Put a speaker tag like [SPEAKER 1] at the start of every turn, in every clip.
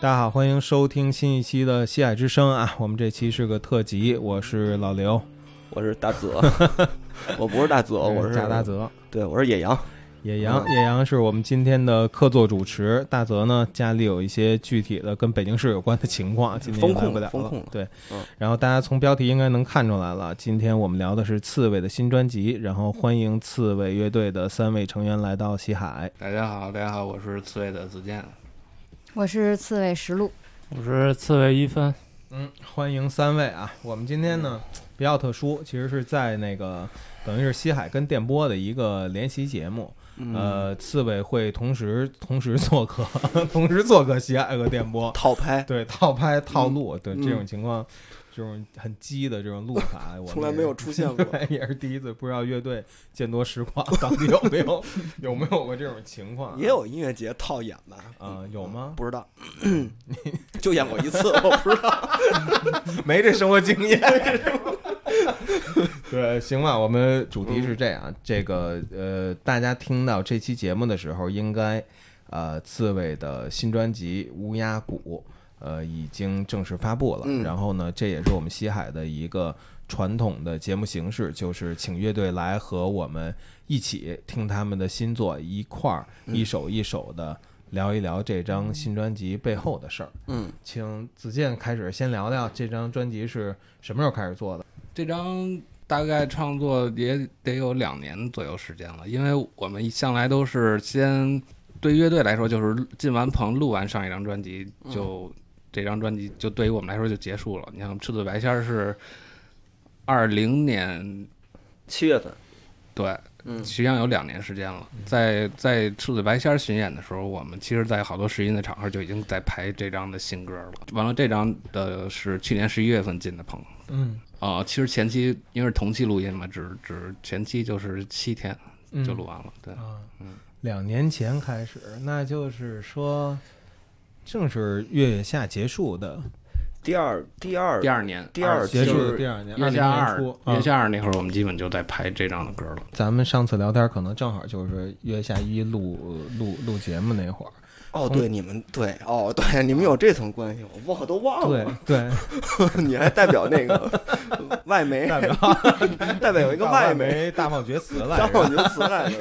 [SPEAKER 1] 大家好，欢迎收听新一期的《西海之声》啊！我们这期是个特辑，我是老刘，
[SPEAKER 2] 我是大泽， 我不是大泽，我是嗯
[SPEAKER 1] 贾嗯大，泽。
[SPEAKER 2] 对，我是野羊，
[SPEAKER 1] 野羊，野羊是我们今天的客座主持。大泽呢，家里有一些具体的跟北京市有关的情况，今天也
[SPEAKER 2] 嗯风控
[SPEAKER 1] 来不了
[SPEAKER 2] 风控了
[SPEAKER 1] 对
[SPEAKER 2] 嗯，
[SPEAKER 1] 然后大家从标题应该能看出来了，今天我们聊的是刺猬的新专辑，然后欢迎刺猬乐队的三位成员来到西海。
[SPEAKER 3] 大家好，大家好，我是刺猬的子健。
[SPEAKER 4] 我是刺猬石路，
[SPEAKER 5] 我是刺猬一分，
[SPEAKER 1] 嗯，欢迎三位啊！我们今天呢比较特殊，其实是在那个等于是西海跟电波的一个联席节目。
[SPEAKER 2] 嗯
[SPEAKER 1] 呃，刺猬会同时 同时做客，同时做客西海和电波，
[SPEAKER 2] 套拍，
[SPEAKER 1] 对套拍套路，对
[SPEAKER 2] 嗯
[SPEAKER 1] 这种情况，这种很鸡的这种录 法，我们
[SPEAKER 2] 从来
[SPEAKER 1] 也
[SPEAKER 2] 没有出现 过
[SPEAKER 1] 对 也是第一次，不知道乐队见多识广，到底有没有有没有过这种情况？
[SPEAKER 2] 也有音乐节套演吧？
[SPEAKER 1] 啊，有吗？
[SPEAKER 2] 不知 道，就演过一次，我不知道。
[SPEAKER 1] 没这生活经验。对，行吧，我们主题是这样，这个呃，大家听到这期节目的时候，应该呃，刺猬的新专辑《乌鸦谷》呃已经正式发布了。
[SPEAKER 2] 嗯
[SPEAKER 1] 然后呢，这也是我们西海的一个传统的节目形式，就是请乐队来和我们一起听他们的新作，一块儿一首一首的聊一聊这张新专辑背后的事儿。
[SPEAKER 2] 嗯，
[SPEAKER 1] 请子健开始先聊聊这张专辑是什么时候开始做的？
[SPEAKER 3] 这张大概创作也得有两年左右时间了，因为我们向来都是先对乐队来说，就是进完棚录完上一张专辑，
[SPEAKER 2] 嗯
[SPEAKER 3] 就、这张专辑就对于我们来说就结束了。你像《赤子白仙》是二零年，
[SPEAKER 2] 七月份，
[SPEAKER 3] 对，
[SPEAKER 2] 嗯
[SPEAKER 3] 实际上有两年时间了。在在《赤子白仙》巡演的时候，我们其实，在好多试音的场合就已经在排这张的新歌了。完了，这张的是去年十一月份进的棚。
[SPEAKER 1] 嗯，
[SPEAKER 3] 啊、其实前期因为是同期录音嘛，只只前期就是七天
[SPEAKER 1] 嗯
[SPEAKER 3] 就录完了。对，
[SPEAKER 1] 啊
[SPEAKER 3] 嗯，
[SPEAKER 1] 两年前开始，那就是说，正是月月下结束的，
[SPEAKER 2] 第二第二
[SPEAKER 3] 第二年，
[SPEAKER 2] 第二
[SPEAKER 1] 结
[SPEAKER 2] 就
[SPEAKER 1] 束
[SPEAKER 2] 是
[SPEAKER 1] 的第二年，二
[SPEAKER 3] 月
[SPEAKER 1] 零
[SPEAKER 3] 下
[SPEAKER 1] 年
[SPEAKER 3] 二
[SPEAKER 1] 初，啊
[SPEAKER 3] 月下二那会儿，我们基本就在排这张的歌了。
[SPEAKER 1] 咱们上次聊天可能正好就是月下一录录录节目那会儿，
[SPEAKER 2] 哦，对，你们对哦，对，你们有这层关系，我忘都忘
[SPEAKER 1] 对
[SPEAKER 2] 了。
[SPEAKER 1] 对，
[SPEAKER 2] 你还代表 那个外媒，
[SPEAKER 1] 代表
[SPEAKER 2] 代表一个外媒，哦
[SPEAKER 1] 媒大放厥词 来
[SPEAKER 2] 张
[SPEAKER 1] 着
[SPEAKER 2] 浩宁词 来着，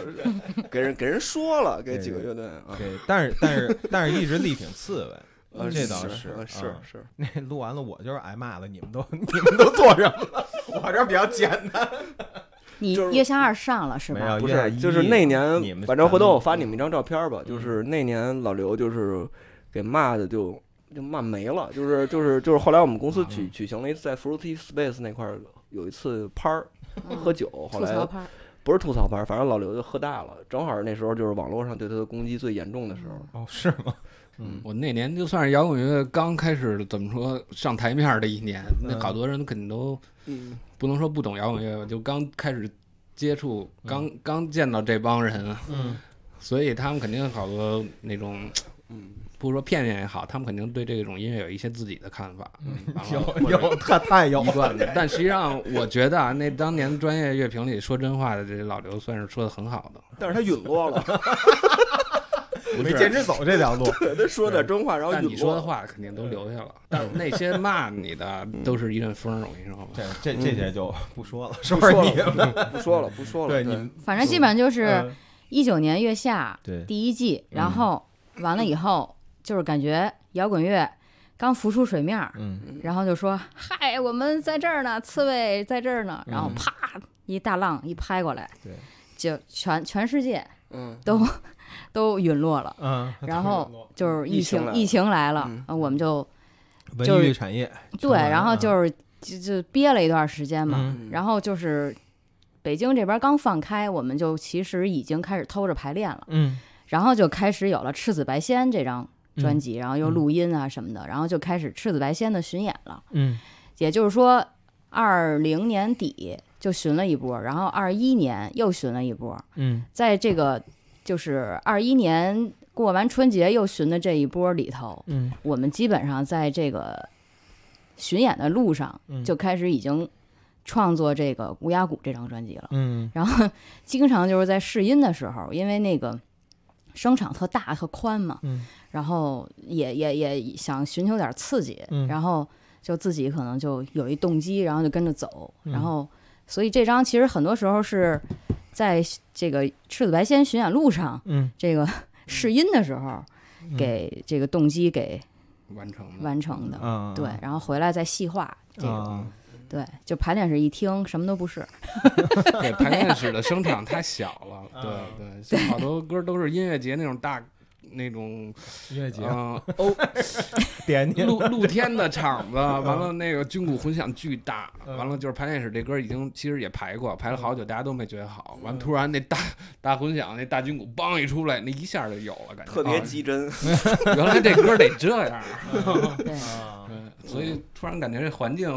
[SPEAKER 2] 给人给人说了，给几个乐队啊，
[SPEAKER 1] 对，但是但是但是一直力挺刺猬。
[SPEAKER 2] 呃
[SPEAKER 1] 这倒
[SPEAKER 2] 是呃
[SPEAKER 1] 是
[SPEAKER 2] 是
[SPEAKER 1] 啊
[SPEAKER 2] 是，
[SPEAKER 1] 那录完了，我就是挨骂了，你们都 你们都做什么了？我这比较简单，
[SPEAKER 4] 你
[SPEAKER 2] 就是
[SPEAKER 4] 月下二上了是
[SPEAKER 1] 没
[SPEAKER 4] 吧？
[SPEAKER 1] 有，
[SPEAKER 2] 不
[SPEAKER 1] 一二
[SPEAKER 2] 是，
[SPEAKER 1] 啊一
[SPEAKER 2] 就是那
[SPEAKER 1] 你
[SPEAKER 2] 年，
[SPEAKER 1] 们
[SPEAKER 2] 反正回头我
[SPEAKER 1] 咱
[SPEAKER 2] 发
[SPEAKER 1] 们嗯
[SPEAKER 2] 你们一张照片吧。就是那年老刘就是给骂的就就骂没了，就是就是就是后来我们公司举举行了一次在 Fruity Space 那块儿有一次趴儿
[SPEAKER 4] 嗯
[SPEAKER 2] 喝酒，后
[SPEAKER 4] 吐
[SPEAKER 2] 来
[SPEAKER 4] 槽拍儿，
[SPEAKER 2] 不是吐槽趴儿，反正老刘就喝大了，正好那时候就是网络上对他的攻击最严重的时候。
[SPEAKER 1] 哦，是吗？
[SPEAKER 2] 嗯，
[SPEAKER 3] 我那年就算是摇滚乐刚开始怎么说上台面儿的一年，那
[SPEAKER 1] 嗯
[SPEAKER 3] 好多人肯定都
[SPEAKER 2] 嗯，
[SPEAKER 3] 不能说不懂摇滚乐吧，就刚开始接触，刚刚见到这帮人，啊
[SPEAKER 1] 嗯，
[SPEAKER 3] 所以他们肯定好多那种，
[SPEAKER 2] 嗯，
[SPEAKER 3] 不是说片面也好，他们肯定对这种音乐有一些自己的看法。
[SPEAKER 2] 嗯
[SPEAKER 3] 完了
[SPEAKER 1] 有有太太有
[SPEAKER 3] 一贯的，但 实际上我觉得啊，那当年专业乐评里说真话的这老刘算是说的很好的，
[SPEAKER 2] 但是他陨 落了，
[SPEAKER 3] 不
[SPEAKER 1] 没
[SPEAKER 3] 是
[SPEAKER 1] 坚持走这 条路。
[SPEAKER 2] 他说点真话，然后
[SPEAKER 3] 但你
[SPEAKER 2] 陨
[SPEAKER 3] 说
[SPEAKER 2] 落
[SPEAKER 3] 的
[SPEAKER 2] 了。
[SPEAKER 3] 话肯定都留下了，但是那些骂你的
[SPEAKER 1] 嗯
[SPEAKER 3] 都是一阵风，我跟你说吧。
[SPEAKER 1] 这这这些就不说了，是
[SPEAKER 2] 不
[SPEAKER 1] 嗯不是
[SPEAKER 2] 说
[SPEAKER 1] 你 们？
[SPEAKER 2] 了，不说了，不说了。
[SPEAKER 1] 对你们
[SPEAKER 4] 反正基本上就是
[SPEAKER 1] 呃
[SPEAKER 4] 一九年月下
[SPEAKER 1] 对
[SPEAKER 4] 第一季，
[SPEAKER 1] 嗯
[SPEAKER 4] 然后完了以后就是感觉摇滚乐刚浮出水面儿，
[SPEAKER 1] 嗯
[SPEAKER 4] 然后就说嗨，我们在这儿呢，刺猬在这儿呢，然后
[SPEAKER 1] 嗯
[SPEAKER 4] 啪一大浪一拍过来，
[SPEAKER 1] 对，
[SPEAKER 4] 就全全世界
[SPEAKER 2] 嗯，
[SPEAKER 4] 都都陨落了，
[SPEAKER 1] 嗯，
[SPEAKER 4] 然后就是
[SPEAKER 2] 疫
[SPEAKER 4] 疫
[SPEAKER 2] 情来
[SPEAKER 4] 情
[SPEAKER 2] 了
[SPEAKER 4] 疫情来了
[SPEAKER 2] 嗯，
[SPEAKER 4] 呃我们就
[SPEAKER 1] 文娱产业
[SPEAKER 4] 对，然后就是就就憋了一段时间嘛，
[SPEAKER 1] 嗯
[SPEAKER 4] 然后就是北京这边刚放开，我们就其实已经开始偷着排练了，
[SPEAKER 1] 嗯
[SPEAKER 4] 然后就开始有了《赤子白仙》这张专辑，然后又
[SPEAKER 1] 嗯
[SPEAKER 4] 录音啊什么的，然后就开始《赤子白仙》的巡演了。
[SPEAKER 1] 嗯
[SPEAKER 4] 也就是说，二零年底就巡了一波，然后二一年又巡了一波，
[SPEAKER 1] 嗯
[SPEAKER 4] 在这个就是二一年过完春节又巡的这一波里头，
[SPEAKER 1] 嗯
[SPEAKER 4] 我们基本上在这个巡演的路上
[SPEAKER 1] 嗯
[SPEAKER 4] 就开始已经创作这个《乌鸦谷》这张专辑了。
[SPEAKER 1] 嗯
[SPEAKER 4] 然后经常就是在试音的时候，因为那个声场特大特宽嘛，
[SPEAKER 1] 嗯
[SPEAKER 4] 然后也也也想寻求点刺激，
[SPEAKER 1] 嗯
[SPEAKER 4] 然后就自己可能就有一动机，然后就跟着走，
[SPEAKER 1] 嗯
[SPEAKER 4] 然后所以这张其实很多时候是在这个《赤子白仙》巡演路上，
[SPEAKER 1] 嗯，
[SPEAKER 4] 这个试音的时候
[SPEAKER 1] 嗯
[SPEAKER 4] 给这个动机给
[SPEAKER 3] 完成的。
[SPEAKER 4] 完成的，
[SPEAKER 1] 啊，
[SPEAKER 4] 对，然后回来再细化这个，
[SPEAKER 1] 啊，
[SPEAKER 4] 对，就排练室一听什么都不是，
[SPEAKER 3] 对，排练室的声场太小了
[SPEAKER 1] 啊，
[SPEAKER 3] 对对，好多歌都是音乐节那种大那种，
[SPEAKER 1] 音 乐节
[SPEAKER 3] 嗯，哦，
[SPEAKER 1] 点你
[SPEAKER 3] 露露天的场子，完了那个军鼓混响巨大，完了就是排练室这歌已经其实也排过，排了好久，大家都没觉得好，完突然那大大混响那大军鼓梆一出来，那一下就有了感觉，
[SPEAKER 2] 特别逼真，
[SPEAKER 3] 啊原来这歌得这样，
[SPEAKER 4] 对，
[SPEAKER 1] 啊，
[SPEAKER 3] 嗯所以突然感觉这环境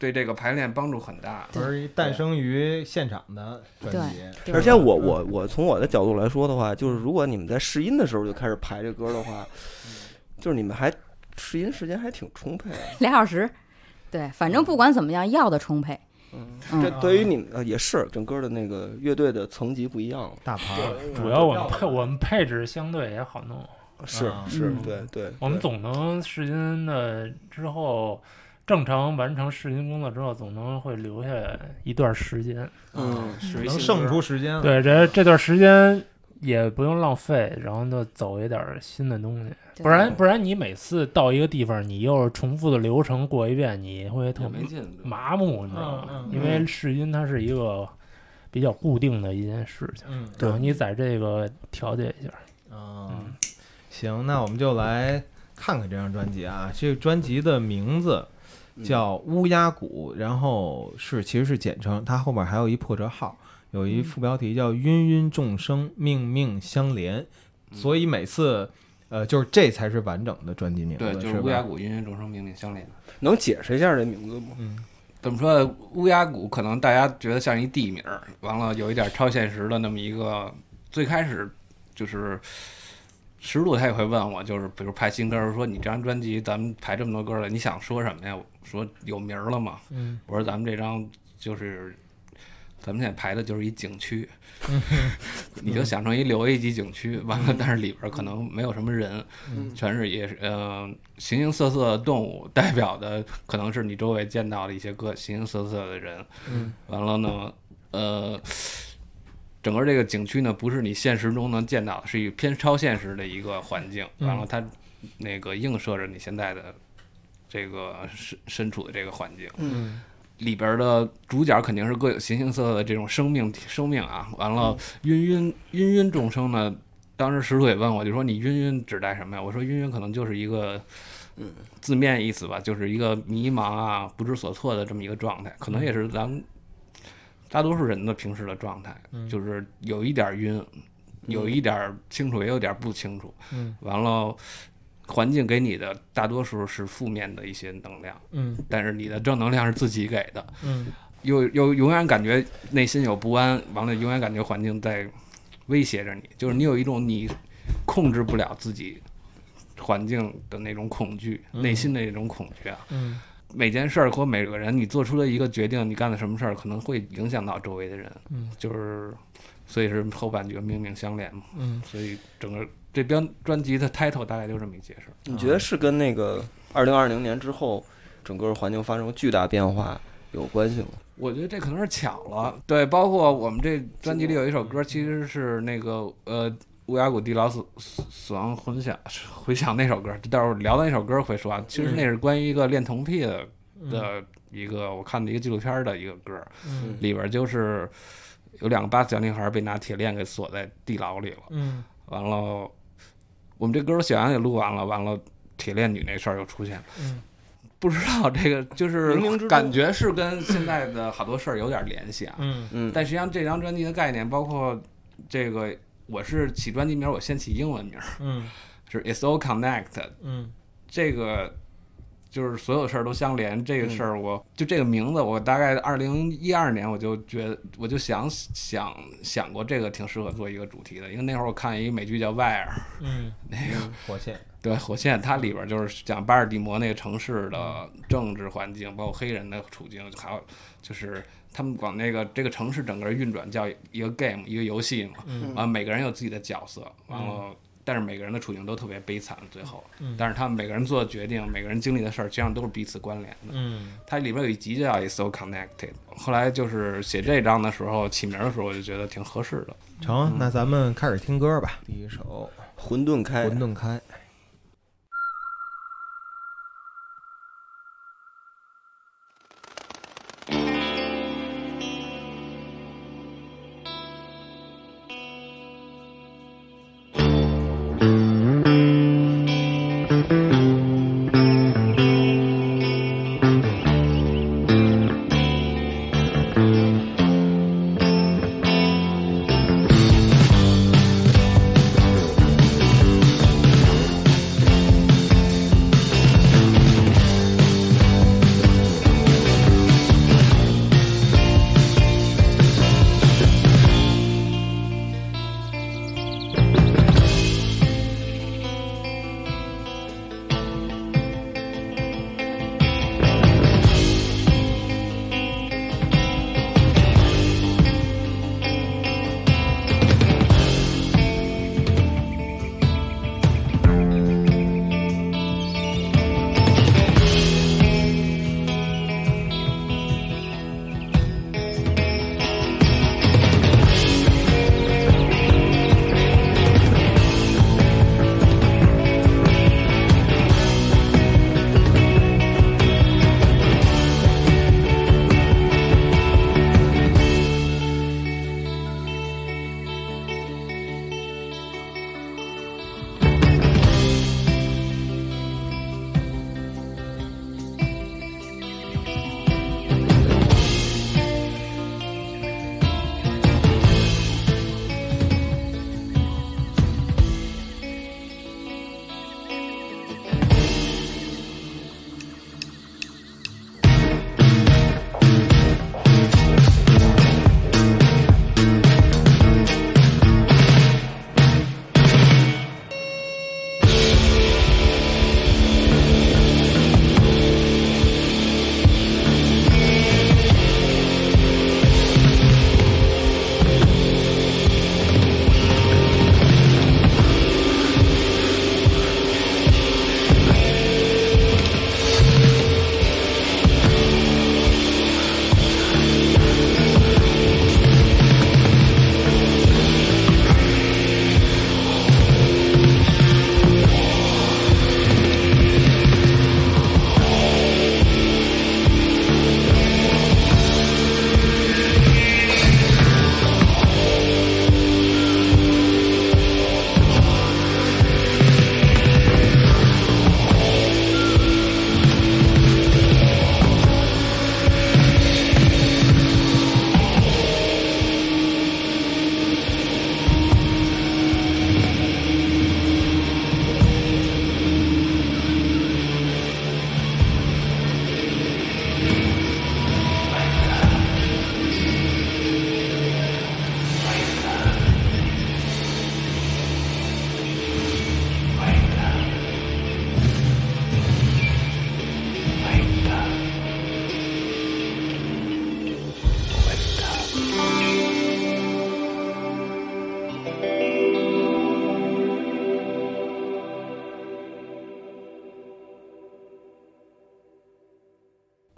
[SPEAKER 3] 对这个排练帮助很大，
[SPEAKER 1] 而一诞生于现场的专辑，
[SPEAKER 4] 对
[SPEAKER 2] 而且我
[SPEAKER 5] 嗯
[SPEAKER 2] 我我从我的角度来说的话，就是如果你们在试音的时候就开始排这歌的话，
[SPEAKER 5] 嗯
[SPEAKER 2] 就是你们还试音时间还挺充沛的。
[SPEAKER 4] 俩小时，对，反正不管怎么样，要的充沛，
[SPEAKER 2] 嗯，
[SPEAKER 4] 嗯
[SPEAKER 5] 啊
[SPEAKER 2] 这对于你们呃也是整个的那个乐队的层级不一样，
[SPEAKER 1] 大牌儿
[SPEAKER 5] 主要我们配 我们配置相对也好弄，
[SPEAKER 2] 是
[SPEAKER 1] 啊
[SPEAKER 2] 是
[SPEAKER 4] 嗯，
[SPEAKER 2] 对对，
[SPEAKER 5] 我们
[SPEAKER 2] 对
[SPEAKER 5] 总能试音的之后，正常完成试音工作之后，总能会留下一段时间。
[SPEAKER 2] 嗯
[SPEAKER 3] 水
[SPEAKER 1] 能剩出时间啊了。
[SPEAKER 5] 对，这这段时间也不用浪费，然后就走一点儿新的东西，
[SPEAKER 4] 对
[SPEAKER 5] 不然不然你每次到一个地方，你又是重复的流程过一遍，你会特
[SPEAKER 3] 也没劲，对
[SPEAKER 5] 麻木，你知道吗？
[SPEAKER 1] 嗯嗯
[SPEAKER 5] 因为试音它是一个比较固定的一件事情，
[SPEAKER 1] 嗯
[SPEAKER 5] 然后你在这个调节一下。
[SPEAKER 1] 啊
[SPEAKER 5] 嗯，
[SPEAKER 1] 行，那我们就来看看这张专辑啊。这个专辑的名字
[SPEAKER 3] 嗯
[SPEAKER 1] 叫《乌鸦谷》，然后是其实是简称，它后面还有一破折号，有
[SPEAKER 3] 嗯
[SPEAKER 1] 一副标题叫“芸芸众生，命命相连”，
[SPEAKER 3] 嗯
[SPEAKER 1] 所以每次。呃，就是这才是完整的专辑名字，
[SPEAKER 3] 对，就是
[SPEAKER 1] 是
[SPEAKER 3] 乌鸦
[SPEAKER 1] 吧。
[SPEAKER 3] 谷芸芸众生，命命相连。
[SPEAKER 2] 能解释一下这名字吗？
[SPEAKER 1] 嗯
[SPEAKER 3] 怎么说？乌鸦谷可能大家觉得像一地名儿，完了有一点超现实的那么一个。最开始就是石路他也会问我，就是比如拍新歌儿说你这张专辑咱们排这么多歌儿了，你想说什么呀？我说有名儿了吗？
[SPEAKER 1] 嗯，
[SPEAKER 3] 我说咱们这张就是咱们现在排的就是一景区，你就想成一六 A 级景区，完了但是里边儿可能没有什么人，
[SPEAKER 2] 嗯
[SPEAKER 3] 全是也是呃形形色色的动物，代表的可能是你周围见到的一些个形形色色的人。
[SPEAKER 1] 嗯，
[SPEAKER 3] 完了呢，呃，整个这个景区呢，不是你现实中能见到的，是一个偏超现实的一个环境。
[SPEAKER 1] 嗯
[SPEAKER 3] 完了，它那个映射着你现在的这个身身处的这个环境。
[SPEAKER 1] 嗯
[SPEAKER 3] 里边的主角肯定是各有形形色色的这种生命生命啊。完了，
[SPEAKER 1] 嗯
[SPEAKER 3] 芸芸芸芸众生呢，当时石头也问我，就说你芸芸指代什么呀？我说芸芸可能就是一个，
[SPEAKER 2] 嗯，
[SPEAKER 3] 字面意思吧，就是一个迷茫啊、不知所措的这么一个状态，可能也是咱们大多数人的平时的状态，
[SPEAKER 1] 嗯
[SPEAKER 3] 就是有一点晕，有一点清楚，也有点不清楚。
[SPEAKER 1] 嗯，
[SPEAKER 3] 完了。环境给你的大多数是负面的一些能量，
[SPEAKER 1] 嗯
[SPEAKER 3] 但是你的正能量是自己给的，
[SPEAKER 1] 嗯
[SPEAKER 3] 又又永远感觉内心有不安，完了永远感觉环境在威胁着你，就是你有一种你控制不了自己环境的那种恐惧，
[SPEAKER 1] 嗯
[SPEAKER 3] 内心的那种恐惧啊。
[SPEAKER 1] 嗯
[SPEAKER 3] 每件事儿或每个人，你做出了一个决定，你干的什么事儿可能会影响到周围的人，
[SPEAKER 1] 嗯
[SPEAKER 3] 就是所以是后半句命命相连嘛。
[SPEAKER 1] 嗯，
[SPEAKER 3] 所以整个这张专辑的 title 大概就这么一解释。
[SPEAKER 2] 你觉得是跟那个二零二零年之后整个环境发生巨大变化有关系吗？
[SPEAKER 3] 我觉得这可能是巧了，对，包括我们这专辑里有一首歌，其实是那个呃乌鸦谷地牢死死死亡混响回响那首歌，到时候聊到那首歌会说啊，其实那是关于一个恋童癖的
[SPEAKER 1] 嗯
[SPEAKER 3] 的一个我看的一个纪录片的一个歌，
[SPEAKER 1] 嗯
[SPEAKER 3] 里边就是有两个八岁小女孩被拿铁链给锁在地牢里了，
[SPEAKER 1] 嗯
[SPEAKER 3] 完了我们这歌选完也录完了，完了铁链女那事儿又出现了。
[SPEAKER 1] 嗯
[SPEAKER 3] 不知道这个就是
[SPEAKER 2] 冥冥之中
[SPEAKER 3] 感觉是跟现在的好多事儿有点联系啊，
[SPEAKER 1] 嗯
[SPEAKER 2] 嗯，
[SPEAKER 3] 但实际上这张专辑的概念包括这个，我是起专辑名儿，我先起英文名儿，
[SPEAKER 1] 嗯
[SPEAKER 3] 是 It's All Connect，
[SPEAKER 1] 嗯
[SPEAKER 3] 这个就是所有事儿都相连。这个事
[SPEAKER 2] 嗯
[SPEAKER 3] 儿，我、就这个名字，我大概二零一二年我就觉得，我就想想想过这个挺适合做一个主题的，因为那会儿我看一个美剧叫《Wire》，
[SPEAKER 1] 嗯，
[SPEAKER 3] 那个
[SPEAKER 1] 火线，
[SPEAKER 3] 对，火线它里边就是讲巴尔的摩那个城市的政治环境，包括黑人的处境，还有就是他们管那个这个城市整个运转叫一个 game，一个游戏嘛。
[SPEAKER 1] 嗯
[SPEAKER 3] 完了每个人有自己的角色，完了但是每个人的处境都特别悲惨，最后
[SPEAKER 1] 嗯，
[SPEAKER 3] 但是他们每个人做的决定，每个人经历的事儿，实际上都是彼此关联的。
[SPEAKER 1] 嗯
[SPEAKER 3] 它里边有一集叫《It's So Connected》，后来就是写这章的时候，起名的时候我就觉得挺合适的。
[SPEAKER 1] 成，那咱们开始听歌吧。第一首
[SPEAKER 2] 混沌
[SPEAKER 1] 《
[SPEAKER 2] 开
[SPEAKER 1] 混，沌开》，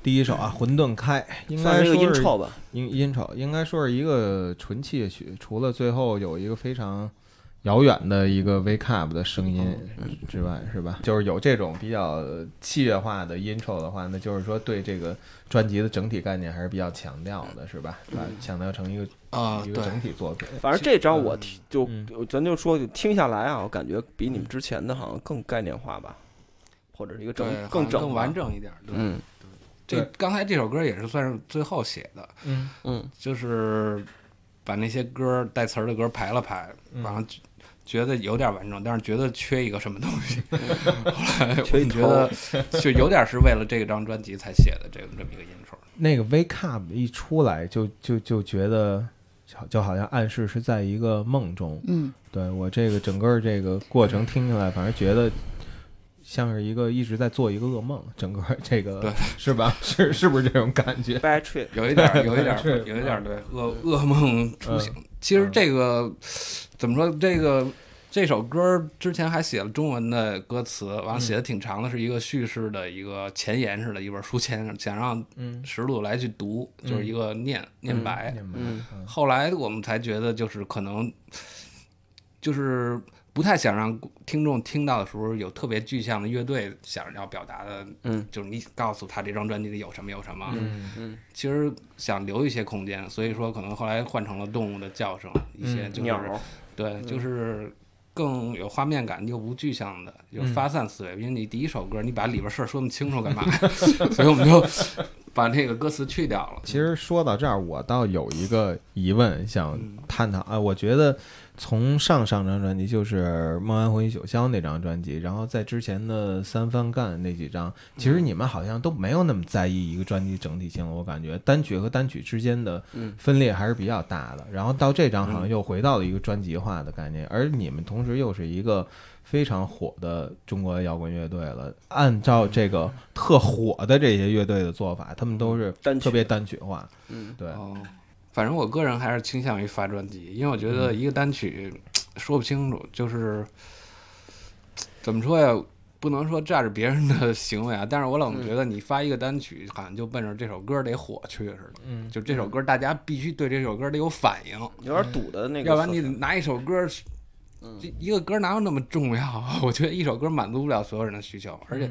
[SPEAKER 1] 第一首啊，《混沌开》应
[SPEAKER 2] 算
[SPEAKER 1] 该
[SPEAKER 2] 是一个
[SPEAKER 1] 说
[SPEAKER 2] 音
[SPEAKER 1] 是
[SPEAKER 2] 超吧。
[SPEAKER 1] 音音丑应该说是一个纯器乐曲，除了最后有一个非常遥远的一个 wake up 的声音之外，是吧？就是有这种比较器乐化的音丑的话，那就是说对这个专辑的整体概念还是比较强调的，是吧？把强调成一个、
[SPEAKER 3] 啊
[SPEAKER 1] 一个
[SPEAKER 3] 对，
[SPEAKER 1] 整体作品。
[SPEAKER 2] 反正这张我
[SPEAKER 1] 嗯
[SPEAKER 2] 听就
[SPEAKER 1] 嗯
[SPEAKER 2] 就咱就说听下来啊，我感觉比你
[SPEAKER 3] 嗯
[SPEAKER 2] 们之前的好像更概念化吧，或者是一个整
[SPEAKER 3] 对好
[SPEAKER 2] 更
[SPEAKER 3] 像
[SPEAKER 2] 整
[SPEAKER 3] 更
[SPEAKER 2] 吧
[SPEAKER 3] 完。整一点。对，
[SPEAKER 2] 嗯
[SPEAKER 3] 这刚才这首歌也是算是最后写的，
[SPEAKER 1] 嗯
[SPEAKER 2] 嗯
[SPEAKER 3] 就是把那些歌带词儿的歌排了排，
[SPEAKER 1] 嗯
[SPEAKER 3] 然后觉觉得有点完整，但是觉得缺一个什么东 西。后来
[SPEAKER 2] 缺
[SPEAKER 3] 我
[SPEAKER 2] 一
[SPEAKER 3] 觉得就有点是为了这张专辑才写的这个这么一个音筹。
[SPEAKER 1] 那个 wake up 一出来就，就就觉得好，就好像暗示是在一个梦中。
[SPEAKER 4] 嗯，
[SPEAKER 1] 对我这个整个这个过程听起来，反正觉得像是一个一直在做一个噩梦，整个这个
[SPEAKER 3] 对
[SPEAKER 1] 是吧？ 是是不是这种感觉？
[SPEAKER 2] ，Bad Trip
[SPEAKER 3] 有一点儿，有一 点
[SPEAKER 1] 是
[SPEAKER 3] 儿，
[SPEAKER 2] 嗯
[SPEAKER 1] 嗯
[SPEAKER 3] 有一点儿对噩噩梦初醒。其实这个怎么说？这个这首歌之前还写了中文的歌词，完了写的挺长的，是一个叙事的一个前言似的，一本书前想让
[SPEAKER 1] 嗯，
[SPEAKER 3] 石鲁来去读，就是一个念念白。
[SPEAKER 1] 明白
[SPEAKER 2] 嗯
[SPEAKER 1] 嗯
[SPEAKER 3] 后来我们才觉得，就是可能就是不太想让听众听到的时候有特别具象的乐队想要表达的，
[SPEAKER 2] 嗯，
[SPEAKER 3] 就是你告诉他这张专辑里有什么有什么。
[SPEAKER 1] 嗯
[SPEAKER 3] 其实想留一些空间，所以说可能后来换成了动物的叫声，一些
[SPEAKER 1] 嗯
[SPEAKER 3] 就是、
[SPEAKER 2] 鸟儿，
[SPEAKER 3] 对，就是更有画面感又不具象的，有
[SPEAKER 1] 嗯
[SPEAKER 3] 发散思维。因为你第一首歌你把里边事儿说那么清楚干嘛？ 所以我们就把那个歌词去掉了。
[SPEAKER 1] 其实说到这儿，我倒有一个疑问想探讨啊。我觉得从上上张专辑，就是《梦安魂与九霄》那张专辑，然后在之前的《三番干》那几张，其实你们好像都没有那么在意一个专辑整体性了。我感觉单曲和单曲之间的
[SPEAKER 2] 嗯
[SPEAKER 1] 分裂还是比较大的。然后到这张好像又回到了一个专辑化的概念，而你们同时又是一个。非常火的中国摇滚乐队了。按照这个特火的这些乐队的做法，他们都是
[SPEAKER 2] 单曲
[SPEAKER 1] 特别单曲化。
[SPEAKER 2] 嗯
[SPEAKER 1] 对，
[SPEAKER 3] 哦，反正我个人还是倾向于发专辑，因为我觉
[SPEAKER 1] 嗯
[SPEAKER 3] 得一个单曲说不清楚，就是怎么说呀？不能说占着别人的 行为啊，但是我
[SPEAKER 1] 嗯
[SPEAKER 3] 老觉得你发一个单曲，好像就奔着这首歌得火去似的。
[SPEAKER 1] 嗯，
[SPEAKER 3] 就这首歌，大家必须对这首歌得有反应，
[SPEAKER 2] 有点堵的那个色彩，嗯
[SPEAKER 3] 嗯要不然你拿一首歌，这一个歌哪有那么重要啊？ 我觉得一首歌满足不了所有人的需求，而
[SPEAKER 2] 嗯
[SPEAKER 3] 且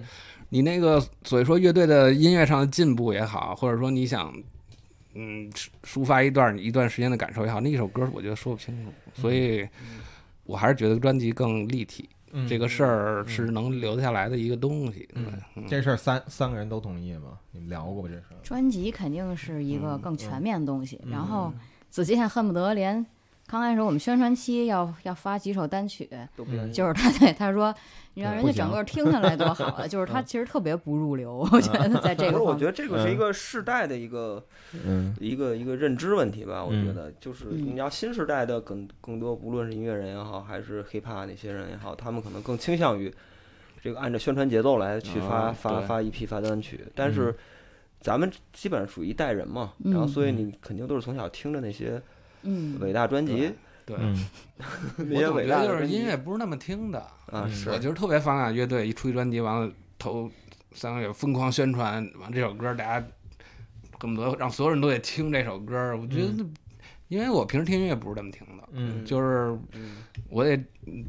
[SPEAKER 3] 你那个所以说乐队的音乐上的进步也好，或者说你想嗯抒抒发一段你一段时间的感受也好，那一首歌我觉得说不清楚，所以
[SPEAKER 2] 嗯
[SPEAKER 3] 我还是觉得专辑更立体，
[SPEAKER 1] 嗯
[SPEAKER 3] 这个事儿是能留得下来的一个东西。对嗯
[SPEAKER 1] 这事儿三三个人都同意吗？你们聊过这事儿？
[SPEAKER 4] 专辑肯定是一个
[SPEAKER 3] 嗯
[SPEAKER 4] 更全面的东西。
[SPEAKER 1] 嗯
[SPEAKER 4] 然后子健恨不得连刚开始我们宣传期要要发几首单曲，
[SPEAKER 2] 都不愿意。
[SPEAKER 4] 就是他对他说，你
[SPEAKER 1] 嗯
[SPEAKER 4] 让人家
[SPEAKER 1] 不行
[SPEAKER 4] 整个听下来多好啊！就是他其实特别不入流，我觉得在这
[SPEAKER 2] 可是
[SPEAKER 4] 个
[SPEAKER 2] 嗯我
[SPEAKER 4] 方嗯
[SPEAKER 2] 觉
[SPEAKER 4] 面，
[SPEAKER 2] 得这个是一个世代的一个
[SPEAKER 1] 嗯
[SPEAKER 2] 一个一个认知问题吧。我
[SPEAKER 1] 嗯
[SPEAKER 2] 觉得就是
[SPEAKER 4] 嗯
[SPEAKER 2] 你要新时代的更更多，无论是音乐人也好，还是 hiphop 那些人也好，他们可能更倾向于这个按照宣传节奏来去发
[SPEAKER 3] 哦
[SPEAKER 2] 发
[SPEAKER 3] 对嗯
[SPEAKER 2] 发一批发单曲，但是。咱们基本上属于一代人嘛，然后
[SPEAKER 4] 嗯
[SPEAKER 2] 所以你肯定都是从小听着那些
[SPEAKER 4] 嗯，
[SPEAKER 2] 伟大专辑，
[SPEAKER 3] 对，
[SPEAKER 1] 嗯
[SPEAKER 2] 那
[SPEAKER 3] 我
[SPEAKER 2] 些
[SPEAKER 3] 总
[SPEAKER 2] 伟
[SPEAKER 3] 觉
[SPEAKER 2] 大的
[SPEAKER 3] 得就是
[SPEAKER 2] 专辑
[SPEAKER 3] 音乐不是那么听的。
[SPEAKER 2] 啊，
[SPEAKER 1] 嗯
[SPEAKER 2] 是
[SPEAKER 3] 我就是特别反感乐队一出一专辑，完了头三个月疯狂宣传，完这首歌大家恨不得让所有人都得听这首歌儿。我觉得，因为我平时听音乐不是这么听的，
[SPEAKER 1] 嗯
[SPEAKER 3] 就是
[SPEAKER 2] 嗯
[SPEAKER 3] 我得嗯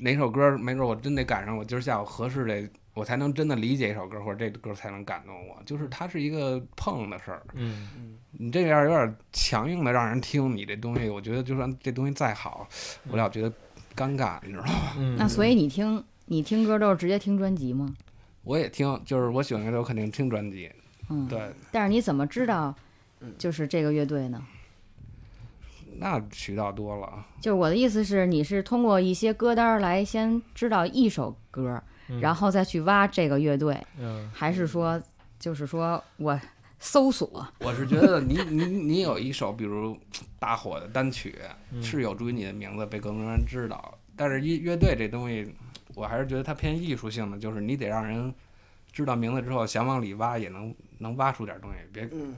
[SPEAKER 3] 哪首歌儿没准我真得赶上，我今儿下午合适的，我才能真的理解一首歌儿，或者这歌儿才能感动我。就是它是一个碰的事儿，
[SPEAKER 1] 嗯
[SPEAKER 3] 你这样有点强硬的让人听你这东西，我觉得就算这东西再好，我老觉得尴尬，你知道吗？
[SPEAKER 1] 嗯
[SPEAKER 4] 那所以你听你听歌都是直接听专辑吗？
[SPEAKER 3] 我也听，就是我喜欢乐队，我肯定听专辑。
[SPEAKER 4] 嗯，
[SPEAKER 3] 对，
[SPEAKER 4] 但是你怎么知道
[SPEAKER 2] 嗯
[SPEAKER 4] 就是这个乐队呢？
[SPEAKER 3] 那渠道多了。
[SPEAKER 4] 就是我的意思是，你是通过一些歌单儿来先知道一首歌，
[SPEAKER 1] 嗯
[SPEAKER 4] 然后再去挖这个乐队，
[SPEAKER 1] 嗯
[SPEAKER 4] 还是说就是说我搜索？
[SPEAKER 3] 我是觉得你 你你有一首比如大火的单曲，
[SPEAKER 1] 嗯
[SPEAKER 3] 是有助于你的名字被更多人知道。但是乐乐队这东西，我还是觉得它偏艺术性的，就是你得让人知道名字之后，想往里挖也能能挖出点东西，别
[SPEAKER 2] 嗯，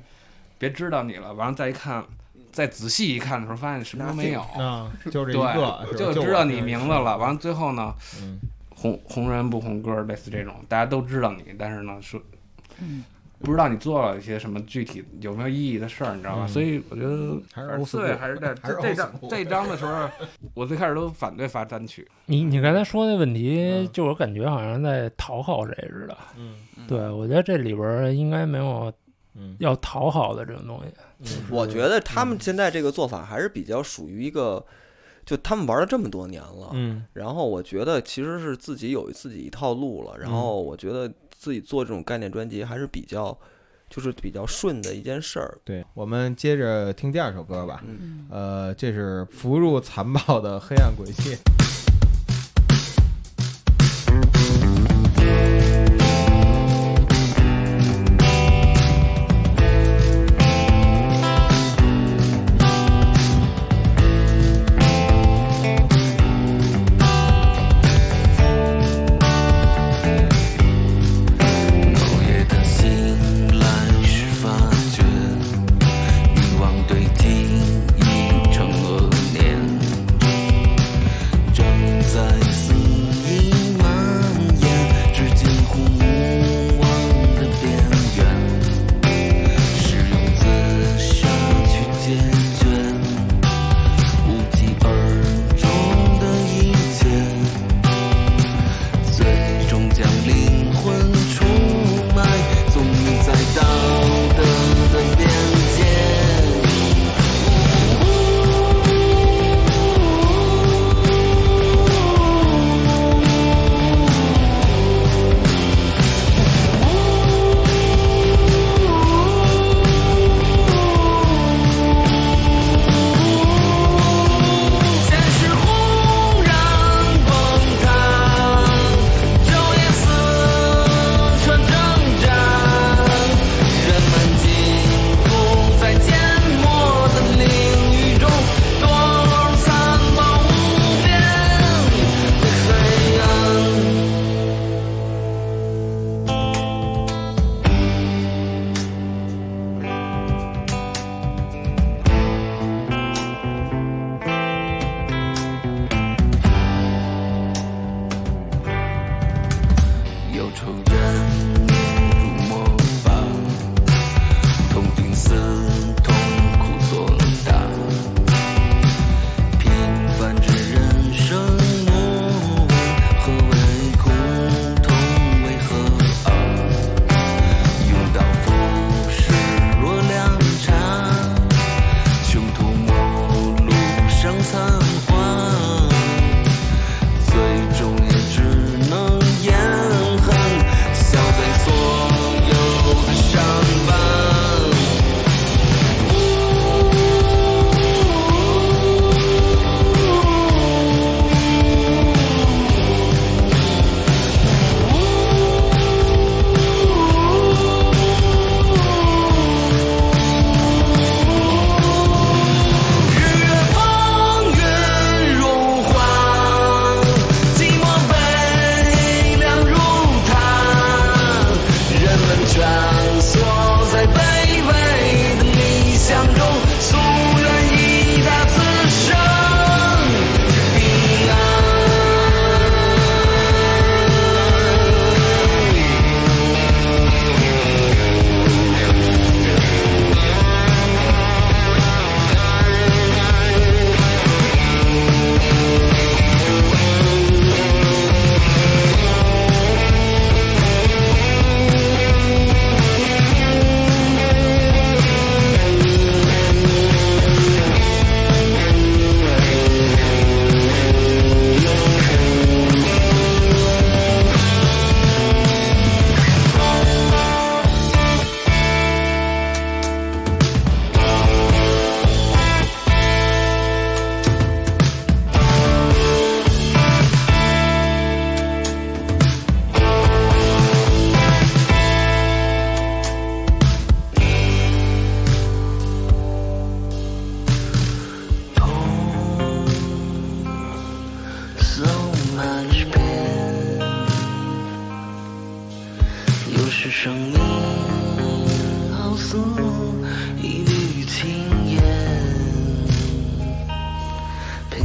[SPEAKER 3] 别知道你了，完了再一看，再仔细一看的时候，发现什么都没有。
[SPEAKER 1] 啊，就这一个，
[SPEAKER 3] 对，
[SPEAKER 1] 是吧
[SPEAKER 3] 就
[SPEAKER 1] 就
[SPEAKER 3] 知道
[SPEAKER 1] 我
[SPEAKER 3] 你
[SPEAKER 1] 这
[SPEAKER 3] 名
[SPEAKER 1] 个
[SPEAKER 3] 字了。完了最后呢，
[SPEAKER 1] 嗯
[SPEAKER 3] 红红人不红歌，类似这种，大家都知道你，但是呢，说
[SPEAKER 4] 嗯
[SPEAKER 3] 不知道你做了一些什么具体有没有意义的事儿，你知道吧？
[SPEAKER 1] 嗯
[SPEAKER 3] 所以我觉得
[SPEAKER 1] 还是
[SPEAKER 3] 反正
[SPEAKER 1] old
[SPEAKER 3] 刺猬
[SPEAKER 1] school
[SPEAKER 3] 还是在
[SPEAKER 1] 还是
[SPEAKER 3] 这这
[SPEAKER 1] old
[SPEAKER 3] 张
[SPEAKER 1] school
[SPEAKER 3] 这张的时候，我最开始都反对发单曲，
[SPEAKER 5] 你你刚才说那问题
[SPEAKER 1] 嗯，
[SPEAKER 5] 就我感觉好像在讨好谁似的。
[SPEAKER 1] 嗯
[SPEAKER 5] 对，我觉得这里边儿应该没有
[SPEAKER 1] 嗯，
[SPEAKER 5] 要讨好的这种东西。
[SPEAKER 2] 我觉得他
[SPEAKER 3] 嗯
[SPEAKER 2] 们现在这个做法还是比较属于一个，就他们玩了这么多年了，
[SPEAKER 1] 嗯
[SPEAKER 2] 然后我觉得其实是自己有自己一套路了，
[SPEAKER 3] 嗯
[SPEAKER 2] 然后我觉得自己做这种概念专辑还是比较，就是比较顺的一件事儿。
[SPEAKER 1] 对，我们接着听第二首歌吧。
[SPEAKER 4] 嗯
[SPEAKER 1] 呃，这是《福入残暴的黑暗轨迹》。
[SPEAKER 6] 午夜的醒来时发觉，欲望堆积已成恶念，转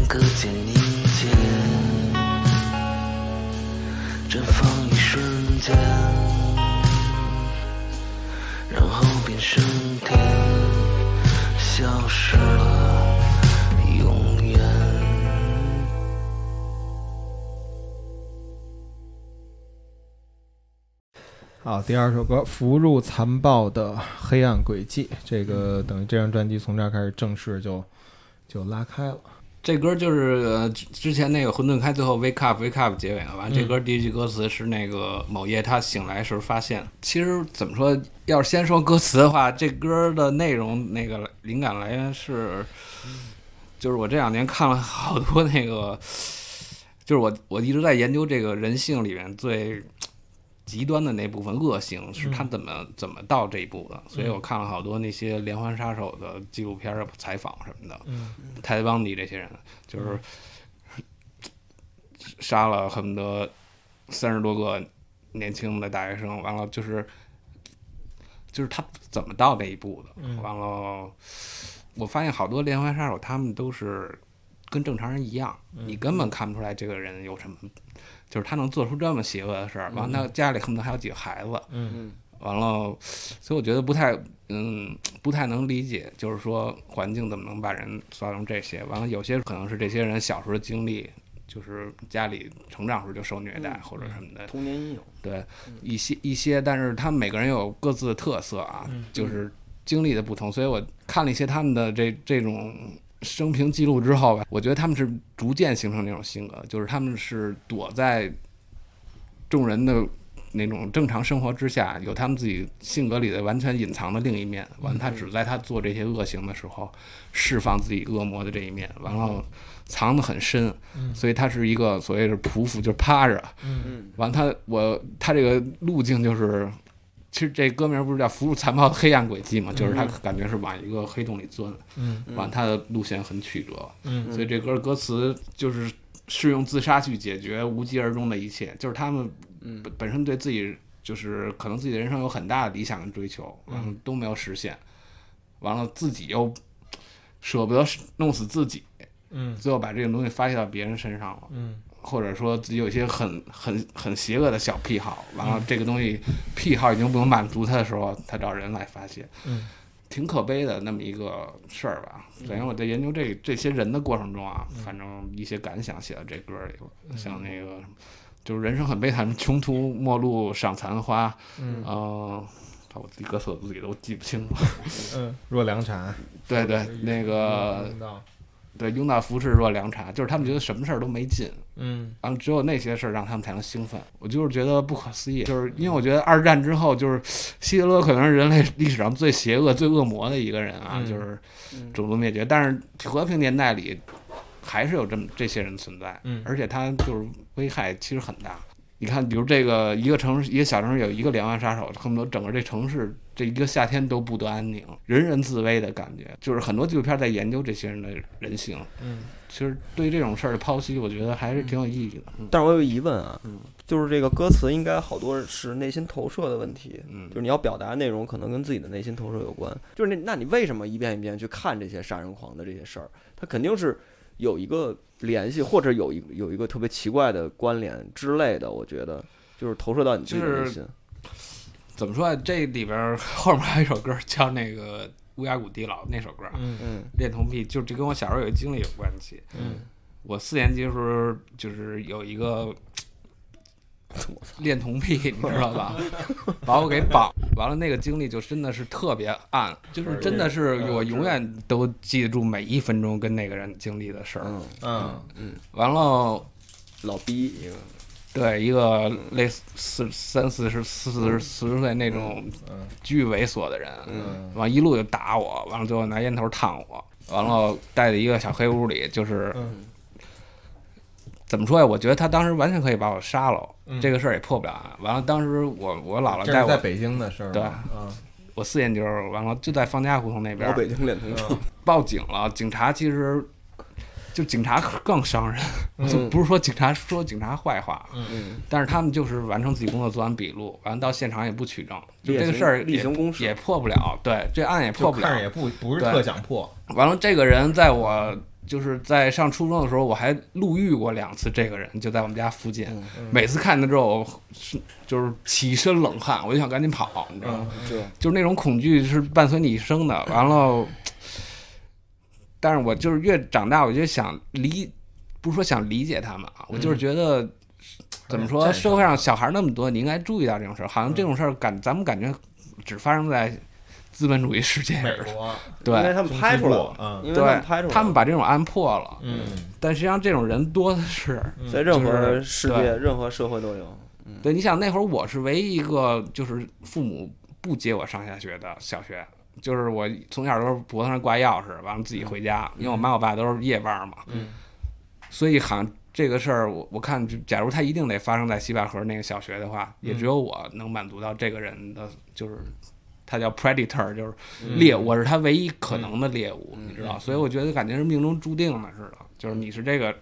[SPEAKER 6] 个剪影间，绽放一瞬间，然后便升天，消失了永远。
[SPEAKER 1] 好，啊第二首歌《浮入残暴的黑暗轨迹》，这个等于这张专辑从这儿开始正式就就拉开了。
[SPEAKER 3] 这歌就是呃之之前那个混沌开最后 wake up wake up 结尾了吧？这歌第一句歌词是那个某夜他醒来时发现。其实怎么说，要是先说歌词的话，这歌的内容那个灵感来源是，就是我这两年看了好多那个，就是我我一直在研究这个人性里面最极端的那部分恶行是他怎么怎么到这一步的，所以我看了好多那些连环杀手的纪录片儿、啊采访什么的。泰邦迪这些人，就是杀了恨不得三十多个年轻的大学生，完了就是就是他怎么到那一步的？完了，我发现好多连环杀手他们都是跟正常人一样，你根本看不出来这个人有什么，就是他能做出这么邪恶的事儿。完了，他家里恨不得还有几个孩子，
[SPEAKER 1] 嗯
[SPEAKER 3] 完了，所以我觉得不太，嗯，不太能理解，就是说环境怎么能把人造成这些？完了，有些可能是这些人小时候经历，就是家里成长时候就受虐待、
[SPEAKER 2] 嗯
[SPEAKER 3] 或者什么的，
[SPEAKER 2] 童年阴影。
[SPEAKER 3] 对，一些一些，但是他们每个人有各自的特色啊，就是经历的不同，所以我看了一些他们的这这种生平记录之后吧，我觉得他们是逐渐形成那种性格，就是他们是躲在众人的那种正常生活之下，有他们自己性格里的完全隐藏的另一面，完了他只在他做这些恶行的时候释放自己恶魔的这一面，完了藏得很深，所以他是一个所谓是匍匐，就是趴着。
[SPEAKER 2] 嗯，
[SPEAKER 3] 完他我他这个路径就是，其实这歌名不是叫《福禄残暴的黑暗轨迹》嘛，就是他感觉是往一个黑洞里钻，
[SPEAKER 1] 嗯，
[SPEAKER 3] 完他的路线很曲折，
[SPEAKER 1] 嗯，
[SPEAKER 3] 所以这歌歌词就是是用自杀去解决无疾而终的一切，就是他们
[SPEAKER 1] 嗯
[SPEAKER 3] 本本身对自己就是可能自己的人生有很大的理想跟追求，
[SPEAKER 1] 嗯
[SPEAKER 3] 完了都没有实现，完了自己又舍不得弄死自己，
[SPEAKER 1] 嗯
[SPEAKER 3] 最后把这个东西发泄到别人身上了，
[SPEAKER 1] 嗯
[SPEAKER 3] 或者说自己有一些很很很邪恶的小癖好，完
[SPEAKER 1] 嗯
[SPEAKER 3] 了这个东西癖好已经不能满足他的时候，他找人来发泄，
[SPEAKER 1] 嗯，
[SPEAKER 3] 挺可悲的那么一个事儿吧。反正我在研究这这些人的过程中
[SPEAKER 1] 嗯
[SPEAKER 3] 啊，反正一些感想写到这歌里了，像那个什么就是人生很悲惨，穷途末路赏残花，嗯，呃，把我自己歌词我自己都记不清了。
[SPEAKER 1] 嗯，若凉茶，
[SPEAKER 3] 对对，那个
[SPEAKER 1] 嗯
[SPEAKER 3] 对拥大服饰若凉茶，就是他们觉得什么事儿都没劲，
[SPEAKER 1] 嗯
[SPEAKER 3] 然后只有那些事儿让他们才能兴奋。我就是觉得不可思议，就是因为我觉得二战之后，就是希特勒可能是人类历史上最邪恶、最恶魔的一个人啊，
[SPEAKER 1] 嗯
[SPEAKER 3] 就是
[SPEAKER 2] 嗯
[SPEAKER 3] 种族灭绝。但是和平年代里还是有这么这些人存在，
[SPEAKER 1] 嗯
[SPEAKER 3] 而且他就是危害其实很大。你看，比如这个一个城市，一个小城市有一个连环杀手，恨不得整个这城市这一个夏天都不得安宁，人人自危的感觉。就是很多纪录片在研究这些人的人性，
[SPEAKER 1] 嗯，
[SPEAKER 3] 其实对这种事儿的剖析，我觉得还是挺有意义的。嗯
[SPEAKER 2] 但是我有疑问啊，就是这个歌词应该好多是内心投射的问题，
[SPEAKER 3] 嗯
[SPEAKER 2] 就是你要表达的内容可能跟自己的内心投射有关。就是那那你为什么一遍一遍去看这些杀人狂的这些事儿？它肯定是有一个联系，或者有一有一个特别奇怪的关联之类的。我觉得就是投射到你自己的内
[SPEAKER 3] 就是
[SPEAKER 2] 心。
[SPEAKER 3] 怎么说啊？这里边儿 后面还有一首歌儿叫那个《乌鸦谷地牢》那首歌儿啊，
[SPEAKER 1] 嗯
[SPEAKER 2] 嗯
[SPEAKER 3] 恋童癖，就这跟我小时候有一经历有关系。
[SPEAKER 1] 嗯，
[SPEAKER 3] 我四年级的时候就是有一个恋童癖，你知道吧？把我给绑完了，那个经历就真的是特别暗，就是真的是我永远都记得住每一分钟跟那个人经历的事儿。
[SPEAKER 2] 嗯，
[SPEAKER 1] 嗯
[SPEAKER 3] 完了，
[SPEAKER 2] 老逼一个，
[SPEAKER 3] 对一个类似四三四十四十四十岁那种
[SPEAKER 1] 嗯
[SPEAKER 3] 巨猥琐的人，
[SPEAKER 1] 嗯
[SPEAKER 3] 完一路就打我，完了最后拿烟头烫我，完了带在一个小黑屋里，就是
[SPEAKER 1] 嗯
[SPEAKER 3] 怎么说呀？我觉得他当时完全可以把我杀了，
[SPEAKER 1] 嗯
[SPEAKER 3] 这个事儿也破不了案。完了，当时我我姥姥
[SPEAKER 1] 这
[SPEAKER 3] 带
[SPEAKER 1] 是在
[SPEAKER 3] 我，
[SPEAKER 1] 北京的事儿吗，
[SPEAKER 3] 对
[SPEAKER 1] 嗯
[SPEAKER 3] 我四年级的时候，完了就在方家胡同那边
[SPEAKER 2] 老北京脸同
[SPEAKER 3] 嗯
[SPEAKER 2] 症。
[SPEAKER 3] 报警了，警察其实。就警察更伤人，
[SPEAKER 1] 嗯
[SPEAKER 3] 就不是说警察说警察坏话，
[SPEAKER 2] 嗯，
[SPEAKER 3] 但是他们就是完成自己工作，做完笔录，完了到现场也不取证，就
[SPEAKER 2] 例
[SPEAKER 3] 这个
[SPEAKER 2] 行
[SPEAKER 3] 事儿
[SPEAKER 2] 例
[SPEAKER 3] 也
[SPEAKER 2] 行公事
[SPEAKER 3] 也破不了，对，这案也
[SPEAKER 1] 就
[SPEAKER 3] 破不
[SPEAKER 1] 看着也
[SPEAKER 3] 了。
[SPEAKER 1] 不不是
[SPEAKER 3] 对
[SPEAKER 1] 特想破，
[SPEAKER 3] 完了，这个人在我就是在上初中的时候，我还路遇过两次这个人，就在我们家附近。
[SPEAKER 2] 嗯
[SPEAKER 3] 每次看他之后，我是就是起一身冷汗，我就想赶紧跑，你知道吗？
[SPEAKER 2] 嗯对，
[SPEAKER 3] 就是那种恐惧是伴随你一生的。完了，但是我就是越长大，我就想理，不是说想理解他们啊，我
[SPEAKER 2] 嗯
[SPEAKER 3] 就是觉得、怎么说，
[SPEAKER 1] 战胜
[SPEAKER 3] 社会上小孩那么多，你应该注意到这种事儿。好像这
[SPEAKER 2] 嗯
[SPEAKER 3] 种事儿感，咱们感觉只发生在资本主义世界
[SPEAKER 1] 美
[SPEAKER 3] 似的。
[SPEAKER 1] 国，
[SPEAKER 2] 因为
[SPEAKER 3] 对，
[SPEAKER 2] 他们拍出来了，
[SPEAKER 1] 嗯
[SPEAKER 2] 因为他
[SPEAKER 3] 对
[SPEAKER 2] 们拍出来，了，
[SPEAKER 3] 他们把这种案破了，
[SPEAKER 1] 嗯，
[SPEAKER 3] 但实际上这种人多的是。
[SPEAKER 2] 在任
[SPEAKER 3] 就
[SPEAKER 2] 何
[SPEAKER 3] 是
[SPEAKER 2] 世界、任何社会都有。
[SPEAKER 3] 对，你想那会儿我是唯一一个就是父母不接我上下学的小学，就是我从小都是脖子上挂钥匙，完了自己回家，因为我妈我爸都是夜班嘛，
[SPEAKER 1] 嗯，
[SPEAKER 3] 所以好像这个事儿我我看，就假如它一定得发生在西坝河那个小学的话，也
[SPEAKER 1] 嗯
[SPEAKER 3] 只有我能满足到这个人的，就是他叫 predator，就是
[SPEAKER 1] 嗯
[SPEAKER 3] 猎物，我是他唯一可能的猎物，你知道，所以我觉得感觉是命中注定的似的，就是你是这个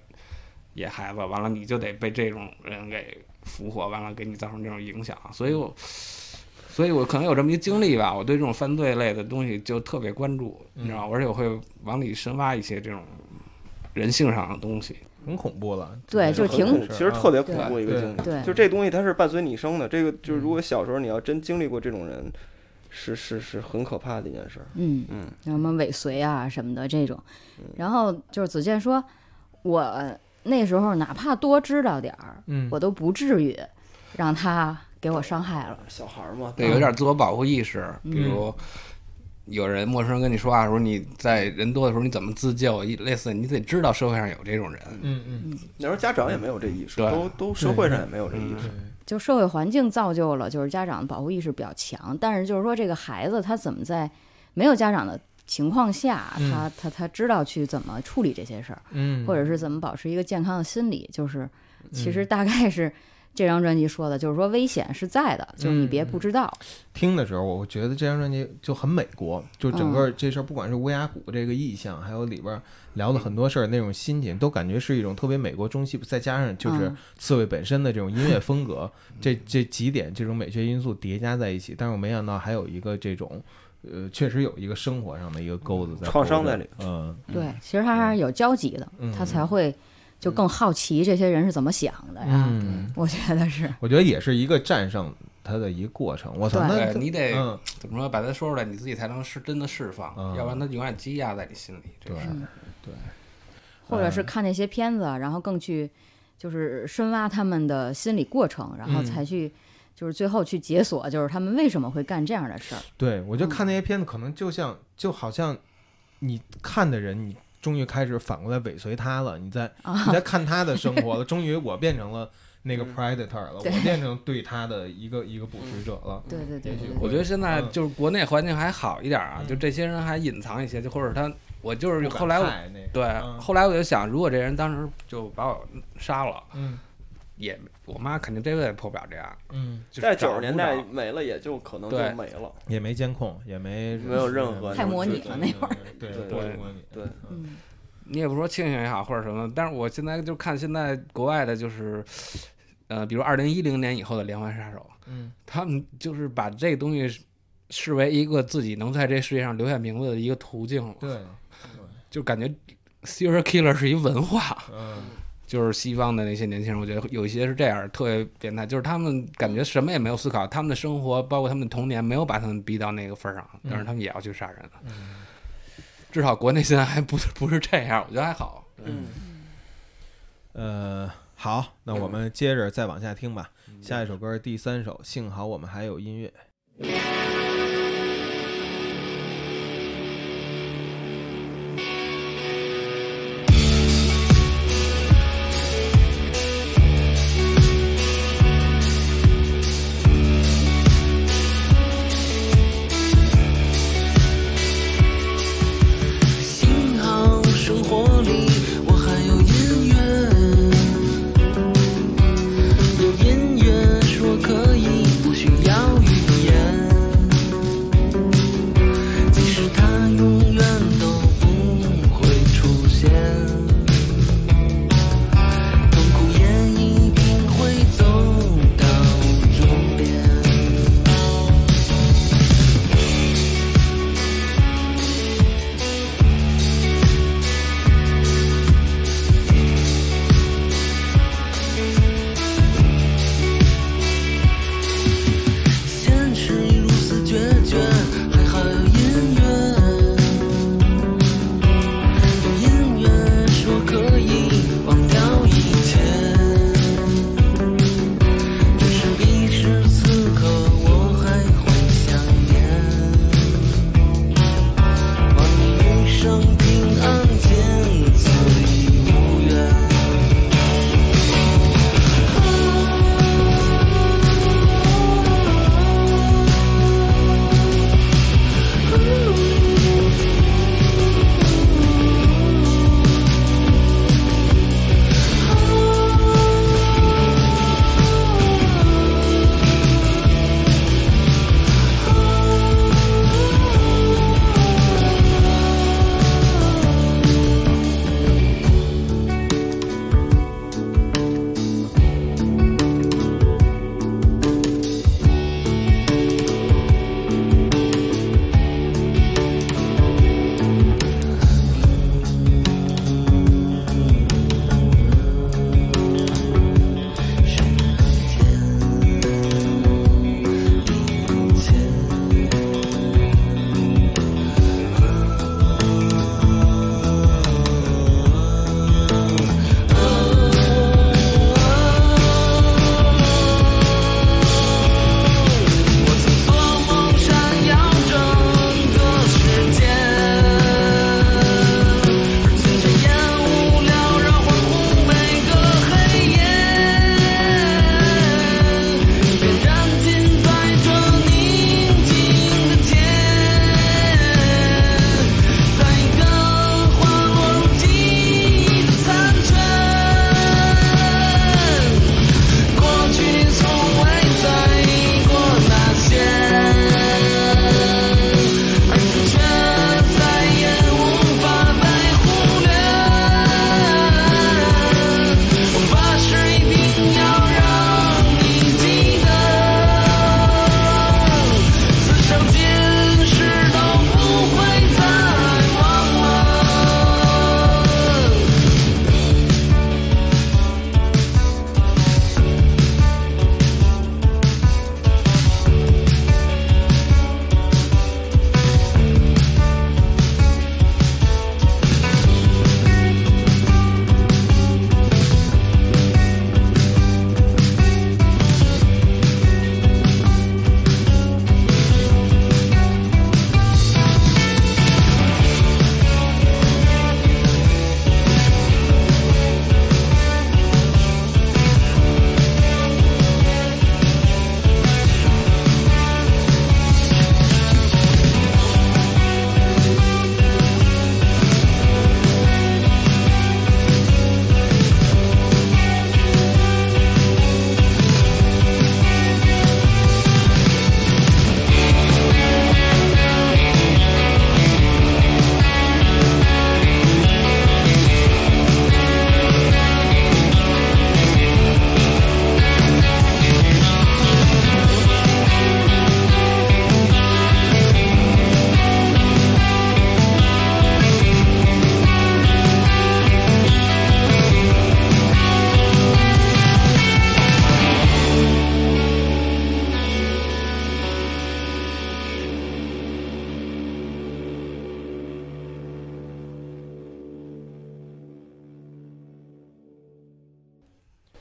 [SPEAKER 3] 野孩子，完了你就得被这种人给俘获，完了给你造成这种影响，所以我。所以我可能有这么一经历吧，我对这种犯罪类的东西就特别关注，你知道，而且我会往里深挖一些这种人性上的东西。
[SPEAKER 1] 很恐怖了，
[SPEAKER 4] 对
[SPEAKER 1] 这
[SPEAKER 4] 就
[SPEAKER 1] 个
[SPEAKER 4] 挺
[SPEAKER 1] 故事
[SPEAKER 2] 其实特别恐
[SPEAKER 4] 对
[SPEAKER 2] 怖一
[SPEAKER 3] 嗯
[SPEAKER 2] 个经历。
[SPEAKER 4] 对嗯
[SPEAKER 2] 就这东西它是伴随你一生的。这个就是如果小时候你要真经历过这种人，是是是很可怕的一件事儿。
[SPEAKER 4] 嗯
[SPEAKER 2] 嗯，
[SPEAKER 4] 什么尾随啊什么的这种。然后就是子健说，我那时候哪怕多知道点儿，
[SPEAKER 1] 嗯
[SPEAKER 4] 我都不至于让他给我伤害了。
[SPEAKER 2] 小孩儿嘛，
[SPEAKER 3] 对，有点自我保护意识。比如有人陌生人跟你说话的时候，你在人多的时候你怎么自救？一类似你得知道社会上有这种人。
[SPEAKER 1] 嗯嗯
[SPEAKER 2] 那时候家长也没有这意识，
[SPEAKER 3] 对嗯
[SPEAKER 2] 都都社会上也没有这意识。
[SPEAKER 4] 就社会环境造就了，就是家长的保护意识比较强，但是就是说这个孩子他怎么在没有家长的情况下，
[SPEAKER 1] 嗯
[SPEAKER 4] 他他他知道去怎么处理这些事儿，
[SPEAKER 1] 嗯，
[SPEAKER 4] 或
[SPEAKER 1] 者
[SPEAKER 4] 者是怎么保持一个健康的心理，就是其实
[SPEAKER 1] 嗯
[SPEAKER 4] 大概是。这张专辑说的就是说危险是在的，就是你
[SPEAKER 1] 嗯
[SPEAKER 4] 别不知道。
[SPEAKER 1] 听的时候，我觉得这张专辑就很美国，就整个
[SPEAKER 4] 嗯
[SPEAKER 1] 这事儿，不管是乌鸦谷这个意象，还有里边聊的很多事儿那种心情，都感觉是一种特别美国中西部，再加上就是
[SPEAKER 4] 嗯
[SPEAKER 1] 刺猬本身的这种音乐风格，这这几点这种美学因素叠加在一起，但是我没想到还有一个这种。呃，确实有一个生活上的一个钩子在
[SPEAKER 2] 创
[SPEAKER 1] 头
[SPEAKER 2] 伤
[SPEAKER 1] 上
[SPEAKER 2] 在里，
[SPEAKER 1] 嗯，
[SPEAKER 4] 对，其实他还是有交集的，
[SPEAKER 1] 嗯
[SPEAKER 4] 他才会就更好奇这些人是怎么想的呀。
[SPEAKER 1] 嗯
[SPEAKER 4] 我觉得是，
[SPEAKER 1] 我觉得也是一个战胜它的一个过程。我操，
[SPEAKER 4] 对
[SPEAKER 1] 那
[SPEAKER 2] 哎
[SPEAKER 3] 对你得、
[SPEAKER 1] 嗯
[SPEAKER 3] 怎么说，把它说出来，你自己才能是真的释放，
[SPEAKER 1] 嗯
[SPEAKER 3] 要不然它永远积压在你心里。这
[SPEAKER 1] 对
[SPEAKER 3] 个事儿
[SPEAKER 1] 对，
[SPEAKER 4] 嗯
[SPEAKER 1] 嗯
[SPEAKER 4] 或者是看那些片子，啊然后更去就是深挖他们的心理过程，然后
[SPEAKER 1] 嗯
[SPEAKER 4] 才去、就是最后去解锁，就是他们为什么会干这样的事儿。
[SPEAKER 1] 对，我就看那些片子，可能就像就好像你看的人，你终于开始反过来尾随他了，你在你在看他的生 活了，终于我变成了那个 predator 了，我
[SPEAKER 4] 对
[SPEAKER 1] 变成嗯对嗯他的一个一个捕食者了。
[SPEAKER 4] 对对对
[SPEAKER 1] 也许
[SPEAKER 4] 对
[SPEAKER 1] 会
[SPEAKER 4] 对
[SPEAKER 3] 我觉得现在
[SPEAKER 1] 嗯
[SPEAKER 3] 就是国内环境还好一点啊，就这些人还隐藏一些，就或者他，我就是后来
[SPEAKER 1] 不
[SPEAKER 3] 我
[SPEAKER 1] 敢害那个
[SPEAKER 3] 对，
[SPEAKER 1] 嗯
[SPEAKER 3] 后来我就想，如果这人当时就把我杀了，
[SPEAKER 1] 嗯
[SPEAKER 3] 也我妈肯定这辈子也破不了这样。
[SPEAKER 1] 嗯，
[SPEAKER 3] 就是
[SPEAKER 2] 在
[SPEAKER 3] 找
[SPEAKER 2] 九十年
[SPEAKER 3] 不着
[SPEAKER 2] 代没了，也就可能就
[SPEAKER 3] 对
[SPEAKER 2] 没了。
[SPEAKER 1] 也没监控，也没
[SPEAKER 2] 没有任何
[SPEAKER 4] 太模拟了那
[SPEAKER 1] 会儿，对
[SPEAKER 2] 对
[SPEAKER 1] 多
[SPEAKER 3] 对
[SPEAKER 1] 模拟
[SPEAKER 2] 对
[SPEAKER 1] 嗯
[SPEAKER 4] 嗯，
[SPEAKER 3] 你也不说庆幸也好或者什么，但是我现在就看现在国外的，就是，呃，比如二零一零年以后的连环杀手，
[SPEAKER 1] 嗯，
[SPEAKER 3] 他们就是把这东西视视为一个自己能在这世界上留下名字的一个途径了，
[SPEAKER 1] 对，
[SPEAKER 3] 就感觉 serial killer 是一文化，
[SPEAKER 1] 嗯
[SPEAKER 3] 就是西方的那些年轻人，我觉得有一些是这样，特别变态，就是他们感觉什么也没有思考，他们的生活包括他们的童年没有把他们逼到那个份儿上，但是他们也要去杀人了。至少国内现在还不是不是这样，我觉得还好。
[SPEAKER 2] 嗯，
[SPEAKER 1] 呃，好，那我们接着再往下听吧。下一首歌是第三首，幸好我们还有音乐。
[SPEAKER 6] 幸好生活里我还有音乐，有音乐说可以不需要语言。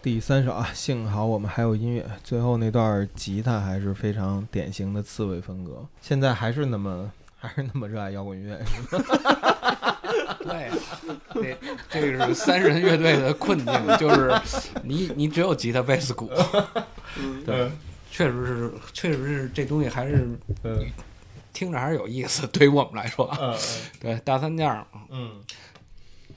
[SPEAKER 1] 第三首啊，幸好我们还有音乐。最后那段吉他还是非常典型的刺猬风格，现在还是那么还是那么热爱摇滚乐。
[SPEAKER 3] 对，这这个是三人乐队的困境，就是你你只有吉他、贝斯、鼓，
[SPEAKER 1] 对，
[SPEAKER 3] 确实是，确实是这东西还是
[SPEAKER 1] 嗯
[SPEAKER 3] 听着还是有意思，对于我们来说啊，
[SPEAKER 1] 嗯
[SPEAKER 3] 对大三件儿
[SPEAKER 1] 嗯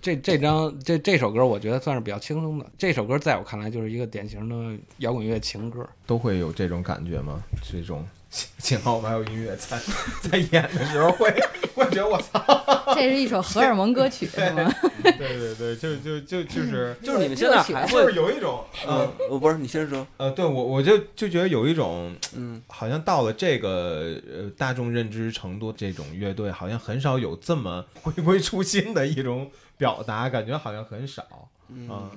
[SPEAKER 3] 这这张这这首歌，我觉得算是比较轻松的。这首歌在我看来就是一个典型的摇滚乐情歌，
[SPEAKER 1] 都会有这种感觉吗？这种幸幸好我们还有音乐在 在演的时候会会觉得我操，
[SPEAKER 4] 这是一首荷尔蒙歌曲，是吗？
[SPEAKER 1] 对对对，就就就嗯就是
[SPEAKER 2] 就是你们现在还
[SPEAKER 1] 就是
[SPEAKER 2] 会，
[SPEAKER 1] 有一种
[SPEAKER 2] 嗯
[SPEAKER 1] 嗯，
[SPEAKER 2] 我不是你先说，
[SPEAKER 1] 呃，对我我就就觉得有一种
[SPEAKER 2] 嗯
[SPEAKER 1] 好像到了这个呃大众认知程度，这种乐队好像很少有这么 回归初心的一种表达，感觉好像很少。
[SPEAKER 2] 嗯
[SPEAKER 1] 嗯，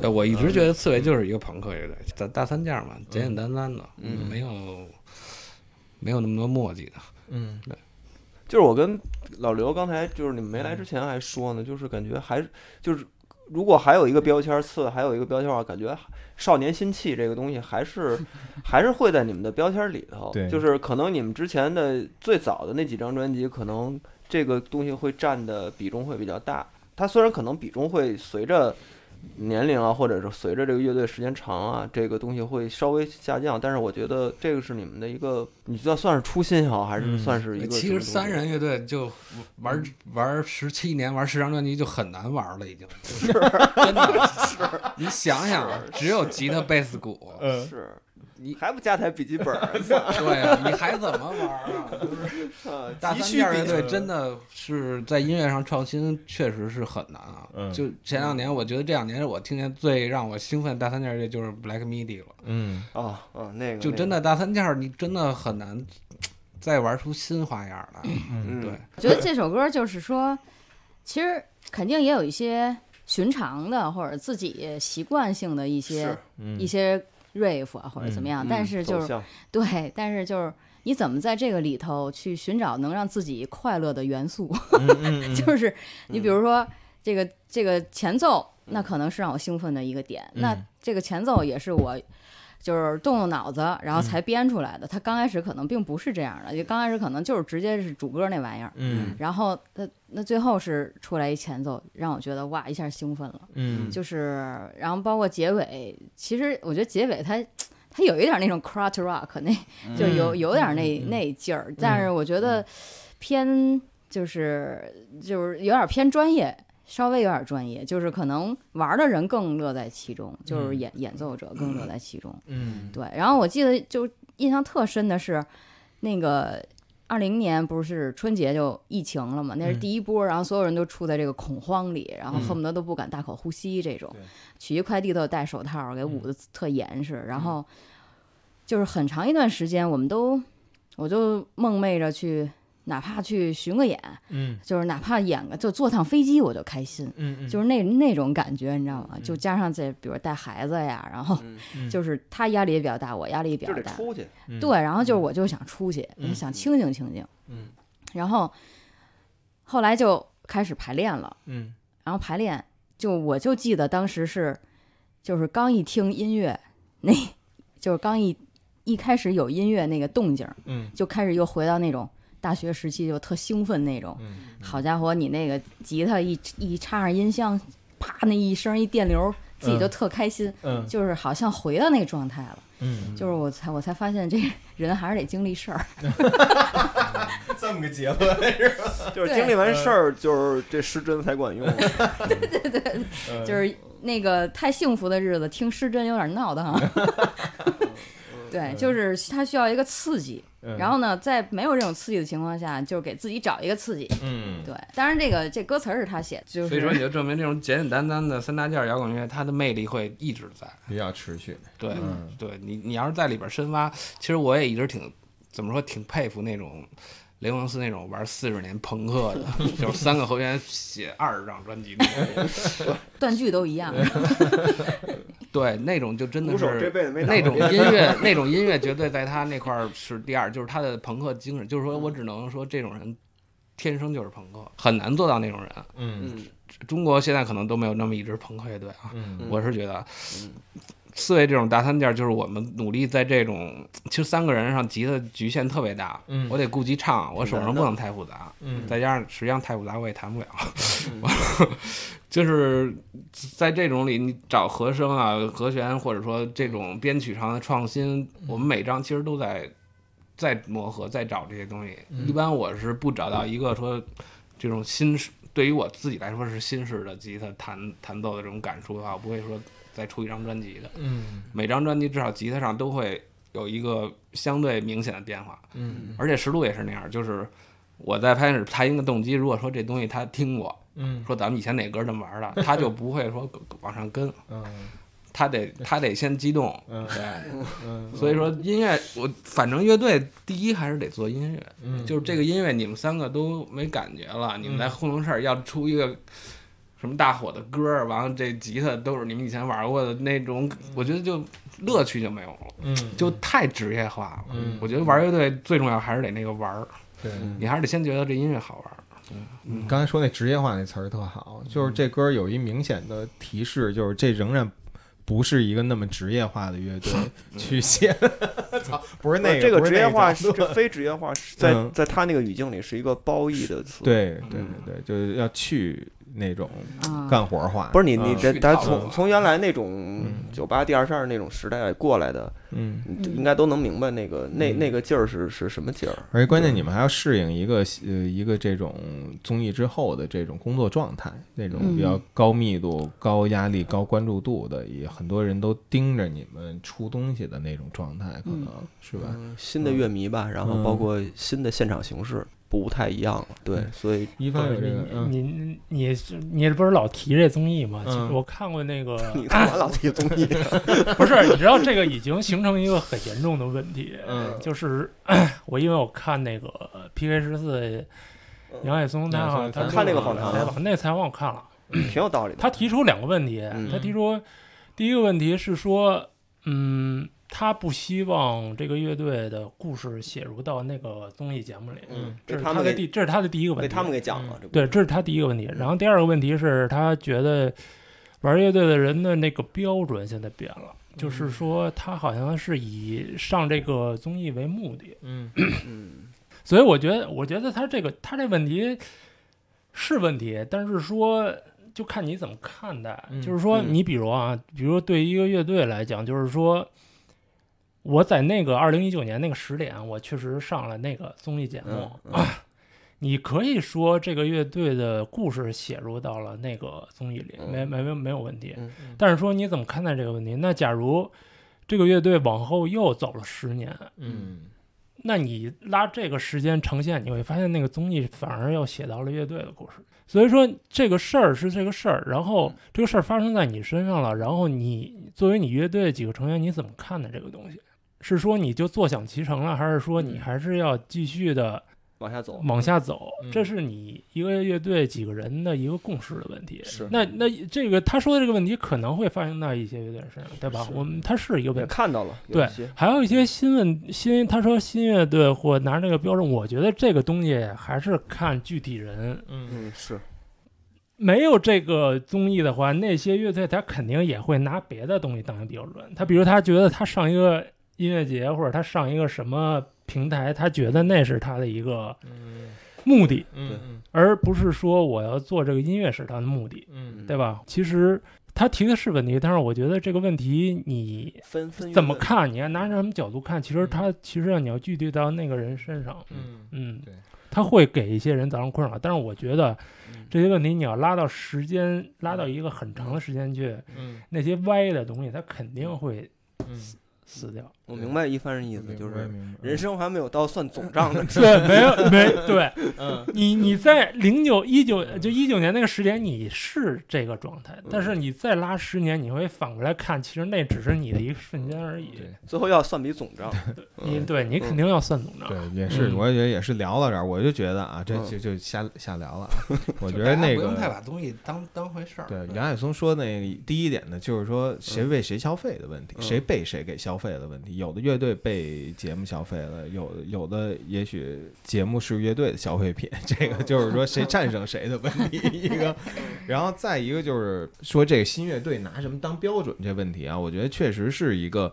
[SPEAKER 3] 对我一直觉得刺猬就是一个朋克乐队，大大三件儿嘛，简简单单的，
[SPEAKER 2] 嗯
[SPEAKER 3] 没有没有那么多墨迹的。
[SPEAKER 1] 嗯
[SPEAKER 2] 就是我跟老刘刚才就是你们没来之前还说呢，就是感觉还是就是如果还有一个标签儿次，还有一个标签儿的话，感觉少年心气这个东西 还是还是会在你们的标签儿里头。
[SPEAKER 1] 对
[SPEAKER 2] 就是可能你们之前的最早的那几张专辑，可能这个东西会占的比重会比较大。它虽然可能比重会随着年龄啊，或者是随着这个乐队时间长啊，这个东西会稍微下降，但是我觉得这个是你们的一个，你算算是初心也好，还是
[SPEAKER 1] 嗯
[SPEAKER 2] 算是一个
[SPEAKER 3] 呃其
[SPEAKER 2] 什么
[SPEAKER 3] 实
[SPEAKER 2] 东西嗯
[SPEAKER 3] 三人乐队就玩玩十七年，玩十张专辑就很难玩了，已经。 就是真的是， 你想想，啊只有吉他、贝斯、鼓，
[SPEAKER 1] 嗯，
[SPEAKER 2] 是
[SPEAKER 3] 你
[SPEAKER 2] 还不加台笔记本儿？
[SPEAKER 3] 对啊，你还怎么玩啊？就是
[SPEAKER 2] 啊
[SPEAKER 3] 大
[SPEAKER 2] 急
[SPEAKER 3] 三
[SPEAKER 2] 需
[SPEAKER 3] 件乐
[SPEAKER 2] 笔记
[SPEAKER 3] 队真的是在音乐上创新，确实是很难啊。
[SPEAKER 1] 嗯
[SPEAKER 3] 就前两年，我觉得这两年我听见最让我兴奋的大三件乐队就是 Black MIDI 了。
[SPEAKER 1] 嗯，
[SPEAKER 2] 哦哦，那个
[SPEAKER 3] 就真，的大三件儿，你真的很难再玩出新花样儿来。
[SPEAKER 2] 那个嗯
[SPEAKER 3] 对，
[SPEAKER 4] 我觉得这首歌就是说，其实肯定也有一些寻常的或者自己习惯性的一些
[SPEAKER 2] 是
[SPEAKER 1] 嗯
[SPEAKER 4] 一些 rave 啊或者怎么样，但是就
[SPEAKER 2] 走
[SPEAKER 4] 是
[SPEAKER 2] 向
[SPEAKER 4] 对，但是就是你怎么在这个里头去寻找能让自己快乐的元素？
[SPEAKER 1] 嗯嗯
[SPEAKER 4] 就是你比如说这个这个前奏，那可能是让我兴奋的一个点。
[SPEAKER 1] 嗯
[SPEAKER 4] 那这个前奏也是我。就是动动脑子，然后
[SPEAKER 1] 嗯
[SPEAKER 4] 才编出来的。它刚开始可能并不是这样的，就刚开始可能就是直接是主歌那玩意儿，
[SPEAKER 1] 嗯
[SPEAKER 4] 然后那那最后是出来一前奏，让我觉得哇一下兴奋了，
[SPEAKER 1] 嗯，
[SPEAKER 4] 就是然后包括结尾，其实我觉得结尾它它有一点那种 c r u t rock
[SPEAKER 2] 嗯
[SPEAKER 4] 那就有有点那、那劲儿，但是我觉得偏就是就是有点偏专业。稍微有点专业，就是可能玩的人更乐在其中，就是演、演奏者更乐在其中。
[SPEAKER 1] 嗯
[SPEAKER 4] 对，然后我记得就印象特深的是，那个二零年不是春节就疫情了嘛，那是
[SPEAKER 1] 嗯
[SPEAKER 4] 第一波，然后所有人都处在这个恐慌里，然后恨不得都不敢大口呼吸这种
[SPEAKER 1] 对，嗯
[SPEAKER 4] 取一快递都得戴手套，给捂得特严实，然后就是很长一段时间，我们都我就梦寐着去，哪怕去巡个演，
[SPEAKER 1] 嗯
[SPEAKER 4] 就是哪怕演个就坐趟飞机我就开心。
[SPEAKER 1] 嗯，
[SPEAKER 4] 就是是那那种感觉，你知道吗？
[SPEAKER 1] 嗯
[SPEAKER 4] 就加上这，比如带孩子呀，然后
[SPEAKER 2] 嗯
[SPEAKER 4] 就是他压力也比较大，我压力也比
[SPEAKER 2] 就
[SPEAKER 4] 较
[SPEAKER 2] 得
[SPEAKER 4] 大，
[SPEAKER 2] 出去，
[SPEAKER 4] 对，然后就是我就想出去，
[SPEAKER 1] 嗯
[SPEAKER 4] 想清静清静，
[SPEAKER 1] 嗯，
[SPEAKER 4] 然后后来就开始排练了，
[SPEAKER 1] 嗯
[SPEAKER 4] 然后排练就我就记得当时是就是刚一听音乐，那就是刚一一开始有音乐那个动静儿，
[SPEAKER 1] 嗯
[SPEAKER 4] 就开始又回到那种大学时期就特兴奋那种，
[SPEAKER 1] 嗯
[SPEAKER 4] 好家伙，你那个吉他一一插上音箱，啪那一声一电流，自己就
[SPEAKER 1] 嗯
[SPEAKER 4] 特开心，
[SPEAKER 1] 嗯
[SPEAKER 4] 就是好像回到那个状态了。
[SPEAKER 1] 嗯，
[SPEAKER 4] 就是我才我才发现这 人还是得经历事儿，
[SPEAKER 1] 这么个结论，
[SPEAKER 2] 就是
[SPEAKER 4] 对
[SPEAKER 2] 经历完事儿，就是这失真才管用。
[SPEAKER 3] 嗯
[SPEAKER 1] 嗯
[SPEAKER 4] 就是那个太幸福的日子，听失真有点闹的哈。
[SPEAKER 3] 嗯
[SPEAKER 4] 对，就是他需要一个刺激，
[SPEAKER 1] 嗯
[SPEAKER 4] 然后呢，在没有这种刺激的情况下，就是给自己找一个刺激。
[SPEAKER 1] 嗯
[SPEAKER 4] 对，当然这个这歌词儿是他写的，就
[SPEAKER 3] 所以说，
[SPEAKER 4] 是
[SPEAKER 3] 也就证明这种简简单单的三大件儿摇滚乐，它的魅力会一直在。
[SPEAKER 1] 比较持续，
[SPEAKER 3] 对，
[SPEAKER 1] 嗯
[SPEAKER 3] 对你，你要是在里边深挖，其实我也一直挺怎么说，挺佩服那种雷蒙斯那种玩四十年朋克的， 就是三个和弦写二十张专辑那种，
[SPEAKER 4] 断句都一样。
[SPEAKER 3] 对，那种就真的
[SPEAKER 2] 鼓手这
[SPEAKER 3] 是。
[SPEAKER 2] 辈子没打
[SPEAKER 3] 那
[SPEAKER 2] 过
[SPEAKER 3] 种音乐，那种音乐绝对在他那块儿是第二，就是他的朋克精神。就是说我只能说，这种人天生就是朋克，很难做到那种人。啊
[SPEAKER 1] 嗯
[SPEAKER 2] 嗯，
[SPEAKER 3] 中国现在可能都没有那么一支朋克乐队啊。
[SPEAKER 1] 嗯
[SPEAKER 2] 嗯
[SPEAKER 3] 我是觉得
[SPEAKER 2] 嗯，
[SPEAKER 3] 刺猬这种大三件，就是我们努力在这种其实三个人上集的局限特别大。
[SPEAKER 1] 嗯
[SPEAKER 3] 我得顾及唱，我手
[SPEAKER 2] 挺难
[SPEAKER 3] 上
[SPEAKER 2] 的
[SPEAKER 3] 不能太复杂，
[SPEAKER 1] 嗯
[SPEAKER 3] 再加上实际上太复杂我也弹不了。 就是在这种里，你找和声啊、和弦，或者说这种编曲上的创新，我们每张其实都在在磨合，在找这些东西。
[SPEAKER 1] 嗯
[SPEAKER 3] 一般我是不找到一个说这种新式，对于我自己来说是新式的吉他弹弹奏的这种感触的话，我不会说再出一张专辑的。
[SPEAKER 1] 嗯
[SPEAKER 3] 每张专辑至少吉他上都会有一个相对明显的变化。
[SPEAKER 1] 嗯
[SPEAKER 3] 而且实录也是那样，就是我在开始弹一个动机，如果说这东西他听过，
[SPEAKER 1] 嗯
[SPEAKER 3] 说咱们以前哪歌这么玩的，他就不会说往上跟，
[SPEAKER 1] 嗯
[SPEAKER 3] 他得他得先激动。
[SPEAKER 1] 嗯
[SPEAKER 3] 对，
[SPEAKER 1] 嗯，
[SPEAKER 3] 所以说音乐，我反正乐队第一还是得做音乐，
[SPEAKER 1] 嗯
[SPEAKER 3] 就是这个音乐你们三个都没感觉了，你们
[SPEAKER 1] 嗯
[SPEAKER 3] 在糊弄事儿，要出一个什么大火的歌儿，完了这吉他都是你们以前玩过的那种，我觉得就乐趣就没有了，
[SPEAKER 1] 嗯
[SPEAKER 3] 就太职业化了。
[SPEAKER 1] 嗯
[SPEAKER 3] 我觉得玩乐队最重要还是得那个玩儿，
[SPEAKER 1] 对。
[SPEAKER 3] 你还是得先觉得这音乐好玩儿。
[SPEAKER 1] 你刚才说那职业化那词儿特好，
[SPEAKER 2] 嗯
[SPEAKER 1] 就是这歌有一明显的提示，就是这仍然不是一个那么职业化的乐队 去写的，操不是那
[SPEAKER 2] 嗯这
[SPEAKER 1] 个不是
[SPEAKER 2] 职业
[SPEAKER 1] 那
[SPEAKER 2] 化，
[SPEAKER 1] 张
[SPEAKER 2] 这非职业化，是在
[SPEAKER 1] 嗯
[SPEAKER 2] 在他那个语境里是一个褒义的词。，
[SPEAKER 1] 对对对，就是要去那种
[SPEAKER 4] 啊，
[SPEAKER 1] 干活化，
[SPEAKER 2] 嗯不是你你
[SPEAKER 3] 嗯
[SPEAKER 2] 得
[SPEAKER 3] 去
[SPEAKER 2] 得
[SPEAKER 3] 讨论
[SPEAKER 2] 从从原来那种酒吧第二十二那种时代过来的，
[SPEAKER 1] 嗯，
[SPEAKER 2] 你应该都能明白那个那那个劲儿是是什么劲儿。
[SPEAKER 1] 而且关键你们还要适应一个呃一个这种综艺之后的这种工作状态，那种比较
[SPEAKER 4] 嗯
[SPEAKER 1] 高密度、高压力、高关注度的，也很多人都盯着你们出东西的那种状态，可能、是吧？
[SPEAKER 2] 嗯新的乐迷吧，然
[SPEAKER 5] 嗯
[SPEAKER 2] 后包括新的现场形式不太一样了。对，
[SPEAKER 5] 嗯
[SPEAKER 2] 所以
[SPEAKER 1] 一方有这个，嗯
[SPEAKER 5] 你你你是你不是老提这综艺吗？
[SPEAKER 1] 嗯
[SPEAKER 5] 其实我看 过那个，
[SPEAKER 1] 啊
[SPEAKER 2] 你 干嘛老提综艺？
[SPEAKER 5] 不是，你知道这个已经形成一个很严重的问题，
[SPEAKER 1] 嗯
[SPEAKER 5] 就是 我因为我看那个 PK 十四，杨海松他好像
[SPEAKER 1] 嗯
[SPEAKER 5] 他
[SPEAKER 2] 看那个
[SPEAKER 5] 录了
[SPEAKER 2] 访谈了
[SPEAKER 5] 那个采访我看了，
[SPEAKER 2] 挺有道理的。
[SPEAKER 5] 他提出两个问题，
[SPEAKER 2] 嗯
[SPEAKER 5] 他提出第一个问题是说，嗯，他不希望这个乐队的故事写入到那个综艺节目里，
[SPEAKER 2] 嗯
[SPEAKER 5] 这
[SPEAKER 2] 被
[SPEAKER 5] 是
[SPEAKER 2] 他们
[SPEAKER 5] 的
[SPEAKER 2] 给
[SPEAKER 5] 第这是他的第一个问
[SPEAKER 2] 被
[SPEAKER 5] 题，嗯
[SPEAKER 2] 他们给嗯讲了，这不
[SPEAKER 5] 对，这是他第一个问题。然后第二个问题是他觉得玩乐队的人的那个标准现在变了，
[SPEAKER 2] 嗯
[SPEAKER 5] 就是说他好像是以上这个综艺为目的，
[SPEAKER 1] 嗯
[SPEAKER 2] 嗯
[SPEAKER 5] 所以我觉得，我觉得他这个他这问题是问题，但是说就看你怎么看待。
[SPEAKER 1] 嗯
[SPEAKER 5] 就是说，
[SPEAKER 2] 嗯
[SPEAKER 5] 你比如啊，比如对于一个乐队来讲，就是说。我在那个二零一九年那个十点，我确实上了那个综艺节目，
[SPEAKER 2] 嗯嗯
[SPEAKER 5] 你可以说这个乐队的故事写入到了那个综艺里，
[SPEAKER 2] 嗯
[SPEAKER 5] 没没没没有问题
[SPEAKER 2] 嗯。
[SPEAKER 5] 但是说你怎么看待这个问题？那假如这个乐队往后又走了十年，
[SPEAKER 1] 嗯
[SPEAKER 5] 那你拉这个时间呈现，你会发现那个综艺反而要写到了乐队的故事。所以说这个事儿是这个事儿，然后这个事儿发生在你身上了，然后你作为你乐队几个成员，你怎么看待这个东西？是说你就坐享其成了，还是说你还是要继续的？
[SPEAKER 2] 往下走，
[SPEAKER 5] 往下走
[SPEAKER 1] 嗯，
[SPEAKER 5] 这是你一个乐队几个人的一个共识的问
[SPEAKER 1] 嗯
[SPEAKER 5] 题。
[SPEAKER 2] 嗯是
[SPEAKER 5] 那那这个他说的这个问题可能会发生在一些乐队身上，对吧
[SPEAKER 2] 是？
[SPEAKER 5] 我们它是一个问
[SPEAKER 2] 也
[SPEAKER 5] 题。
[SPEAKER 2] 看到了，有
[SPEAKER 5] 对
[SPEAKER 2] 一些，
[SPEAKER 5] 还有一些新问新，他说新乐队或拿这个标准，我觉得这个东西还是看具体人。
[SPEAKER 1] 嗯
[SPEAKER 2] 嗯是，
[SPEAKER 5] 没有这个综艺的话，那些乐队他肯定也会拿别的东西当标准。他比如他觉得他上一个音乐节或者他上一个什么平台，他觉得那是他的一个
[SPEAKER 1] 嗯
[SPEAKER 5] 目的。
[SPEAKER 1] 嗯
[SPEAKER 5] 而不是说我要做这个音乐是他的目的，
[SPEAKER 1] 嗯
[SPEAKER 5] 对吧？其实他提的是问题，但是我觉得这个问题你
[SPEAKER 2] 分分
[SPEAKER 5] 怎么
[SPEAKER 2] 越
[SPEAKER 5] 看，你要拿什么角度看，其实他其实要你要具体到那个人身上，
[SPEAKER 1] 嗯
[SPEAKER 5] 嗯
[SPEAKER 1] 对，
[SPEAKER 5] 他会给一些人造成困扰，但是我觉得
[SPEAKER 2] 嗯
[SPEAKER 5] 这些问题你要拉到时间，拉到一个很长的时间去，
[SPEAKER 1] 嗯
[SPEAKER 5] 那些歪的东西它肯定会
[SPEAKER 1] 嗯，
[SPEAKER 5] 死掉。
[SPEAKER 2] 我明白一帆人意思，就是人生还没有到算总账的时候。
[SPEAKER 5] 对，没有没对，
[SPEAKER 1] 嗯
[SPEAKER 5] 你你在零九一九就一九年那个十年，你是这个状
[SPEAKER 1] 嗯
[SPEAKER 5] 态，但是你再拉十年，你会反过来看，其实那只是你的一个瞬间而已。
[SPEAKER 1] 对
[SPEAKER 2] 最后要算笔总账，
[SPEAKER 5] 你
[SPEAKER 2] 嗯
[SPEAKER 5] 对你肯定要算总账。
[SPEAKER 1] 对也是，
[SPEAKER 5] 嗯
[SPEAKER 1] 我也觉得也是聊到这儿，我就觉得啊，这
[SPEAKER 2] 嗯
[SPEAKER 1] 就就瞎瞎聊了 啊。我
[SPEAKER 3] 我
[SPEAKER 1] 觉得那
[SPEAKER 3] 不用太
[SPEAKER 1] 个
[SPEAKER 3] 把东西当当回事儿。嗯
[SPEAKER 1] 对杨海松说那第一点呢，就是说谁为谁消费的问题，
[SPEAKER 2] 嗯
[SPEAKER 1] 谁被谁给消费的问题，有的乐队被节目消费了，有有的也许节目是乐队的消费品，这
[SPEAKER 3] 嗯
[SPEAKER 1] 个就是说谁战胜谁的问 题一个，然后再一个就是说这个新乐队拿什么当标准这问题啊，我觉得确实是一个，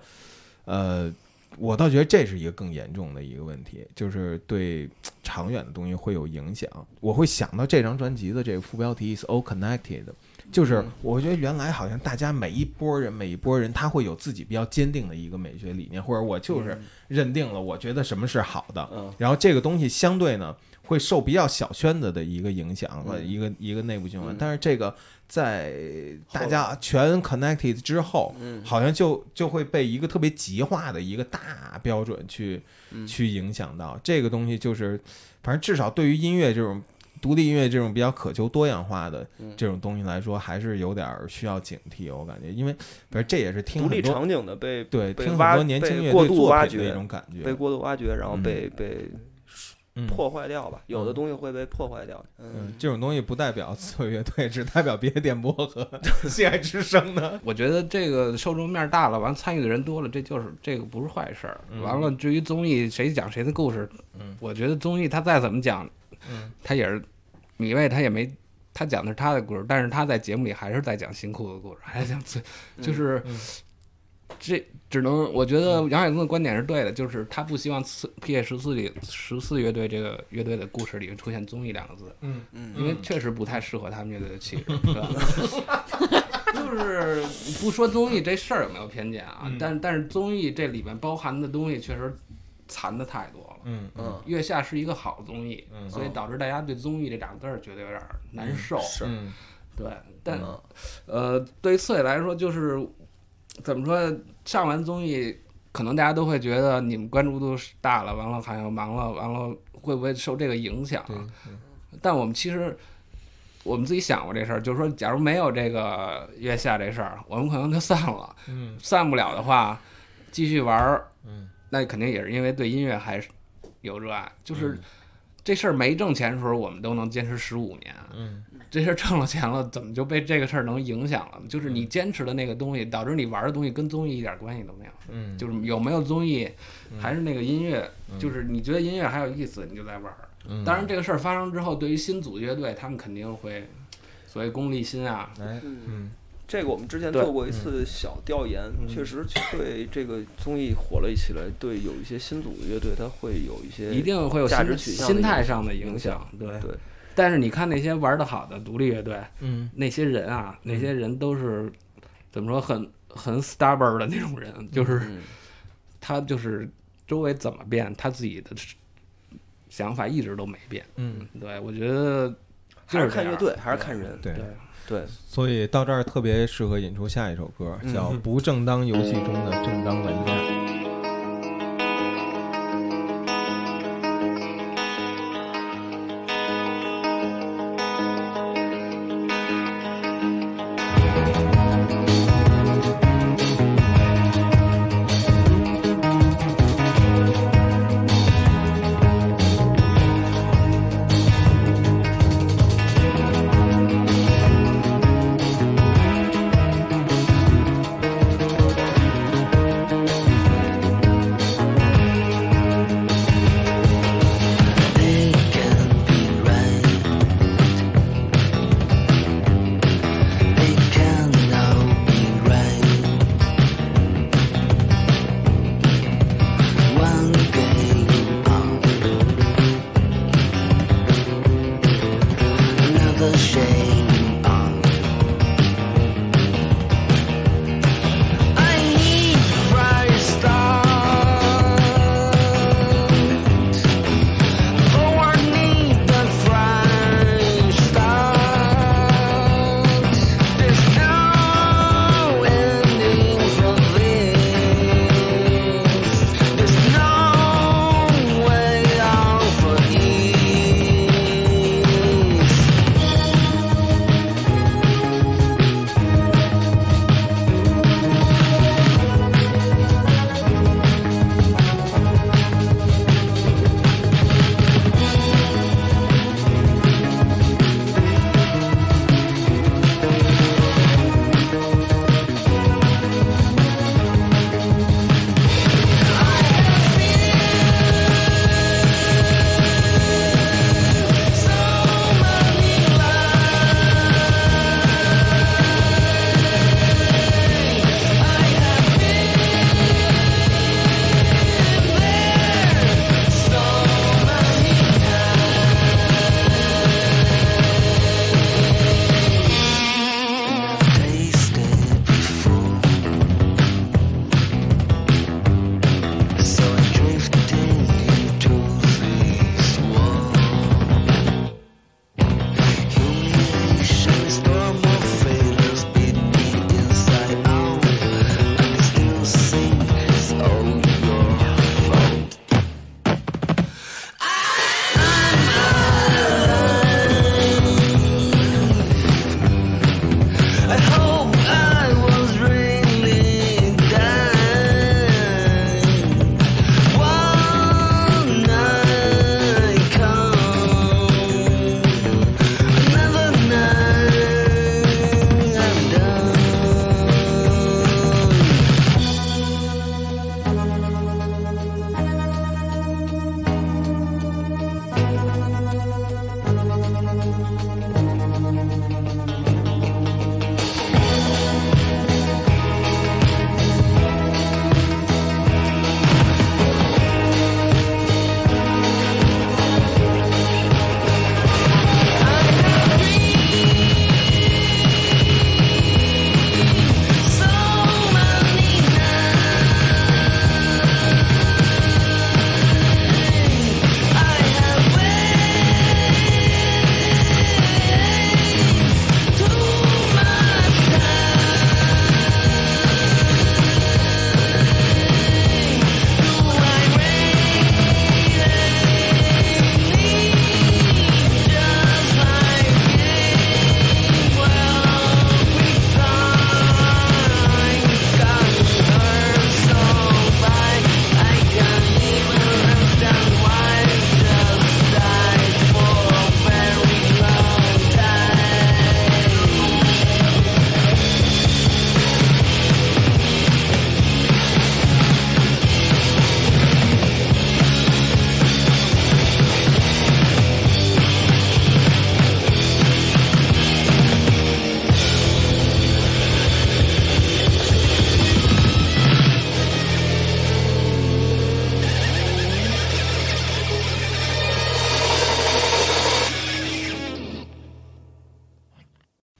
[SPEAKER 1] 呃，我倒觉得这是一个更严重的一个问题，就是对长远的东西会有影响。我会想到这张专辑的这个副标题 “is all connected”，就是
[SPEAKER 2] 嗯
[SPEAKER 1] 我觉得原来好像大家每一波人每一波人他会有自己比较坚定的一个美学理念，或者我 就是认定了我觉得什么是好的，
[SPEAKER 2] 嗯
[SPEAKER 1] 然后这个东西相对呢会受比较小圈子的一个影响
[SPEAKER 2] 嗯
[SPEAKER 1] 和一个一个内部循环
[SPEAKER 2] 嗯，
[SPEAKER 1] 但是这个在大家全 connected 之后，
[SPEAKER 2] 嗯
[SPEAKER 1] 好像就就会被一个特别极化的一个大标准去
[SPEAKER 2] 嗯
[SPEAKER 1] 去影响到。这个东西就是，反正至少对于音乐这种独立音乐这种比较渴求多样化的
[SPEAKER 2] 嗯
[SPEAKER 1] 这种东西来说，还是有点儿需要警惕。我感觉，因为反正这也是听
[SPEAKER 2] 独立
[SPEAKER 1] 很多
[SPEAKER 2] 场景的被
[SPEAKER 1] 对
[SPEAKER 2] 被
[SPEAKER 1] 听很
[SPEAKER 2] 挖
[SPEAKER 1] 多年轻
[SPEAKER 2] 被
[SPEAKER 1] 乐
[SPEAKER 2] 过
[SPEAKER 1] 队
[SPEAKER 2] 度
[SPEAKER 1] 作
[SPEAKER 2] 挖
[SPEAKER 1] 品的
[SPEAKER 2] 掘
[SPEAKER 1] 一种感觉，
[SPEAKER 2] 被过度挖掘，然后
[SPEAKER 1] 嗯
[SPEAKER 2] 被被
[SPEAKER 1] 嗯
[SPEAKER 2] 破坏掉吧，有
[SPEAKER 1] 嗯
[SPEAKER 2] 的东西会被破坏掉。
[SPEAKER 1] 嗯
[SPEAKER 2] 嗯，，
[SPEAKER 1] 这种东西不代表 刺猬乐队，只代表别的电波和 西爱之声的。
[SPEAKER 3] 我觉得这个受众面大了，完参与的人多了，这就是这个不是坏事儿。
[SPEAKER 1] 嗯
[SPEAKER 3] 完了，至于综艺谁讲谁的故事，
[SPEAKER 1] 嗯
[SPEAKER 3] 我觉得综艺他再怎么讲，
[SPEAKER 1] 嗯
[SPEAKER 3] 他也是米未他也没他讲的是他的故事，但是他在节目里还是在讲新裤子的故事，还在讲最就是、
[SPEAKER 1] 嗯嗯
[SPEAKER 3] 这只能我觉得杨海东的观点是对的，就是他不希望四 P A 十四里十四乐队这个乐队的故事里出现综艺两个字，
[SPEAKER 1] 嗯，
[SPEAKER 2] 嗯
[SPEAKER 3] 因为确实不太适合他们乐队 的气质，对吧？ 就是不说综艺这事儿有没有偏见啊，
[SPEAKER 1] 嗯
[SPEAKER 3] 但但是综艺这里面包含的东西确实残的太多了。
[SPEAKER 1] 嗯
[SPEAKER 2] 嗯
[SPEAKER 3] 月下是一个好综艺，
[SPEAKER 1] 嗯
[SPEAKER 3] 所以导致大家对综艺这两个字儿觉得有点儿难受。
[SPEAKER 2] 是
[SPEAKER 1] 嗯
[SPEAKER 3] 对，但
[SPEAKER 2] 嗯
[SPEAKER 3] 呃，对于刺猬来说，就是怎么说，上完综艺，可能大家都会觉得你们关注度是大了，完了好像忙了，完了会不会受这个影响？
[SPEAKER 1] 对
[SPEAKER 3] 但我们其实我们自己想过这事儿，就是说，假如没有这个月下这事儿，我们可能就散了。
[SPEAKER 1] 嗯
[SPEAKER 3] 散不了的话，继续玩儿，
[SPEAKER 1] 嗯，
[SPEAKER 3] 那肯定也是因为对音乐还是有热爱。就是、
[SPEAKER 1] 嗯
[SPEAKER 3] 这事儿没挣钱的时候，我们都能坚持十五年。
[SPEAKER 1] 嗯
[SPEAKER 3] 这事儿挣了钱了，怎么就被这个事儿能影响了？就是你坚持的那个东西，导致你玩的东西跟综艺一点关系都没有。
[SPEAKER 1] 嗯，
[SPEAKER 3] 就是有没有综艺，还是那个音乐，
[SPEAKER 1] 嗯
[SPEAKER 3] 就是你觉得音乐还有意思，你就在玩儿。
[SPEAKER 1] 嗯
[SPEAKER 3] 当然，这个事儿发生之后，对于新组乐队，他们肯定会所谓功利心啊，
[SPEAKER 1] 哎
[SPEAKER 2] 嗯，
[SPEAKER 1] 嗯
[SPEAKER 2] 这个我们之前
[SPEAKER 3] 对
[SPEAKER 2] 做过一次小调研，确实对这个综艺火了起来，对有一些新组的乐队，它会有一些
[SPEAKER 3] 一定会有
[SPEAKER 2] 价值
[SPEAKER 3] 心
[SPEAKER 2] 取向的
[SPEAKER 3] 心态上的影
[SPEAKER 2] 影
[SPEAKER 3] 响
[SPEAKER 2] 响。
[SPEAKER 3] 对，
[SPEAKER 2] 对，
[SPEAKER 3] 但是你看那些玩的好的独立乐队，
[SPEAKER 1] 嗯
[SPEAKER 3] 那些人啊，那些人都是怎么说很很 stubborn 的那种人，就是
[SPEAKER 2] 嗯
[SPEAKER 3] 他就是周围怎么变，他自己的想法一直都没变。
[SPEAKER 1] 嗯，
[SPEAKER 3] 对，我觉得
[SPEAKER 2] 还
[SPEAKER 3] 就
[SPEAKER 2] 是
[SPEAKER 3] 是这
[SPEAKER 2] 看
[SPEAKER 3] 样
[SPEAKER 2] 乐。队，还是看人，
[SPEAKER 1] 对
[SPEAKER 3] 对。，
[SPEAKER 2] 对，
[SPEAKER 1] 所以到这儿特别适合引出下一首歌，
[SPEAKER 3] 嗯
[SPEAKER 1] 叫《不正当游戏中的正当玩家》。
[SPEAKER 6] 我 Oh,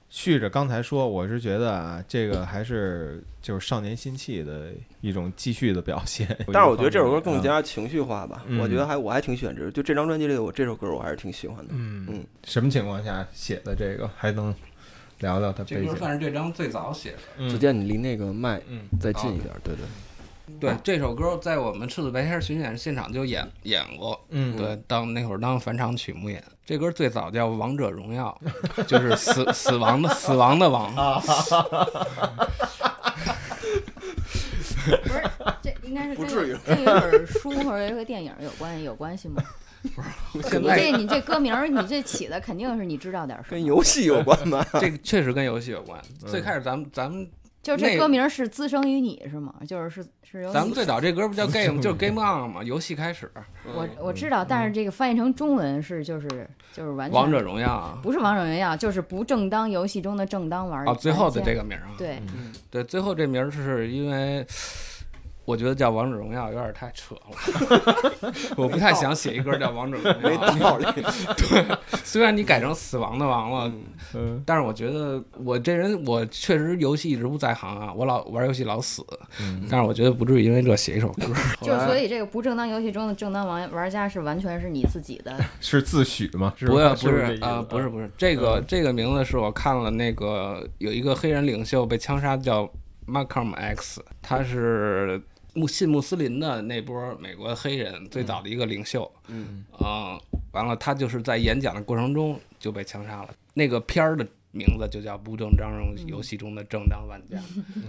[SPEAKER 1] 续着刚才说，我是觉得啊，这个还是就是少年心气的一种继续的表 现。
[SPEAKER 2] 但是我觉得这首歌
[SPEAKER 1] 嗯
[SPEAKER 2] 更加情绪化吧，
[SPEAKER 1] 嗯
[SPEAKER 2] 我觉得还我还挺喜欢这，就这张专辑里，我这首歌我还是挺喜欢的。
[SPEAKER 1] 嗯
[SPEAKER 2] 嗯，
[SPEAKER 1] 什么情况下写的这个？还能聊聊它
[SPEAKER 3] 这
[SPEAKER 1] 背
[SPEAKER 3] 歌
[SPEAKER 1] 景？
[SPEAKER 3] 算是这张最早写的。
[SPEAKER 1] 嗯
[SPEAKER 2] 子健，你离那个麦
[SPEAKER 1] 嗯
[SPEAKER 2] 再近一点，对对。
[SPEAKER 3] 对，这首歌在我们赤子白天巡演现场就演演过。
[SPEAKER 1] 嗯
[SPEAKER 3] 对，当那会儿当返场曲目演，这歌最早叫《王者荣耀》， 就是死死亡的死亡的王。
[SPEAKER 4] 不是，这应该是
[SPEAKER 2] 不
[SPEAKER 4] 跟
[SPEAKER 2] 至于
[SPEAKER 4] 跟一本书或者一个电影有关有关系吗？
[SPEAKER 3] 现
[SPEAKER 4] 你
[SPEAKER 3] 在
[SPEAKER 4] 这你这歌名儿，你这起的肯定是你知道点儿什
[SPEAKER 2] 跟
[SPEAKER 4] 么。
[SPEAKER 2] 游戏有关 吧？
[SPEAKER 3] 这个确实跟游戏有关。最开始咱们咱们
[SPEAKER 4] 就是
[SPEAKER 3] 那
[SPEAKER 4] 这歌名儿是滋生于你是吗？就是是是由
[SPEAKER 3] 咱们
[SPEAKER 4] 你
[SPEAKER 3] 最早这歌不叫 game，就是 game on 嘛，游戏开始，
[SPEAKER 2] 嗯
[SPEAKER 4] 我我
[SPEAKER 3] 嗯
[SPEAKER 4] 知道，但是这个翻译成中文是就是就是完全
[SPEAKER 3] 王者荣耀啊，
[SPEAKER 4] 不是王者荣耀，就是不正当游戏中的正当玩
[SPEAKER 3] 啊，最后的这
[SPEAKER 4] 个
[SPEAKER 3] 个名儿啊，
[SPEAKER 4] 对，
[SPEAKER 3] 对，最后这名儿是因为。我觉得叫王者荣耀有点太扯了， 我不太想写一歌叫王者荣
[SPEAKER 2] 没
[SPEAKER 3] 耀。啊
[SPEAKER 2] 道理。
[SPEAKER 3] 虽然你改成死亡的王了，
[SPEAKER 1] 嗯
[SPEAKER 3] 但是我觉得我这人我确实游戏一直不在行啊，我老玩游戏老死，
[SPEAKER 1] 嗯
[SPEAKER 3] 但是我觉得不至于因为这写一首歌。
[SPEAKER 4] 就是所以这个不正当游戏中的正当玩玩家是完全是你自己的，
[SPEAKER 1] 是自诩吗？是
[SPEAKER 3] 不
[SPEAKER 1] 吗
[SPEAKER 3] 不
[SPEAKER 1] 是这
[SPEAKER 3] 是
[SPEAKER 1] 意思嗯
[SPEAKER 3] 啊，不是不是，这个这个名字是我看了那个有一个黑人领袖被枪杀叫 Malcolm X，他是穆信穆斯林的那波美国黑人最早的一个领袖，
[SPEAKER 2] 嗯
[SPEAKER 3] 嗯，完了他就是在演讲的过程中就被枪杀了。那个片儿的名字就叫《不正当游戏中的正当玩家》，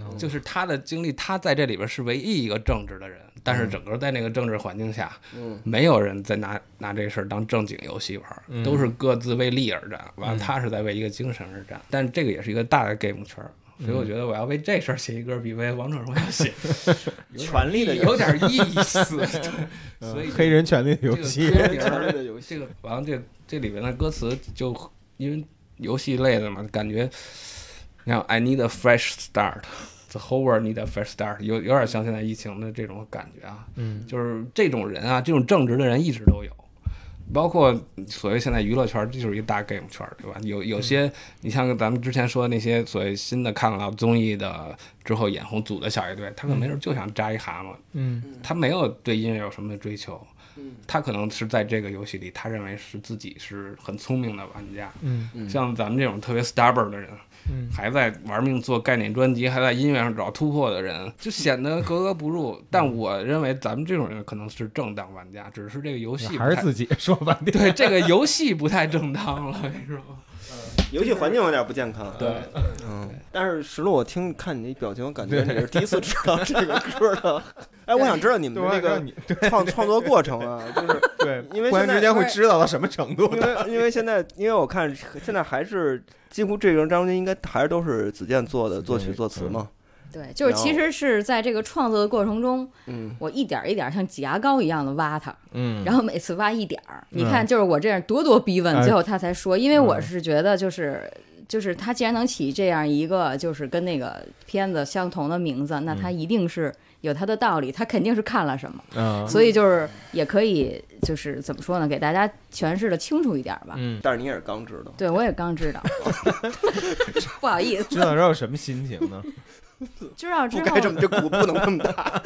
[SPEAKER 1] 哦
[SPEAKER 3] 就是他的经历，他在这里边是唯一一个正直的人，但是整个在那个政治环境下，
[SPEAKER 2] 嗯，
[SPEAKER 3] 没有人在拿拿这事儿当正经游戏玩儿，
[SPEAKER 1] 嗯
[SPEAKER 3] 都是各自为利而战。完了，他是在为一个精神而战，但这个也是一个大的 game 圈儿，所以我觉得我要为这事儿写一歌，比为王者荣耀写
[SPEAKER 2] 权力的游
[SPEAKER 3] 有点意思。 对所以
[SPEAKER 1] 黑人权利的
[SPEAKER 3] 这
[SPEAKER 1] 游
[SPEAKER 3] 个
[SPEAKER 1] 戏。
[SPEAKER 3] 歌名
[SPEAKER 2] 权力
[SPEAKER 3] 儿
[SPEAKER 2] 的游戏，
[SPEAKER 3] 这个完了，这这里边的歌词就因为游戏类的嘛，感觉你看 I need a fresh start。The whole world need a fresh start，有有点像现在疫情的这种感觉啊，
[SPEAKER 1] 嗯
[SPEAKER 3] 就是这种人啊，这种正直的人一直都有，包括所谓现在娱乐圈，这就是一个大 game 圈，对吧？有有些，你像咱们之前说的那些所谓新的看了综艺的之后眼红组的小乐队，他可能没准就想扎一蛤蟆，
[SPEAKER 1] 嗯
[SPEAKER 3] 他没有对音乐有什么追求
[SPEAKER 2] 嗯，
[SPEAKER 3] 他可能是在这个游戏里，他认为是自己是很聪明的玩家。
[SPEAKER 1] 嗯
[SPEAKER 2] 嗯
[SPEAKER 3] 像咱们这种特别 stubborn 的人，
[SPEAKER 1] 嗯
[SPEAKER 3] 还在玩命做概念专辑，还在音乐上找突破的人，就显得格格不入。但我认为咱们这种人可能是正当玩家，只是这个游戏不
[SPEAKER 1] 还是
[SPEAKER 3] 太
[SPEAKER 1] 自己说半天。
[SPEAKER 3] 对这个游戏不太正当了，你知道吗？
[SPEAKER 2] 游戏环境有点不健康。
[SPEAKER 3] 对，
[SPEAKER 2] 嗯，但是石路，我听看你表情，我感觉你是第一次知道这个歌 的。哎，我想知道你们
[SPEAKER 1] 对吧
[SPEAKER 2] 那
[SPEAKER 1] 让
[SPEAKER 2] 个
[SPEAKER 1] 你
[SPEAKER 2] 创创作过程啊，就是
[SPEAKER 1] 对，
[SPEAKER 2] 因 为
[SPEAKER 1] 忽然
[SPEAKER 2] 现
[SPEAKER 1] 之
[SPEAKER 2] 在
[SPEAKER 1] 间会知道到什么程度
[SPEAKER 2] 因
[SPEAKER 1] 的。
[SPEAKER 2] 为因为现在，因为我看现在还是几乎这个张专辑应该还是都是子健做的作曲作词嘛。
[SPEAKER 4] 对，就是其实是在这个创作的过程中，
[SPEAKER 2] 嗯，
[SPEAKER 4] 我一点儿一点儿像挤牙膏一样的挖它，
[SPEAKER 1] 嗯
[SPEAKER 4] 然后每次挖一点儿，你
[SPEAKER 1] 嗯
[SPEAKER 4] 看就是我这样咄咄逼
[SPEAKER 1] 哎
[SPEAKER 4] 问，最后他才说，因为我
[SPEAKER 1] 嗯
[SPEAKER 4] 是觉得就是。就是他既然能起这样一个就是跟那个片子相同的名字，那他一定是有他的道理，他肯定是看了什么，
[SPEAKER 1] 嗯
[SPEAKER 4] 所以就是也可以就是怎么说呢，给大家诠释的清楚一点吧。
[SPEAKER 1] 嗯，
[SPEAKER 2] 但是你也是刚知道，
[SPEAKER 4] 对，我也 刚知道，不好意思，
[SPEAKER 1] 知道之后什么心情 呢？
[SPEAKER 4] 知道之
[SPEAKER 2] 不
[SPEAKER 4] 后
[SPEAKER 2] 该这么这鼓不能这么大。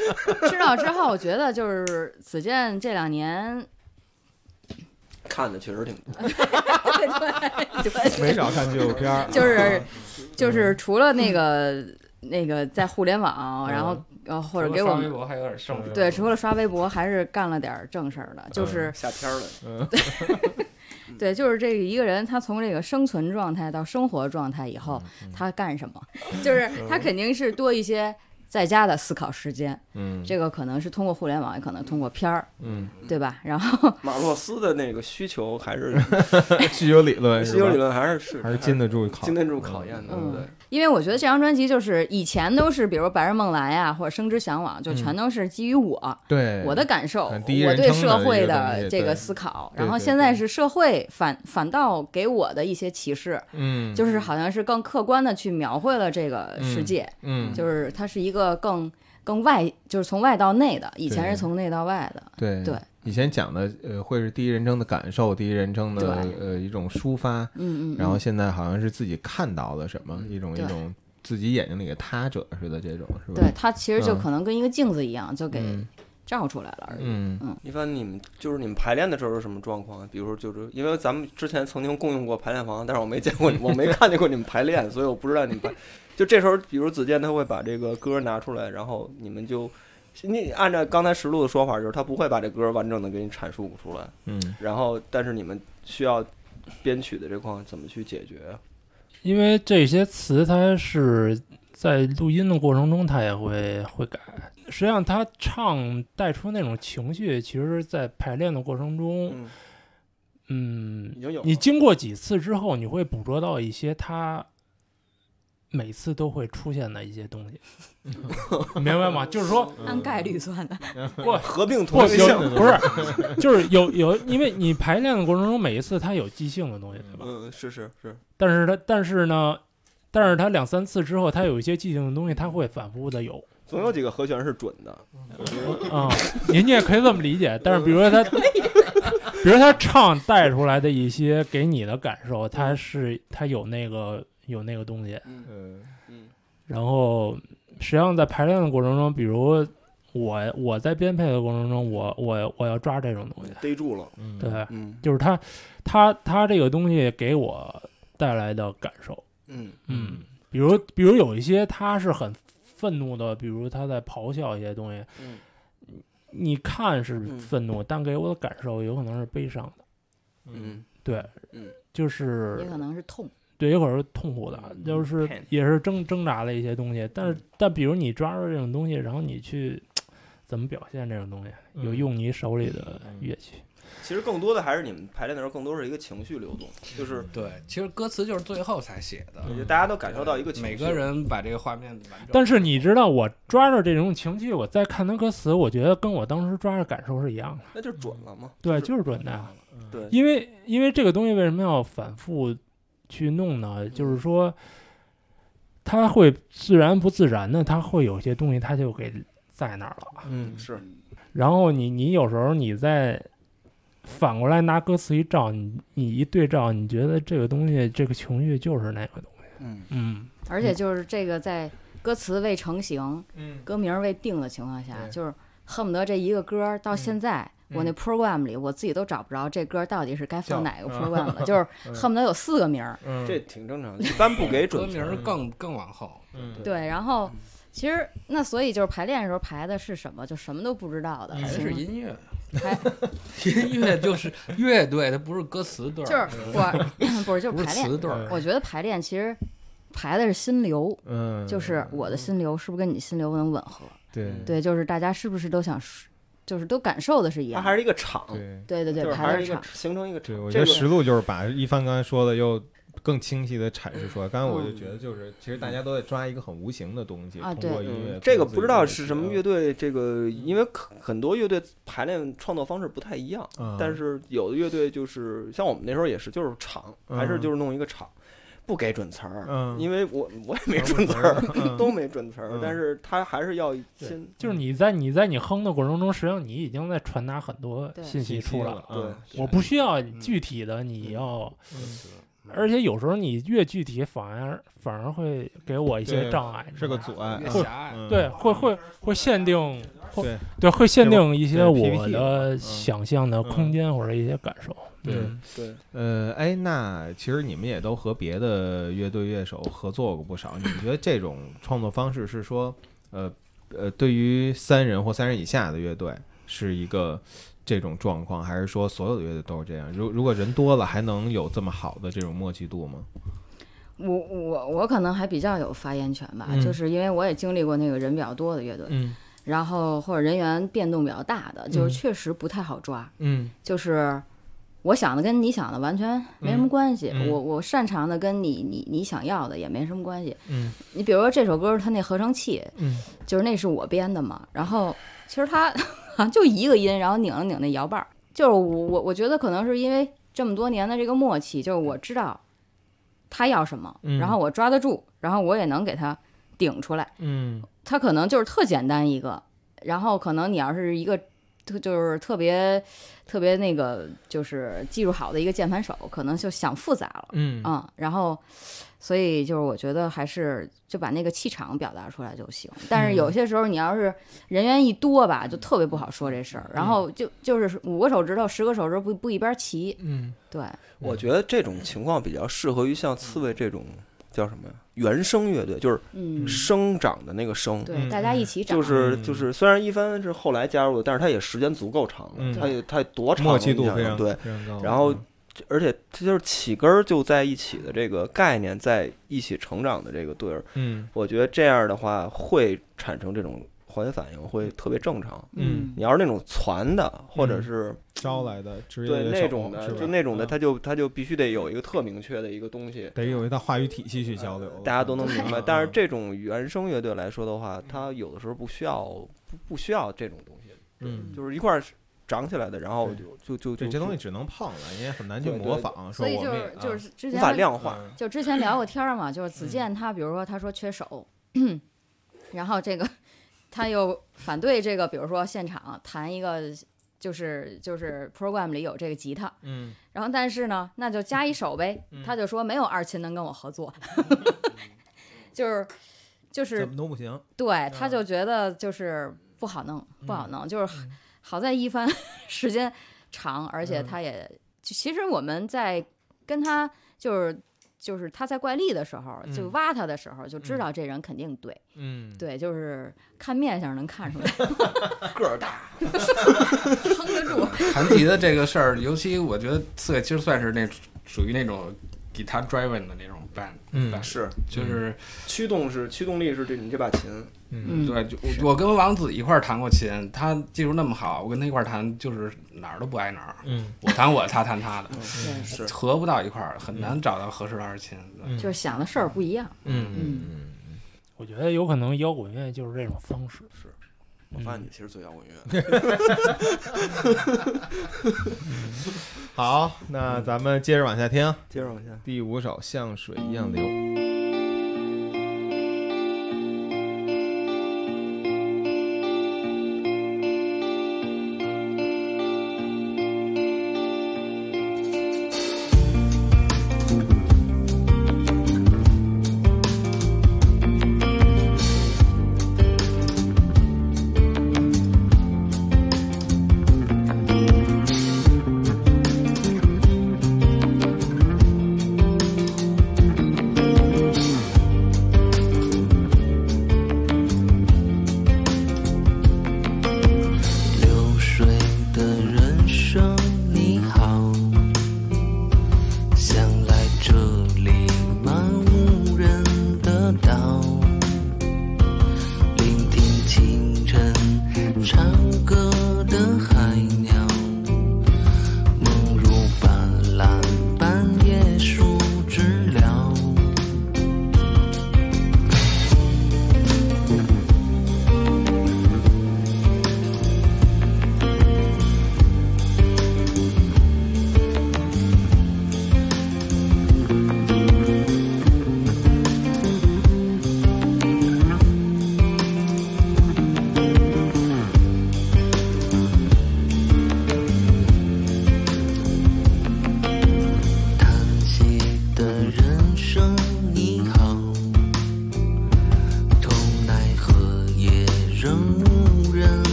[SPEAKER 4] 知道之后，我觉得就是子健这两年，
[SPEAKER 2] 看的确实挺多，
[SPEAKER 4] 对对对，
[SPEAKER 1] 没少看纪录片儿。 嗯
[SPEAKER 4] 就是 就是除了那个那个在互联网，然后呃或者给我
[SPEAKER 3] 除了刷微
[SPEAKER 4] 们
[SPEAKER 3] 博还有点正直。
[SPEAKER 4] 对，除了刷微博，还是干了点正事儿的，就是
[SPEAKER 2] 下片儿 了。
[SPEAKER 1] 嗯
[SPEAKER 4] 对，就是这一个人，他从这个生存状态到生活状态以后，哦
[SPEAKER 3] 嗯
[SPEAKER 4] 他干什么？就是他肯定是多一些在家的思考时间，
[SPEAKER 1] 嗯
[SPEAKER 4] 这个可能是通过互联网，也可能通过片儿，
[SPEAKER 1] 嗯，
[SPEAKER 4] 对吧？然后
[SPEAKER 2] 马洛斯的那个需求 还是
[SPEAKER 1] 需求理论
[SPEAKER 2] 需
[SPEAKER 1] 是吧，
[SPEAKER 2] 求理论还是是
[SPEAKER 1] 还是经得住考嗯
[SPEAKER 2] 经。得住考验的，对不对？
[SPEAKER 4] 因为我觉得这张专辑就是以前都是，比如《白日梦来》啊，或者《生之向往》，
[SPEAKER 3] 嗯
[SPEAKER 4] 就全都是基于我、
[SPEAKER 1] 对，
[SPEAKER 4] 我的感受，
[SPEAKER 1] 嗯第一
[SPEAKER 4] 我
[SPEAKER 1] 人
[SPEAKER 4] 对
[SPEAKER 1] 称的
[SPEAKER 4] 社
[SPEAKER 1] 一
[SPEAKER 4] 会
[SPEAKER 1] 个东西
[SPEAKER 4] 的这
[SPEAKER 1] 对
[SPEAKER 4] 个思考。
[SPEAKER 1] 对
[SPEAKER 4] 然后
[SPEAKER 1] 对
[SPEAKER 4] 现在
[SPEAKER 1] 对
[SPEAKER 4] 是社会反反倒给我的一些启示，
[SPEAKER 1] 嗯，
[SPEAKER 4] 就是好像是更客观的去描绘了这个世界，
[SPEAKER 1] 嗯，
[SPEAKER 4] 就是它是一个更更外，就是从外到内的，以前
[SPEAKER 1] 对
[SPEAKER 4] 是从内到外的。
[SPEAKER 1] 对
[SPEAKER 4] 对，
[SPEAKER 1] 以前讲的呃会是第一人称的感受，第一人称的
[SPEAKER 4] 对
[SPEAKER 1] 呃一种抒发，
[SPEAKER 4] 嗯嗯，嗯
[SPEAKER 1] 然后现在好像是自己看到了什么，一种一
[SPEAKER 4] 对
[SPEAKER 1] 种自己眼睛里的他者似的这种，是吧？
[SPEAKER 4] 对，它其实就
[SPEAKER 1] 嗯
[SPEAKER 4] 可能跟一个镜子一样，就给
[SPEAKER 1] 嗯
[SPEAKER 4] 照出来了而已。
[SPEAKER 1] 嗯
[SPEAKER 2] 一般你们就是你们排练的时候是什么状况啊？比如说，就是因为咱们之前曾经共用过排练房，但是我没见过你，我没看见过你们排练，所以我不知道你们排。就这时候，比如子健他会把这个歌拿出来，然后你们就，你按照刚才石路的说法，就是他不会把这歌完整的给你阐述出来，
[SPEAKER 1] 嗯
[SPEAKER 2] 然后但是你们需要编曲的这块怎么去解决啊？
[SPEAKER 5] 因为这些词它是在录音的过程中，它也会会改。实际上，他唱带出那种情绪，其实，在排练的过程中，
[SPEAKER 2] 嗯，已，
[SPEAKER 5] 嗯
[SPEAKER 2] 经有啊了
[SPEAKER 5] 你经过几次之后，你会捕捉到一些他每次都会出现的一 些东西，明白吗？就是说，
[SPEAKER 1] 嗯
[SPEAKER 4] 按概率算的，
[SPEAKER 2] 合并
[SPEAKER 5] 不
[SPEAKER 2] 同性
[SPEAKER 5] 有
[SPEAKER 2] 项，
[SPEAKER 5] 不是，就是有有，因为你排练的过程中，每一次他有即兴的东西，对吧？
[SPEAKER 2] 嗯，是是是，
[SPEAKER 5] 但是他但是呢，但是他两三次之后，他有一些即兴的东西，他会反复的有。
[SPEAKER 2] 总有几个和弦是准的，
[SPEAKER 5] 啊、您也可以这么理解。但是比如说他， 比如他唱带出来的一些给你的感受，他是他有那个有那个东西。
[SPEAKER 2] 嗯
[SPEAKER 1] 嗯
[SPEAKER 2] 嗯
[SPEAKER 5] 然后实际上在排练的过程中，比如我我在编配的过程中，我我我要抓这种东西，
[SPEAKER 2] 逮住了，
[SPEAKER 1] 嗯，
[SPEAKER 5] 对，
[SPEAKER 2] 嗯
[SPEAKER 5] 就是他他他这个东西给我带来的感受，
[SPEAKER 2] 嗯
[SPEAKER 5] 嗯，比如比如有一些他是很愤怒的，比如他在咆哮一些东西，
[SPEAKER 2] 嗯
[SPEAKER 5] 你看是
[SPEAKER 2] 嗯
[SPEAKER 5] 愤怒，但给我的感受有可能是悲伤的，
[SPEAKER 1] 嗯，
[SPEAKER 5] 对，
[SPEAKER 2] 嗯，
[SPEAKER 5] 就是
[SPEAKER 4] 也可能是痛。
[SPEAKER 5] 对，有可能是痛苦的，就是
[SPEAKER 2] ，pain
[SPEAKER 5] 也是挣挣扎的一些东西，但是但比如你抓住这种东西，然后你去怎么表现这种东西，有
[SPEAKER 1] 嗯
[SPEAKER 5] 用你手里的乐器，
[SPEAKER 2] 其实更多的还是你们排练的时候，更多是一个情绪流动，就是
[SPEAKER 3] 对，其实歌词就是最后才写的
[SPEAKER 2] 我，觉得大家都感受到一个情绪。
[SPEAKER 3] 每个人把这个画面完整。
[SPEAKER 5] 但是你知道，我抓着这种情绪，我再看他歌词，我觉得跟我当时抓着感受是一样的，
[SPEAKER 2] 那就是准了嘛，
[SPEAKER 5] 对，
[SPEAKER 2] 就
[SPEAKER 5] 就是准的呀。
[SPEAKER 2] 对，
[SPEAKER 5] 因为因为这个东西为什么要反复去弄呢？就是说，它会自然不自然的，它会有些东西它就给在那儿
[SPEAKER 2] 啊
[SPEAKER 5] 了。
[SPEAKER 1] 嗯
[SPEAKER 2] 是
[SPEAKER 5] 然后你你有时候你再反过来拿歌词一照，你你一对照，你觉得这个东西这个情绪就是那个东西。
[SPEAKER 2] 嗯
[SPEAKER 5] 嗯，
[SPEAKER 4] 而且就是这个在歌词未成型、
[SPEAKER 1] 嗯
[SPEAKER 4] 歌名未定的情况下，
[SPEAKER 1] 对
[SPEAKER 4] 就是恨不得这一个歌儿到现在，
[SPEAKER 1] 嗯
[SPEAKER 4] 我那 program 里我自己都找不着这歌儿到底是该放
[SPEAKER 1] 叫
[SPEAKER 4] 哪个
[SPEAKER 1] 嗯
[SPEAKER 4] program 了，就是
[SPEAKER 1] 嗯
[SPEAKER 4] 恨不得有四个名儿。
[SPEAKER 1] 嗯
[SPEAKER 2] 这挺正常的，一般不给
[SPEAKER 3] 歌
[SPEAKER 2] 准
[SPEAKER 3] 名
[SPEAKER 2] 确。
[SPEAKER 3] 儿更更往后，
[SPEAKER 1] 嗯
[SPEAKER 4] 对，然后
[SPEAKER 2] 嗯
[SPEAKER 4] 其实那所以就是排练的时候排的是什么，就什么都不知道的，
[SPEAKER 1] 嗯
[SPEAKER 3] 还
[SPEAKER 4] 就是
[SPEAKER 3] 音乐，
[SPEAKER 4] 排
[SPEAKER 3] 音乐就是乐队，它不是歌词队儿，
[SPEAKER 4] 就是我 不是就是
[SPEAKER 3] 不是
[SPEAKER 4] 排练，
[SPEAKER 3] 词队儿。
[SPEAKER 4] 我觉得排练其实排的是心流，
[SPEAKER 1] 嗯，
[SPEAKER 4] 就是我的心流是不是跟你心流能吻合？
[SPEAKER 1] 对
[SPEAKER 4] 对，就是大家是不是都想说，就是都感受的是一
[SPEAKER 2] 它
[SPEAKER 4] 样
[SPEAKER 2] 啊还
[SPEAKER 4] 的？
[SPEAKER 2] 是一个场，
[SPEAKER 1] 对
[SPEAKER 4] 对对对，
[SPEAKER 2] 就是
[SPEAKER 4] 排
[SPEAKER 2] 还
[SPEAKER 4] 的
[SPEAKER 2] 是一个
[SPEAKER 4] 场，
[SPEAKER 2] 形成一个场。
[SPEAKER 1] 对，我觉得
[SPEAKER 2] 这个
[SPEAKER 1] 实录就是把一帆刚才说的又更清晰的阐释出来。刚才我就
[SPEAKER 4] 嗯
[SPEAKER 1] 觉得就是，其实大家都在抓一个很无形的东西，
[SPEAKER 4] 啊
[SPEAKER 1] 通过
[SPEAKER 4] 对
[SPEAKER 1] 音乐
[SPEAKER 2] 嗯，这
[SPEAKER 1] 通
[SPEAKER 2] 个
[SPEAKER 1] 过自己
[SPEAKER 2] 不知道
[SPEAKER 1] 的
[SPEAKER 2] 是
[SPEAKER 1] 觉
[SPEAKER 2] 什么
[SPEAKER 1] 悟
[SPEAKER 2] 乐队，这个因为可很多乐队排练创作方式不太一样，
[SPEAKER 1] 嗯
[SPEAKER 2] 但是有的乐队就是像我们那时候也是，就是场，还是
[SPEAKER 1] 嗯
[SPEAKER 2] 就是弄一个场，不给准词儿，
[SPEAKER 1] 嗯，
[SPEAKER 2] 因为我我也没
[SPEAKER 1] 嗯
[SPEAKER 2] 准词儿，
[SPEAKER 1] 嗯
[SPEAKER 2] 都没准词儿
[SPEAKER 1] 嗯，
[SPEAKER 2] 但是他还是要先
[SPEAKER 5] 就是你在你在你哼的过程中，实际上你已经在传达很多
[SPEAKER 4] 对
[SPEAKER 5] 信息出来了。
[SPEAKER 2] 对，
[SPEAKER 5] 我不需要
[SPEAKER 3] 嗯
[SPEAKER 5] 具体的，你
[SPEAKER 2] 嗯
[SPEAKER 5] 要。
[SPEAKER 3] 嗯
[SPEAKER 5] 而且有时候你越具体，反而反而会给我一些
[SPEAKER 1] 对
[SPEAKER 5] 障碍，
[SPEAKER 1] 是个阻碍
[SPEAKER 3] 越
[SPEAKER 1] 啊
[SPEAKER 3] 狭隘。
[SPEAKER 1] 嗯
[SPEAKER 5] 对，会会会限定，会
[SPEAKER 1] 对
[SPEAKER 5] 对会限定一些
[SPEAKER 1] 对
[SPEAKER 5] 我
[SPEAKER 1] PPT
[SPEAKER 5] 的想象的空间或者一些感受。
[SPEAKER 1] 嗯对
[SPEAKER 5] 嗯
[SPEAKER 2] 对，
[SPEAKER 1] 呃，哎，那其实你们也都和别的乐队乐手合作过不少，你们觉得这种创作方式是说，呃呃，对于三人或三人以下的乐队是一个这种状况，还是说所有的乐队都是这样？如如果人多了，还能有这么好的这种默契度吗？
[SPEAKER 4] 我我我可能还比较有发言权吧，
[SPEAKER 1] 嗯
[SPEAKER 4] 就是因为我也经历过那个人比较多的乐队，
[SPEAKER 1] 嗯
[SPEAKER 4] 然后或者人员变动比较大的，就
[SPEAKER 1] 嗯
[SPEAKER 4] 是确实不太好抓，
[SPEAKER 1] 嗯
[SPEAKER 4] 就是。我想的跟你想的完全没什么关系，
[SPEAKER 1] 嗯嗯
[SPEAKER 4] 我我擅长的跟你你你想要的也没什么关系。
[SPEAKER 1] 嗯
[SPEAKER 4] 你比如说这首歌，它那合成器，
[SPEAKER 1] 嗯
[SPEAKER 4] 就是那是我编的嘛。然后其实它好像 就一个音，然后拧了拧那摇把儿。就是我我我觉得可能是因为这么多年的这个默契，就是我知道他要什么，
[SPEAKER 1] 嗯
[SPEAKER 4] 然后我抓得住，然后我也能给他顶出来。
[SPEAKER 1] 嗯
[SPEAKER 4] 他可能就是特简单一个，然后可能你要是一个特就是特别特别那个就是技术好的一个键盘手，可能就想复杂了。
[SPEAKER 1] 嗯
[SPEAKER 4] 嗯，然后，所以就是我觉得还是就把那个气场表达出来就行。但是有
[SPEAKER 1] 嗯
[SPEAKER 4] 些时候你要是人员一多吧，就特别不好说这事儿。
[SPEAKER 1] 嗯
[SPEAKER 4] 然后就就是五个手指头、十个手指头不不一边齐，
[SPEAKER 1] 嗯，
[SPEAKER 4] 对，
[SPEAKER 2] 我觉得这种情况比较适合于像刺猬这种叫什么呀？原声乐队，就是
[SPEAKER 4] 嗯，
[SPEAKER 2] 生长的那个生。
[SPEAKER 4] 对，
[SPEAKER 1] 嗯
[SPEAKER 4] 大家一起长，
[SPEAKER 2] 就是
[SPEAKER 1] 嗯
[SPEAKER 2] 就是，虽然一帆是后来加入的，但是他也时间足够长
[SPEAKER 1] 嗯
[SPEAKER 2] 了，他也他也多长了？
[SPEAKER 1] 默契度
[SPEAKER 2] 你想
[SPEAKER 1] 非
[SPEAKER 2] 想
[SPEAKER 1] 常
[SPEAKER 2] 对，
[SPEAKER 1] 非常高。
[SPEAKER 2] 然后
[SPEAKER 1] 嗯
[SPEAKER 2] 而且它就是起根儿就在一起的这个概念，在一起成长的这个队儿，
[SPEAKER 1] 嗯
[SPEAKER 2] 我觉得这样的话会产生这种化学反应，会特别正常。
[SPEAKER 1] 嗯，
[SPEAKER 2] 你要是那种传的，或者
[SPEAKER 1] 嗯
[SPEAKER 2] 是
[SPEAKER 1] 招来的职业
[SPEAKER 2] 对
[SPEAKER 1] 乐
[SPEAKER 2] 那
[SPEAKER 1] 手
[SPEAKER 2] 种
[SPEAKER 1] 是
[SPEAKER 2] 的，
[SPEAKER 1] 吧
[SPEAKER 2] 就那种
[SPEAKER 1] 嗯
[SPEAKER 2] 的，他就他就必须得有一个特明确的一个东西，
[SPEAKER 1] 得有一套话语体系去交流，
[SPEAKER 2] 大家都能明白。但是
[SPEAKER 1] 嗯
[SPEAKER 2] 这种原声乐队来说的话，它有的时候不需要不不需要这种东西，
[SPEAKER 1] 嗯，
[SPEAKER 2] 就是一块儿长起来的，然后
[SPEAKER 1] 对
[SPEAKER 2] 就就就
[SPEAKER 1] 对这
[SPEAKER 2] 就
[SPEAKER 1] 东西只能碰了，你也很难去
[SPEAKER 2] 对对
[SPEAKER 1] 模
[SPEAKER 2] 对
[SPEAKER 1] 仿。说
[SPEAKER 4] 所以
[SPEAKER 1] 我
[SPEAKER 4] 就
[SPEAKER 1] 们
[SPEAKER 4] 是
[SPEAKER 1] 也
[SPEAKER 4] 就
[SPEAKER 1] 啊
[SPEAKER 4] 是之
[SPEAKER 2] 无
[SPEAKER 4] 前
[SPEAKER 2] 法
[SPEAKER 4] 他
[SPEAKER 2] 量化。
[SPEAKER 1] 嗯
[SPEAKER 4] 就之前聊过天儿嘛，就是子健他，比如说他说缺手， 然后这个他又反对这个，比如说现场弹一个，就是就是 program 里有这个吉他，
[SPEAKER 1] 嗯
[SPEAKER 4] 然后但是呢，那就加一手呗，
[SPEAKER 1] 嗯
[SPEAKER 4] 他就说没有二琴能跟我合作， 就是就
[SPEAKER 1] 怎
[SPEAKER 4] 是
[SPEAKER 1] 么都不行，
[SPEAKER 4] 对，他
[SPEAKER 1] 嗯
[SPEAKER 4] 就觉得就是不好弄，不好
[SPEAKER 1] 嗯
[SPEAKER 4] 弄，就是
[SPEAKER 1] 嗯
[SPEAKER 4] 好在一帆 时间长，而且
[SPEAKER 1] 嗯
[SPEAKER 4] 他也，就其实我们在跟他就是就是他在怪力的时候，就
[SPEAKER 1] 嗯
[SPEAKER 4] 挖他的时候，就知
[SPEAKER 1] 嗯
[SPEAKER 4] 道这人肯定对，
[SPEAKER 1] 嗯，
[SPEAKER 4] 对，就是看面相能看出来，
[SPEAKER 2] 个
[SPEAKER 1] 嗯
[SPEAKER 2] 儿大，
[SPEAKER 4] 撑得住。
[SPEAKER 3] 弹吉的这个事儿，尤其我觉得刺猬其实算是那属于那种 guitar driven 的那种 band，
[SPEAKER 1] 嗯
[SPEAKER 2] 是
[SPEAKER 3] 就是
[SPEAKER 2] 驱动是驱动力是这你这把琴，
[SPEAKER 1] 嗯
[SPEAKER 4] 嗯，
[SPEAKER 3] 对，就我我跟王子一块儿弹过琴，他技术那么好，我跟他一块儿弹就是哪儿都不挨哪儿，
[SPEAKER 1] 嗯
[SPEAKER 3] 我弹我，他 弹他的，
[SPEAKER 4] 对
[SPEAKER 2] 是
[SPEAKER 3] 合不到一块儿，很难找到合适的二琴。
[SPEAKER 1] 嗯，
[SPEAKER 4] 就是想的事儿不一样，
[SPEAKER 1] 嗯
[SPEAKER 4] 嗯
[SPEAKER 1] 嗯
[SPEAKER 5] 我觉得有可能摇滚乐就是这种方式。
[SPEAKER 2] 我
[SPEAKER 1] 嗯
[SPEAKER 2] 发现你其实最摇滚 乐的，
[SPEAKER 1] 嗯，好，那咱们接着往下听，
[SPEAKER 2] 接着往下。
[SPEAKER 1] 第五首《像水一样流》。
[SPEAKER 7] Thank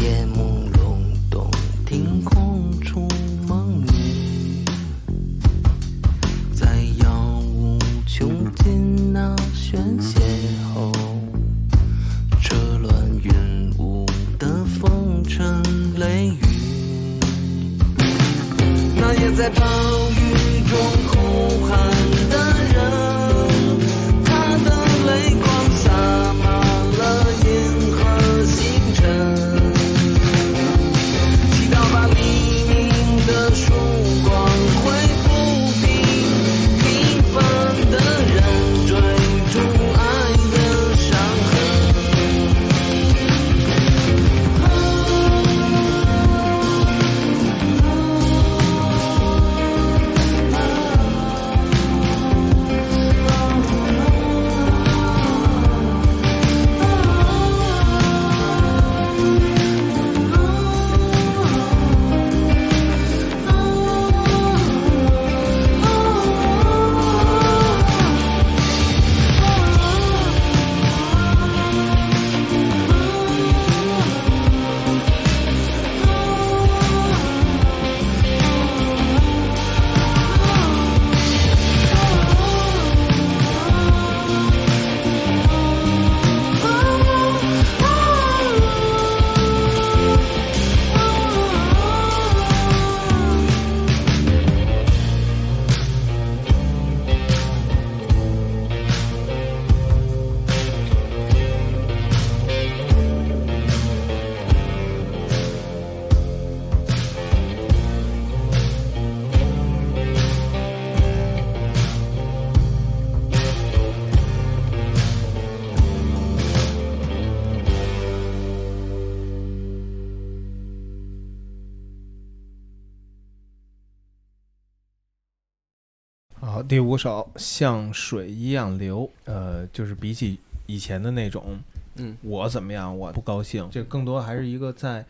[SPEAKER 6] 夜幕隆咚，听空中梦里，在杳无穷尽那宣泄后，这乱云雾的风尘雷雨，那也在暴雨中呼喊的人。他的泪光洒满了银河星辰，祈祷把黎明的曙光恢复平平凡的人追逐爱的伤痕。
[SPEAKER 1] 好，第五首像水一样流，呃，就是比起以前的那种，
[SPEAKER 2] 嗯，
[SPEAKER 1] 我怎么样，我不高兴，这更多还是一个在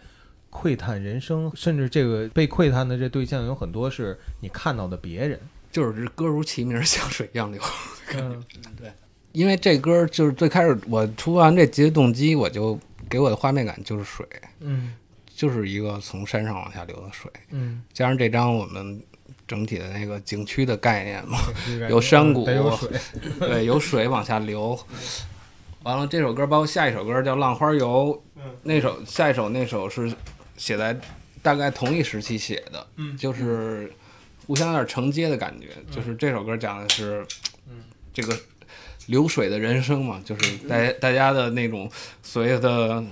[SPEAKER 1] 窥探人生，甚至这个被窥探的这对象有很多是你看到的别人，
[SPEAKER 3] 就是歌如其名， 像水一样流。
[SPEAKER 1] 嗯，
[SPEAKER 3] 因为这歌就是最开始我出完这节动机，我就给我的画面感就是水，
[SPEAKER 1] 嗯
[SPEAKER 3] 就是一个从山上往下流的水，
[SPEAKER 1] 嗯，
[SPEAKER 3] 加上这张我们整体的那个景区的概念嘛，
[SPEAKER 1] 这个
[SPEAKER 3] 有山谷
[SPEAKER 1] 嗯得有水，
[SPEAKER 3] 对，有水往下流。完了，这首歌包括下一首歌叫《浪花游》，那首下一首那首是写在大概同一时期写的，
[SPEAKER 1] 嗯
[SPEAKER 3] 就是互相有点承接的感觉。就是这首歌讲的是，这个流水的人生嘛，就是大家大家的那种所谓的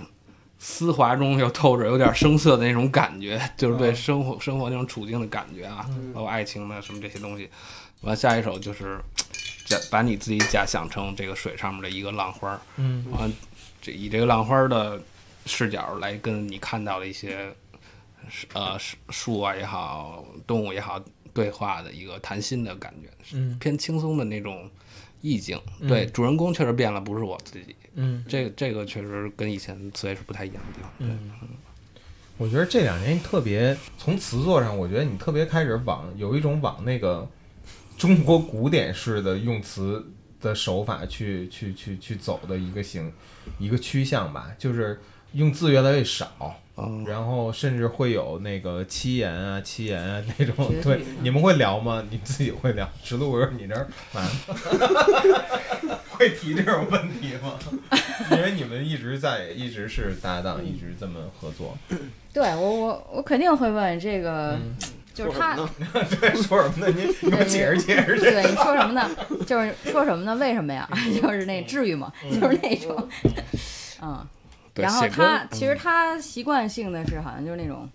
[SPEAKER 3] 丝滑中又透着有点生涩的那种感觉，就是对生活生活那种处境的感觉啊，包括爱情的什么这些东西。完了下一首就是假把你自己假想成这个水上面的一个浪花儿，
[SPEAKER 1] 嗯
[SPEAKER 3] 啊，这以这个浪花儿的视角来跟你看到的一些是呃是树啊也好，动物也好对话的一个谈心的感觉，是
[SPEAKER 1] 嗯
[SPEAKER 3] 偏轻松的那种意境。对，
[SPEAKER 1] 嗯
[SPEAKER 3] 主人公确实变了，不是我自己。
[SPEAKER 1] 嗯。
[SPEAKER 3] 这个这个确实跟以前词也是不太一样的地方。对
[SPEAKER 1] 嗯，我觉得这两年你特别从词作上，我觉得你特别开始往有一种往那个中国古典式的用词的手法去去去去走的一个形一个趋向吧，就是用字越来越少，
[SPEAKER 3] 嗯，
[SPEAKER 1] 然后甚至会有那个七言啊、七言啊那种
[SPEAKER 4] 绝。句
[SPEAKER 1] 对，你们会聊吗？你自己会聊？石路，我说你这儿完了， 会提这种问题吗？ 因为你们一直在，一直是搭档，一直这么合作。
[SPEAKER 4] 对我我我肯定会问这个，就是他
[SPEAKER 2] 说什么呢
[SPEAKER 1] 说什么呢？您给我解释解 释去。
[SPEAKER 4] 对你说什么呢？就是说什么呢？为什么呀？ 就是那至于吗？就是那种， 嗯。
[SPEAKER 3] 对
[SPEAKER 4] 然后
[SPEAKER 3] 写歌
[SPEAKER 4] 他其实他习惯性的是好像就是那种，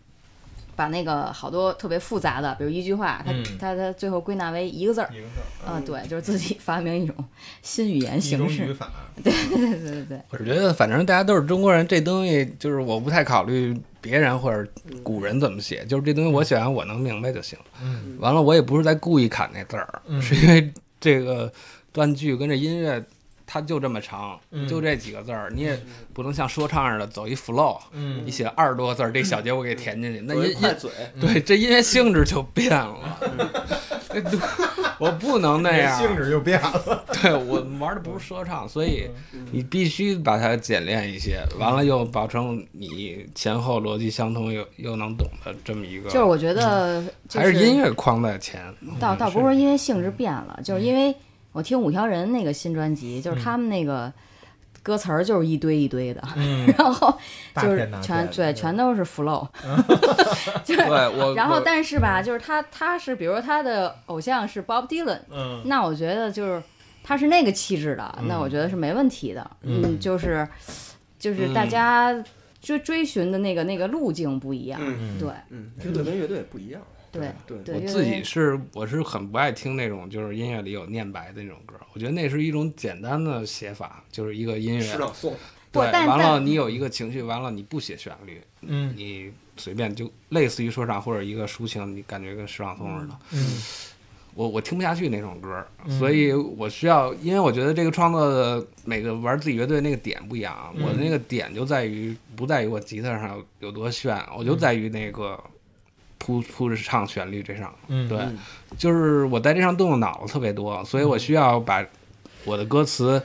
[SPEAKER 4] 把那个好多特别复杂的，比如一句话，他
[SPEAKER 1] 嗯
[SPEAKER 4] 他他最后归纳为一个字儿，啊，对，就是自己发明一种新语言
[SPEAKER 1] 一种
[SPEAKER 4] 形
[SPEAKER 1] 语
[SPEAKER 4] 式，
[SPEAKER 1] 法，
[SPEAKER 4] 对对对对，
[SPEAKER 3] 我觉得反正大家都是中国人，这东西就是我不太考虑别人或者古人怎么写，就是这东西我写完我能明白就行。
[SPEAKER 1] 嗯
[SPEAKER 3] 完了，我也不是在故意砍那字儿，
[SPEAKER 1] 嗯
[SPEAKER 3] 是因为这个断句跟这音乐。它就这么长
[SPEAKER 1] 嗯，
[SPEAKER 3] 就这几个字儿，你也不能像说唱似的走一 flow，
[SPEAKER 1] 嗯
[SPEAKER 3] 你写二十多
[SPEAKER 1] 嗯
[SPEAKER 3] 个字儿，这小节我给填进去，那
[SPEAKER 2] 作为
[SPEAKER 3] 音
[SPEAKER 2] 快
[SPEAKER 3] 音
[SPEAKER 2] 嘴，
[SPEAKER 3] 对这音乐性质就变了。 我不能那
[SPEAKER 1] 嗯
[SPEAKER 3] 样，
[SPEAKER 1] 性质嗯就变了。
[SPEAKER 3] 对我玩的不是说唱，所以你必须把它简练一些，完了又保证你前后逻辑相通又又能懂的这么一个，
[SPEAKER 4] 就是我觉得就
[SPEAKER 3] 还是音乐框在 前，
[SPEAKER 4] 倒倒不是说因为性质变了，就是因为我听五条人那个新专辑，就是他们那个歌词儿就是一堆一堆的，
[SPEAKER 1] 嗯，
[SPEAKER 4] 然后
[SPEAKER 1] 大
[SPEAKER 4] 就
[SPEAKER 1] 片
[SPEAKER 4] 是
[SPEAKER 1] 大
[SPEAKER 4] 全
[SPEAKER 1] 片
[SPEAKER 4] 对全都是 flow，就是
[SPEAKER 3] 对我，
[SPEAKER 4] 然后
[SPEAKER 3] 我
[SPEAKER 4] 但是吧，就是他他是比如说他的偶像是 Bob Dylan，
[SPEAKER 1] 嗯
[SPEAKER 4] 那我觉得就是他是那个气质的，
[SPEAKER 1] 嗯
[SPEAKER 4] 那我觉得是没问题的。
[SPEAKER 1] 嗯
[SPEAKER 4] 就是就是大家追追寻的那个那个路径不一样，
[SPEAKER 1] 嗯
[SPEAKER 4] 对
[SPEAKER 2] 嗯，乐队跟乐队不一样，
[SPEAKER 4] 对
[SPEAKER 2] 对
[SPEAKER 4] 对，
[SPEAKER 3] 我
[SPEAKER 4] 因为
[SPEAKER 3] 自己是我是很不爱听那种就是音乐里有念白的那种歌，我觉得那是一种简单的写法，就是一个音乐
[SPEAKER 2] 适当送，
[SPEAKER 4] 不
[SPEAKER 3] 对，
[SPEAKER 4] 但
[SPEAKER 3] 完了
[SPEAKER 4] 但
[SPEAKER 3] 你有一个情绪，完了你不写旋律，
[SPEAKER 1] 嗯
[SPEAKER 3] 你随便就类似于说唱或者一个抒情，你感觉跟释放松似的。
[SPEAKER 1] 嗯
[SPEAKER 3] 我我听不下去那种歌儿，
[SPEAKER 1] 嗯
[SPEAKER 3] 所以我需要，因为我觉得这个创作的每个玩自己乐队那个点不一样啊，
[SPEAKER 1] 嗯
[SPEAKER 3] 我的那个点就在于不在于我吉他上有有多炫，我
[SPEAKER 4] 嗯
[SPEAKER 3] 就在于那个铺铺着唱旋律这上，
[SPEAKER 1] 嗯，
[SPEAKER 3] 对，就是我在这上动的脑子特别多，所以我需要把我的歌词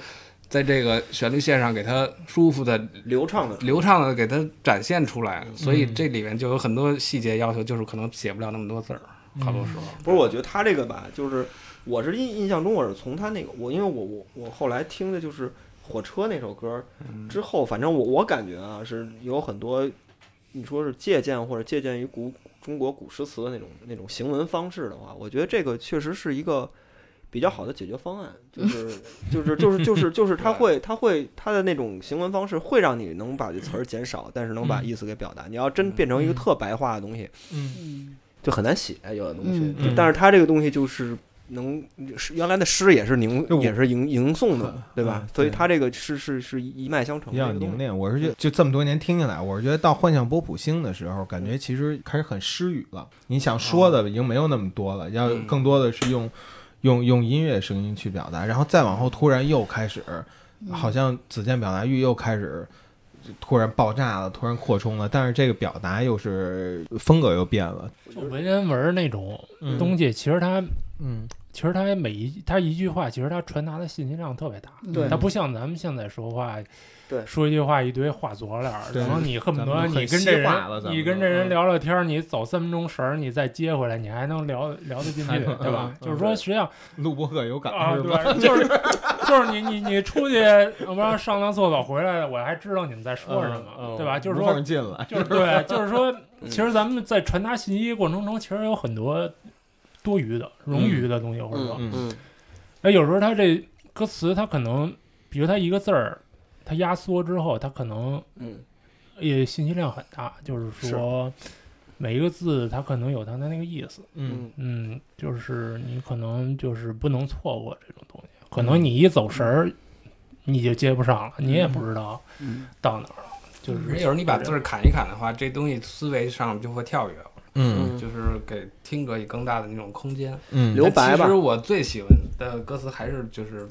[SPEAKER 3] 在这个旋律线上给它舒服的
[SPEAKER 2] 流畅的，
[SPEAKER 3] 流畅的给它展现出来，所以这里面就有很多细节要求，就是可能写不了那么多字儿，好多时候。
[SPEAKER 2] 不是，我觉得他这个吧，就是我是印印象中我是从他那个我，因为我我我后来听的就是火车那首歌之后，反正我我感觉啊是有很多，你说是借鉴或者借鉴于古中国古诗词的那种那种行文方式的话，我觉得这个确实是一个。比较好的解决方案就是 就是就是就是就是他会他会他的那种行文方式会让你能把这词儿减少，但是能把
[SPEAKER 1] 嗯
[SPEAKER 2] 意思给表达。你要真变成一个特白话的东西，
[SPEAKER 1] 嗯
[SPEAKER 4] 嗯
[SPEAKER 2] 就很难写有的东西
[SPEAKER 4] 嗯，
[SPEAKER 1] 嗯
[SPEAKER 2] 就但是他这个东西就是能是原来的诗也是凝
[SPEAKER 1] 就我
[SPEAKER 2] 也是吟吟诵的
[SPEAKER 1] 嗯，
[SPEAKER 2] 对吧
[SPEAKER 1] 嗯？
[SPEAKER 2] 所以
[SPEAKER 1] 对
[SPEAKER 2] 他这个是是是一脉相承
[SPEAKER 1] 比
[SPEAKER 2] 的
[SPEAKER 1] 较
[SPEAKER 2] 一个东
[SPEAKER 1] 凝
[SPEAKER 2] 西。
[SPEAKER 1] 练。我是觉得就这么多年听下来，我是觉得到幻象波普星的时候，感觉其实开始很失语了。你想说的已经没有那么多了，要
[SPEAKER 3] 嗯
[SPEAKER 1] 更多的是用用用音乐声音去表达，然后再往后突然又开始，嗯好像子健表达欲又开始。突然爆炸了，突然扩充了，但是这个表达又是风格又变了。
[SPEAKER 5] 就文言文那种
[SPEAKER 1] 嗯
[SPEAKER 5] 东西，其实它
[SPEAKER 1] 嗯
[SPEAKER 5] 其实它每一它一句话，其实它传达的信息量特别大。
[SPEAKER 2] 对
[SPEAKER 5] 它不像咱们现在说话，
[SPEAKER 2] 对
[SPEAKER 5] 说一句话一堆话佐料儿，
[SPEAKER 1] 对
[SPEAKER 5] 然后你恨不
[SPEAKER 1] 咱
[SPEAKER 5] 得
[SPEAKER 1] 们很
[SPEAKER 5] 你跟
[SPEAKER 1] 西
[SPEAKER 5] 这人
[SPEAKER 1] 化了咱们
[SPEAKER 5] 你跟
[SPEAKER 1] 嗯
[SPEAKER 5] 这人聊聊天儿，你走三分钟神儿，你再接回来，你还 能聊聊得进去
[SPEAKER 1] 还，能
[SPEAKER 5] 对吧
[SPEAKER 1] 嗯？
[SPEAKER 5] 就是说，实际上
[SPEAKER 1] 录播课有感
[SPEAKER 5] 啊，
[SPEAKER 1] 是吧？
[SPEAKER 5] 对，就是就是你你你出去，要不然上趟厕所回来，我还知道你们在说什
[SPEAKER 1] 嗯
[SPEAKER 5] 么，对吧？就是
[SPEAKER 1] 无
[SPEAKER 5] 说
[SPEAKER 1] 缝进来，
[SPEAKER 5] 就是对，就 是说，其实咱们在传达信息过程中，其实有很多多余的、冗余的东西，或者说，
[SPEAKER 1] 嗯
[SPEAKER 2] 嗯
[SPEAKER 5] 那哎有时候它这歌词，它可能，比如它一个字儿，它压缩之后，它可能
[SPEAKER 2] 嗯
[SPEAKER 5] 也信息量很大，就是说，每一个字它可能有它的那个意思，
[SPEAKER 1] 嗯，
[SPEAKER 5] 嗯，就是你可能就是不能错过这种东西，可能你一走神儿，你就接不上了，你也不知道
[SPEAKER 2] 嗯
[SPEAKER 5] 到哪儿了，就是
[SPEAKER 3] 有时候你把字儿砍一砍的话，这东西思维上就会跳跃，
[SPEAKER 1] 嗯
[SPEAKER 2] 嗯
[SPEAKER 3] 就是给听者以更大的那种空间。
[SPEAKER 1] 嗯
[SPEAKER 2] 留白吧
[SPEAKER 3] 但其实我最喜欢的歌词还是就是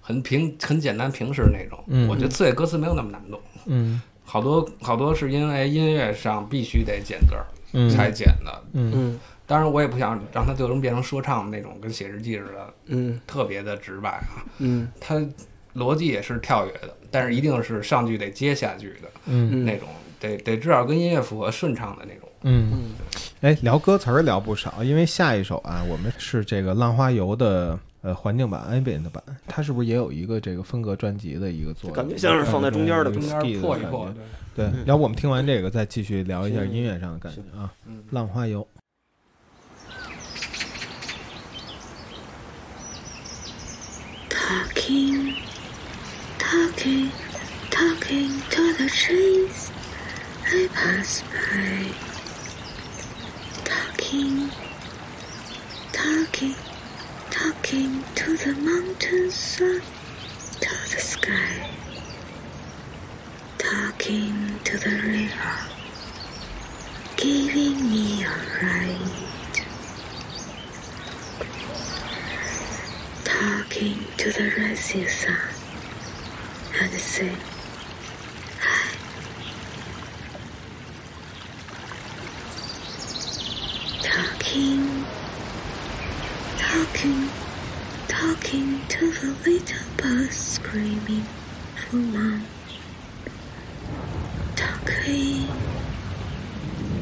[SPEAKER 3] 很平、很简单、平实那种。
[SPEAKER 1] 嗯
[SPEAKER 3] 我觉得词写歌词没有那么难懂，
[SPEAKER 1] 嗯
[SPEAKER 3] 好多好多是因为音乐上必须得剪字儿
[SPEAKER 1] 嗯
[SPEAKER 3] 才剪的。
[SPEAKER 1] 嗯
[SPEAKER 2] 嗯
[SPEAKER 3] 当然，我也不想让它最终变成说唱那种，跟写日记似的，
[SPEAKER 2] 嗯
[SPEAKER 3] 特别的直白啊。
[SPEAKER 2] 嗯
[SPEAKER 3] 它逻辑也是跳跃的，但是一定是上句得接下句的。
[SPEAKER 1] 嗯
[SPEAKER 3] 那种，得得至少跟音乐符合顺畅的那种。
[SPEAKER 1] 嗯。
[SPEAKER 2] 嗯
[SPEAKER 1] 哎，聊歌词儿聊不少，因为下一首啊，我们是这个浪花游的呃环境版 ambient 版，它是不是也有一个这个风格专辑的一个做？
[SPEAKER 2] 就感觉像是放在中间的
[SPEAKER 1] 嗯
[SPEAKER 3] 中间
[SPEAKER 1] 嗯
[SPEAKER 3] 破一破，
[SPEAKER 1] 嗯
[SPEAKER 3] 对
[SPEAKER 1] 对，
[SPEAKER 2] 嗯
[SPEAKER 1] 然后我们听完这个再继续聊一下
[SPEAKER 2] 行
[SPEAKER 1] 音乐上的感觉啊。
[SPEAKER 3] 嗯
[SPEAKER 1] 浪花游，
[SPEAKER 7] Talking, talking, talking to the trees I pass by. Talking, talking, talking to the mountains, uh, to the sky. Talking to the river, giving me a ride. talking to the rising sun and say, Hi. Talking, Talking, talking to the little bus screaming for mom. Talking,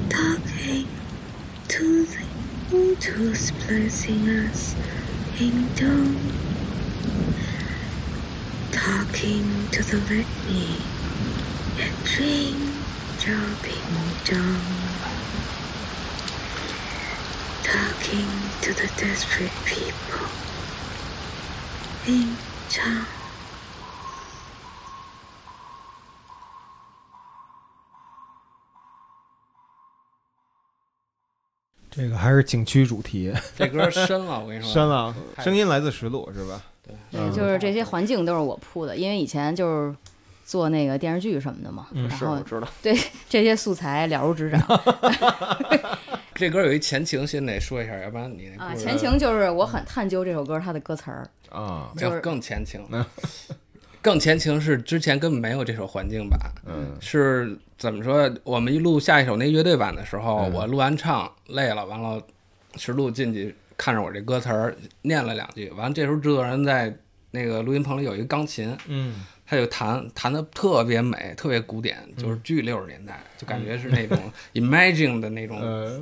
[SPEAKER 7] talking to the old who's blessing us in dawn. Talking to the litany, a dream dropping down. Talking to the desperate people in town.
[SPEAKER 1] 这个还是景区主题，
[SPEAKER 3] 这歌深了，我跟你说，
[SPEAKER 1] 删了，啊
[SPEAKER 3] 太
[SPEAKER 1] 声音来自石鲁是吧？
[SPEAKER 4] 对，就是这些环境都是我铺的，因为以前就是做那个电视剧什么的嘛，
[SPEAKER 1] 嗯
[SPEAKER 4] 然
[SPEAKER 2] 是我
[SPEAKER 4] 后
[SPEAKER 2] 知道，
[SPEAKER 4] 对这些素材了如指掌
[SPEAKER 3] 这歌有一前情，先得说一下，要不然你那
[SPEAKER 4] 啊。
[SPEAKER 3] 故事
[SPEAKER 4] 前情就是我很探究这首歌它的歌词儿，
[SPEAKER 1] 啊，
[SPEAKER 3] 没有
[SPEAKER 4] 就是
[SPEAKER 3] 更前情，更前情是之前根本没有这首环境版，
[SPEAKER 1] 嗯，
[SPEAKER 3] 是怎么说？我们一录下一首那乐队版的时候，
[SPEAKER 1] 嗯
[SPEAKER 3] 我录完唱累了，完了石路进去看着我这歌词儿念了两句，完了这时候制作人在那个录音棚里有一个钢琴，
[SPEAKER 1] 嗯，
[SPEAKER 3] 他就弹弹的特别美，特别古典，就是巨六十年代，就感觉是那种 Imagine 的那种
[SPEAKER 1] 呃，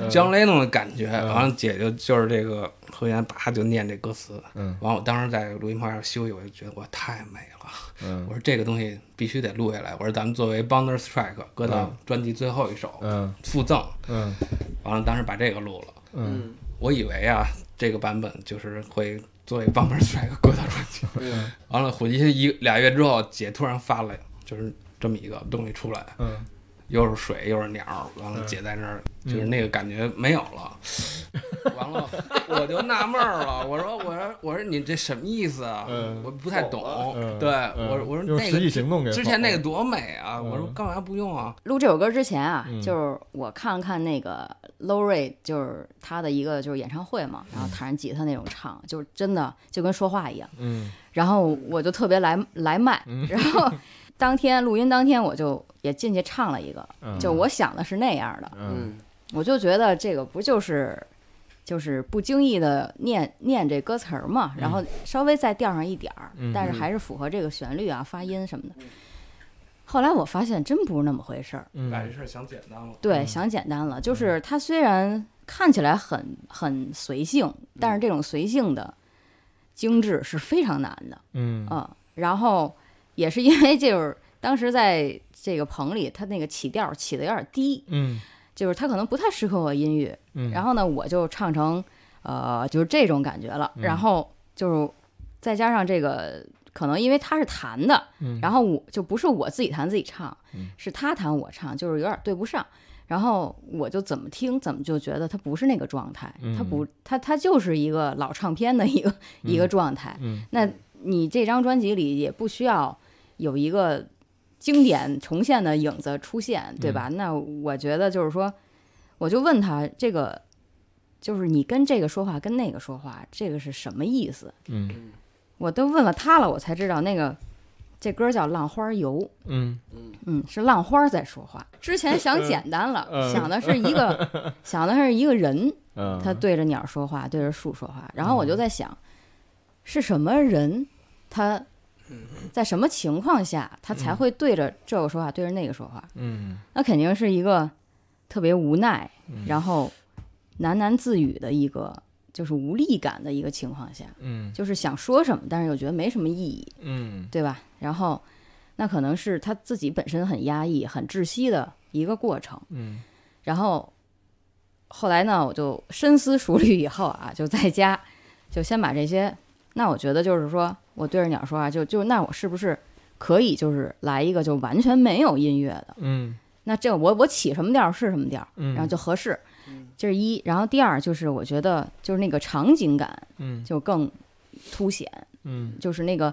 [SPEAKER 1] 呃
[SPEAKER 3] John Lennon 的感觉。完了姐就就是这个何源，叭就念这歌词，
[SPEAKER 1] 嗯
[SPEAKER 3] 完了我当时在录音棚上休息，我就觉得我太美了。
[SPEAKER 1] 嗯
[SPEAKER 3] 我说这个东西必须得录下来。我说咱们作为 bonus track 搁到专辑最后一首、
[SPEAKER 1] 嗯
[SPEAKER 3] 附赠，
[SPEAKER 1] 嗯
[SPEAKER 3] 完了当时把这个录了。
[SPEAKER 1] 嗯，
[SPEAKER 3] 我以为啊，这个版本就是会作为 bonus track 搁到专辑。
[SPEAKER 1] 啊
[SPEAKER 3] 完了回去一俩月之后，姐突然发了，就是这么一个东西出来，
[SPEAKER 1] 嗯，
[SPEAKER 3] 又是水又是鸟，完了姐在那儿，就是那个感觉没有 了。完了，我就纳闷儿了，我说我说我说你这什么意思啊？
[SPEAKER 1] 嗯
[SPEAKER 3] 我不太懂。
[SPEAKER 1] 嗯
[SPEAKER 3] 对，
[SPEAKER 1] 嗯
[SPEAKER 3] 我说我说
[SPEAKER 1] 用
[SPEAKER 3] 那
[SPEAKER 1] 实
[SPEAKER 3] 个
[SPEAKER 1] 际行 动给
[SPEAKER 3] 之
[SPEAKER 1] 否
[SPEAKER 3] 前那个多美啊！
[SPEAKER 1] 嗯
[SPEAKER 3] 我说干嘛不用啊？
[SPEAKER 4] 录这首歌之前啊，
[SPEAKER 1] 嗯
[SPEAKER 4] 就是我看了看那个 Lowry，就是他的一个就是演唱会嘛，然后弹着吉他那种唱，就是真的就跟说话一样。
[SPEAKER 1] 嗯
[SPEAKER 4] 然后我就特别来来麦， 然后当天录音当天我就也进去唱了一个，
[SPEAKER 1] 嗯
[SPEAKER 4] 就我想的是那样的，
[SPEAKER 1] 嗯
[SPEAKER 4] 我就觉得这个不就是。就是不经意的念念这歌词儿嘛，然后稍微再调上一点儿，
[SPEAKER 1] 嗯
[SPEAKER 4] 但是还是符合这个旋律啊、发音什么的。后来我发现真不是那么回事儿，
[SPEAKER 3] 把这
[SPEAKER 1] 嗯
[SPEAKER 3] 事儿想简单了。
[SPEAKER 4] 对，想简单了，就是它虽然看起来很很随性，但是这种随性的精致是非常难的，
[SPEAKER 1] 嗯
[SPEAKER 4] 嗯，然后也是因为就是当时在这个棚里，它那个起调起的有点低，
[SPEAKER 1] 嗯
[SPEAKER 4] 就是它可能不太适合我音域，
[SPEAKER 1] 嗯，
[SPEAKER 4] 然
[SPEAKER 1] 后
[SPEAKER 4] 后呢，我就唱成呃就是这种感觉了，然后就是再加上这个。可能因为他是弹的，然后我就不是我自己弹自己唱，是他弹我唱，就是有点对不上。然后我就怎么听怎么就觉得他不是那个状态，他不，他他就是一个老唱片的一个、一个状态。
[SPEAKER 1] 嗯
[SPEAKER 4] 那你这张专辑里也不需要有一个经典重现的影子出现，对
[SPEAKER 1] 嗯
[SPEAKER 4] 吧？那我觉得就是说，我就问他这个，就是你跟这个说话跟那个说话，这个是什么意思？
[SPEAKER 1] 嗯
[SPEAKER 4] 我都问了他了，我才知道那个这歌叫《浪花游》，
[SPEAKER 1] 嗯
[SPEAKER 4] 嗯，是浪花在说话。之前想简单了，
[SPEAKER 1] 嗯
[SPEAKER 4] 想的是一个， 想的是一个人，
[SPEAKER 1] 嗯，
[SPEAKER 4] 他对着鸟说话，对着树说话。然后我就在想，是什么人，他在什么情况下，他才会对着这个说话，对着那个说话？
[SPEAKER 1] 嗯
[SPEAKER 4] 那肯定是一个特别无奈，然后喃喃自语的一个，就是无力感的一个情况下，
[SPEAKER 1] 嗯
[SPEAKER 4] 就是想说什么，但是又觉得没什么意义。
[SPEAKER 1] 嗯
[SPEAKER 4] 对吧？然后，那可能是他自己本身很压抑、很窒息的一个过程。
[SPEAKER 1] 嗯
[SPEAKER 4] 然后后来呢，我就深思熟虑以后啊，就在家就先把这些，那我觉得就是说我对着鸟说啊，就就那我是不是可以就是来一个就完全没有音乐的？
[SPEAKER 1] 嗯
[SPEAKER 4] 那这我我起什么调儿是什么调儿，
[SPEAKER 1] 嗯，
[SPEAKER 4] 然后就合适。这是一，然后第二就是我觉得就是那个场景感
[SPEAKER 1] 嗯
[SPEAKER 4] 就更凸显，
[SPEAKER 1] 嗯
[SPEAKER 4] 就是那个，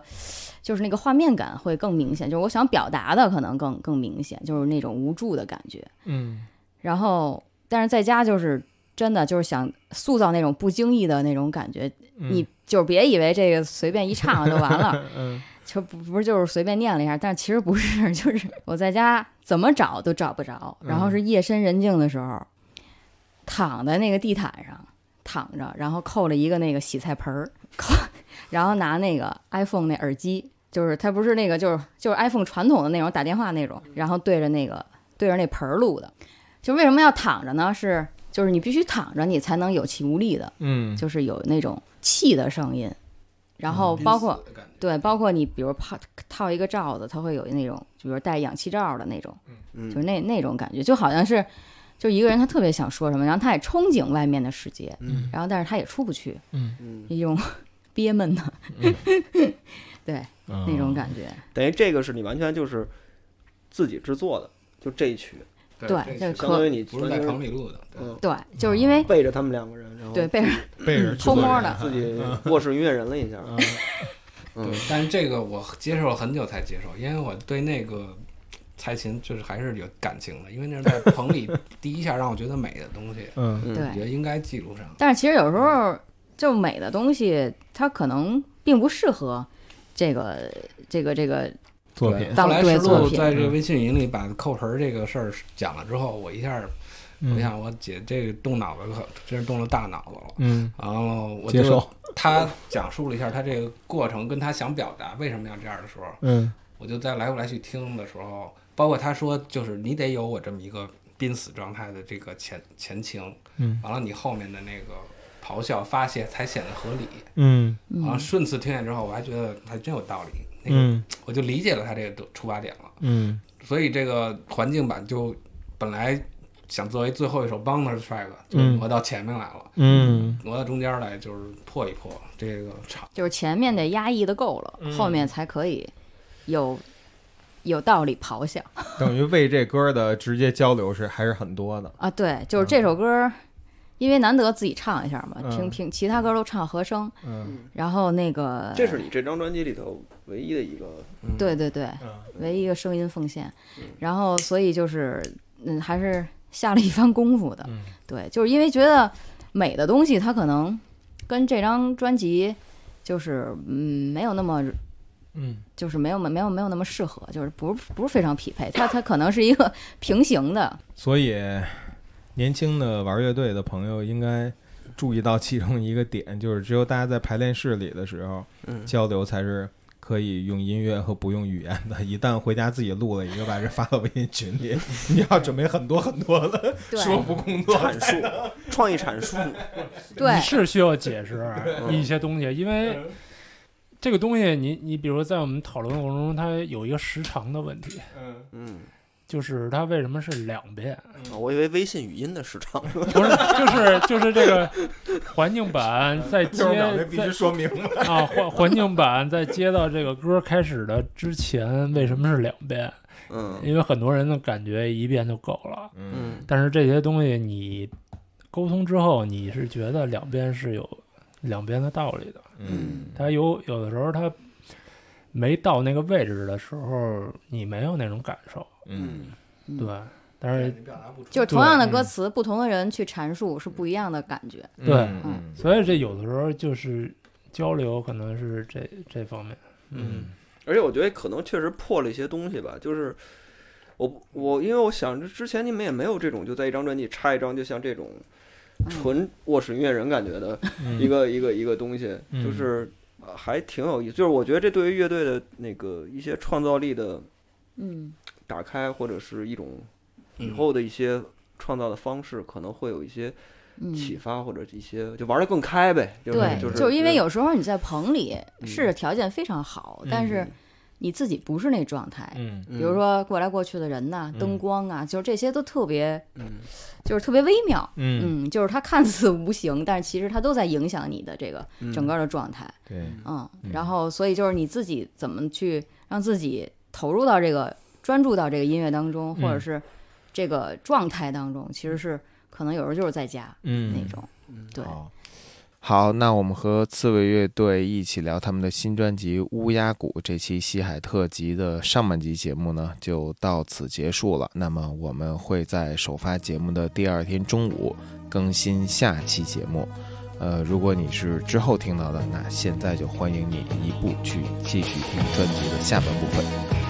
[SPEAKER 4] 就是那个画面感会更明显，就是我想表达的可能更更明显，就是那种无助的感觉。
[SPEAKER 1] 嗯
[SPEAKER 4] 然后，但是在家就是真的就是想塑造那种不经意的那种感觉，你就是别以为这个随便一唱就完了，
[SPEAKER 1] 嗯
[SPEAKER 4] 就不不是就是随便念了一下，但其实不是， 就是我在家怎么找都找不着，然后是夜深人静的时候，躺在那个地毯上，躺着，然后扣了一个那个洗菜盆儿，扣， 然后拿那个 iPhone 那耳机，就是它不是那个就是就是 iPhone 传统的那种打电话那种，然后对着那个对着那盆儿录的。就为什么要躺着呢？是就是你必须躺着，你才能有气无力的，
[SPEAKER 1] 嗯，
[SPEAKER 4] 就是有那种气的声音，然后
[SPEAKER 3] 嗯
[SPEAKER 4] 包括、对，包括你比如套套一个罩子，它会有那种，比如带氧气罩的那种，
[SPEAKER 2] 嗯
[SPEAKER 4] 就是那那种感觉，就好像是，就一个人他特别想说什么，然后他也憧憬外面的世界，
[SPEAKER 2] 嗯
[SPEAKER 4] 然后但是他也出不去，
[SPEAKER 2] 嗯，
[SPEAKER 4] 一种 憋闷的那
[SPEAKER 1] 那
[SPEAKER 4] 种感觉。
[SPEAKER 2] 等于这个是你完全就是自己制作的，就这一曲，
[SPEAKER 4] 对，就是
[SPEAKER 2] 相当
[SPEAKER 4] 可
[SPEAKER 2] 于你
[SPEAKER 3] 不是在棚里录的，对
[SPEAKER 2] 嗯，
[SPEAKER 4] 对，就是因为
[SPEAKER 2] 背着他们两个人，然 后
[SPEAKER 4] 对被人
[SPEAKER 1] 被人
[SPEAKER 4] 偷摸的
[SPEAKER 2] 自己
[SPEAKER 1] 嗯
[SPEAKER 2] 卧室音乐人了一下，嗯
[SPEAKER 3] 对，但是这个我接受了很久才接受，因为我对那个蔡琴就是还是有感情的，因为那是在棚里第一下让我觉得美的东西，
[SPEAKER 1] 嗯
[SPEAKER 2] 嗯
[SPEAKER 4] 对
[SPEAKER 3] 我觉得应该记录上。
[SPEAKER 4] 但是其实有时候就美的东西，它可能并不适合这个这个这个
[SPEAKER 1] 作品，
[SPEAKER 4] 当
[SPEAKER 3] 后来
[SPEAKER 4] 对
[SPEAKER 3] 石
[SPEAKER 4] 作
[SPEAKER 3] 路
[SPEAKER 4] 品
[SPEAKER 3] 在这个微信云里把扣盆儿这个事儿讲了之后，我一下，我
[SPEAKER 1] 嗯
[SPEAKER 3] 想我姐这个动脑子可真是动了大脑子了。
[SPEAKER 1] 嗯，
[SPEAKER 3] 然后我
[SPEAKER 1] 接
[SPEAKER 3] 就
[SPEAKER 1] 受，
[SPEAKER 3] 她讲述了一下她这个过程，跟她想表达为什么要这样的时候，
[SPEAKER 1] 嗯
[SPEAKER 3] 我就在来回来去听的时候，包括他说，就是你得有我这么一个濒死状态的这个前前情，
[SPEAKER 1] 嗯
[SPEAKER 3] 完了你后面的那个咆哮发泄才显得合理。
[SPEAKER 1] 嗯
[SPEAKER 3] 然后
[SPEAKER 4] 嗯
[SPEAKER 3] 顺次听见之后，我还觉得还真有道理，那个、
[SPEAKER 1] 嗯
[SPEAKER 3] 我就理解了他这个出发点了。
[SPEAKER 1] 嗯
[SPEAKER 3] 所以这个环境版就本来想作为最后一首 bonus track，就
[SPEAKER 1] 嗯
[SPEAKER 3] 挪到前面来了，
[SPEAKER 1] 嗯
[SPEAKER 3] 挪到中间来就是破一破这个场。
[SPEAKER 4] 就是前面得压抑的够了，后面才可以有有道理咆哮。
[SPEAKER 1] 等于为这歌的直接交流是还是很多的，
[SPEAKER 4] 啊，对，就是这首歌儿，因为难得自己唱一下嘛，
[SPEAKER 1] 嗯
[SPEAKER 4] 平平其他歌都唱和声，
[SPEAKER 1] 嗯
[SPEAKER 4] 然后那个
[SPEAKER 2] 这是你这张专辑里头唯一的一个，
[SPEAKER 4] 对对对，
[SPEAKER 1] 嗯
[SPEAKER 4] 唯一一个声音奉献，然后所以就是嗯，还是下了一番功夫的，
[SPEAKER 1] 嗯
[SPEAKER 4] 对，就是因为觉得美的东西它可能跟这张专辑就是嗯没有那么
[SPEAKER 1] 嗯
[SPEAKER 4] 就是没有没有没有那么适合，就是不是不是非常匹配，它它可能是一个平行的，
[SPEAKER 1] 所以年轻的玩乐队的朋友应该注意到其中一个点，就是只有大家在排练室里的时候
[SPEAKER 2] 嗯
[SPEAKER 1] 交流才是。可以用音乐和不用语言的，一旦回家自己录了一个，把这发到微信群里，你要准备很多很多的
[SPEAKER 4] 对
[SPEAKER 1] 说服工作。
[SPEAKER 2] 阐述， 创意阐述，
[SPEAKER 4] 对
[SPEAKER 5] 你是需要解释啊一些东西，因为这个东西你，你比如在我们讨论的过程中，它有一个时长的问题，
[SPEAKER 1] 嗯
[SPEAKER 2] 嗯，
[SPEAKER 5] 就是它为什么是两遍，
[SPEAKER 2] 啊我以为微信语音的市场，
[SPEAKER 5] 不是，就是就是这个环境版 在接
[SPEAKER 1] 六十秒这必须
[SPEAKER 5] 在
[SPEAKER 1] 说明白。
[SPEAKER 5] 啊环环境版在接到这个歌开始的之前，为什么是两遍？
[SPEAKER 2] 嗯
[SPEAKER 5] 因为很多人的感觉一遍就够了，
[SPEAKER 1] 嗯
[SPEAKER 2] 嗯
[SPEAKER 5] 但是这些东西你沟通之后，你是觉得两边是有两边的道理的。
[SPEAKER 1] 嗯
[SPEAKER 5] 它有有的时候它没到那个位置的时候，你没有那种感受，
[SPEAKER 1] 嗯
[SPEAKER 5] 对。但是，
[SPEAKER 3] 表达不出
[SPEAKER 4] 就是同样的
[SPEAKER 5] 对
[SPEAKER 4] 歌
[SPEAKER 5] 嗯
[SPEAKER 4] 词，不同的人去阐述是不一样的感觉。
[SPEAKER 5] 对
[SPEAKER 1] 嗯
[SPEAKER 5] 所以这有的时候就是交流，可能是这这方面。
[SPEAKER 1] 嗯
[SPEAKER 2] 而且我觉得可能确实破了一些东西吧，就是我我因为我想着之前你们也没有这种就在一张专辑插一张，就像这种
[SPEAKER 4] 嗯
[SPEAKER 2] 纯卧室音乐人感觉的一个一个一个东西，
[SPEAKER 1] 嗯
[SPEAKER 2] 就是呃还挺有意思。就是我觉得这对于乐队的那个一些创造力的
[SPEAKER 4] 嗯，
[SPEAKER 2] 打开，或者是一种以后的一些创造的方式，可能会有一些
[SPEAKER 4] 嗯
[SPEAKER 2] 启发，或者一些就玩得更开呗。就是
[SPEAKER 4] 对，
[SPEAKER 2] 就是
[SPEAKER 4] 因为有时候你在棚里
[SPEAKER 2] 嗯
[SPEAKER 4] 是条件非常好，但是你自己不是那状态。
[SPEAKER 1] 嗯
[SPEAKER 4] 比如说过来过去的人呐、
[SPEAKER 1] 嗯
[SPEAKER 4] 灯光啊，就是这些都特别，
[SPEAKER 2] 嗯
[SPEAKER 4] 就是特别微妙。
[SPEAKER 1] 嗯，
[SPEAKER 4] 嗯，就是它看似无形，但是其实它都在影响你的这个
[SPEAKER 2] 嗯
[SPEAKER 4] 整个的状态。
[SPEAKER 1] 对，
[SPEAKER 4] 嗯，
[SPEAKER 1] 嗯
[SPEAKER 4] 然后所以就是你自己怎么去让自己投入到这个专注到这个音乐当中，或者
[SPEAKER 1] 嗯
[SPEAKER 4] 是这个状态当中，其实是可能有时候就是在家
[SPEAKER 1] 嗯
[SPEAKER 4] 那种。对，
[SPEAKER 1] 好
[SPEAKER 8] 好，那我们和刺猬乐队一起聊他们的新专辑《乌鸦谷》。这期西海特辑的上半集节目呢，就到此结束了。那么我们会在首发节目的第二天中午更新下期节目。呃，如果你是之后听到的，那现在就欢迎你一步去继续听专辑的下半部分。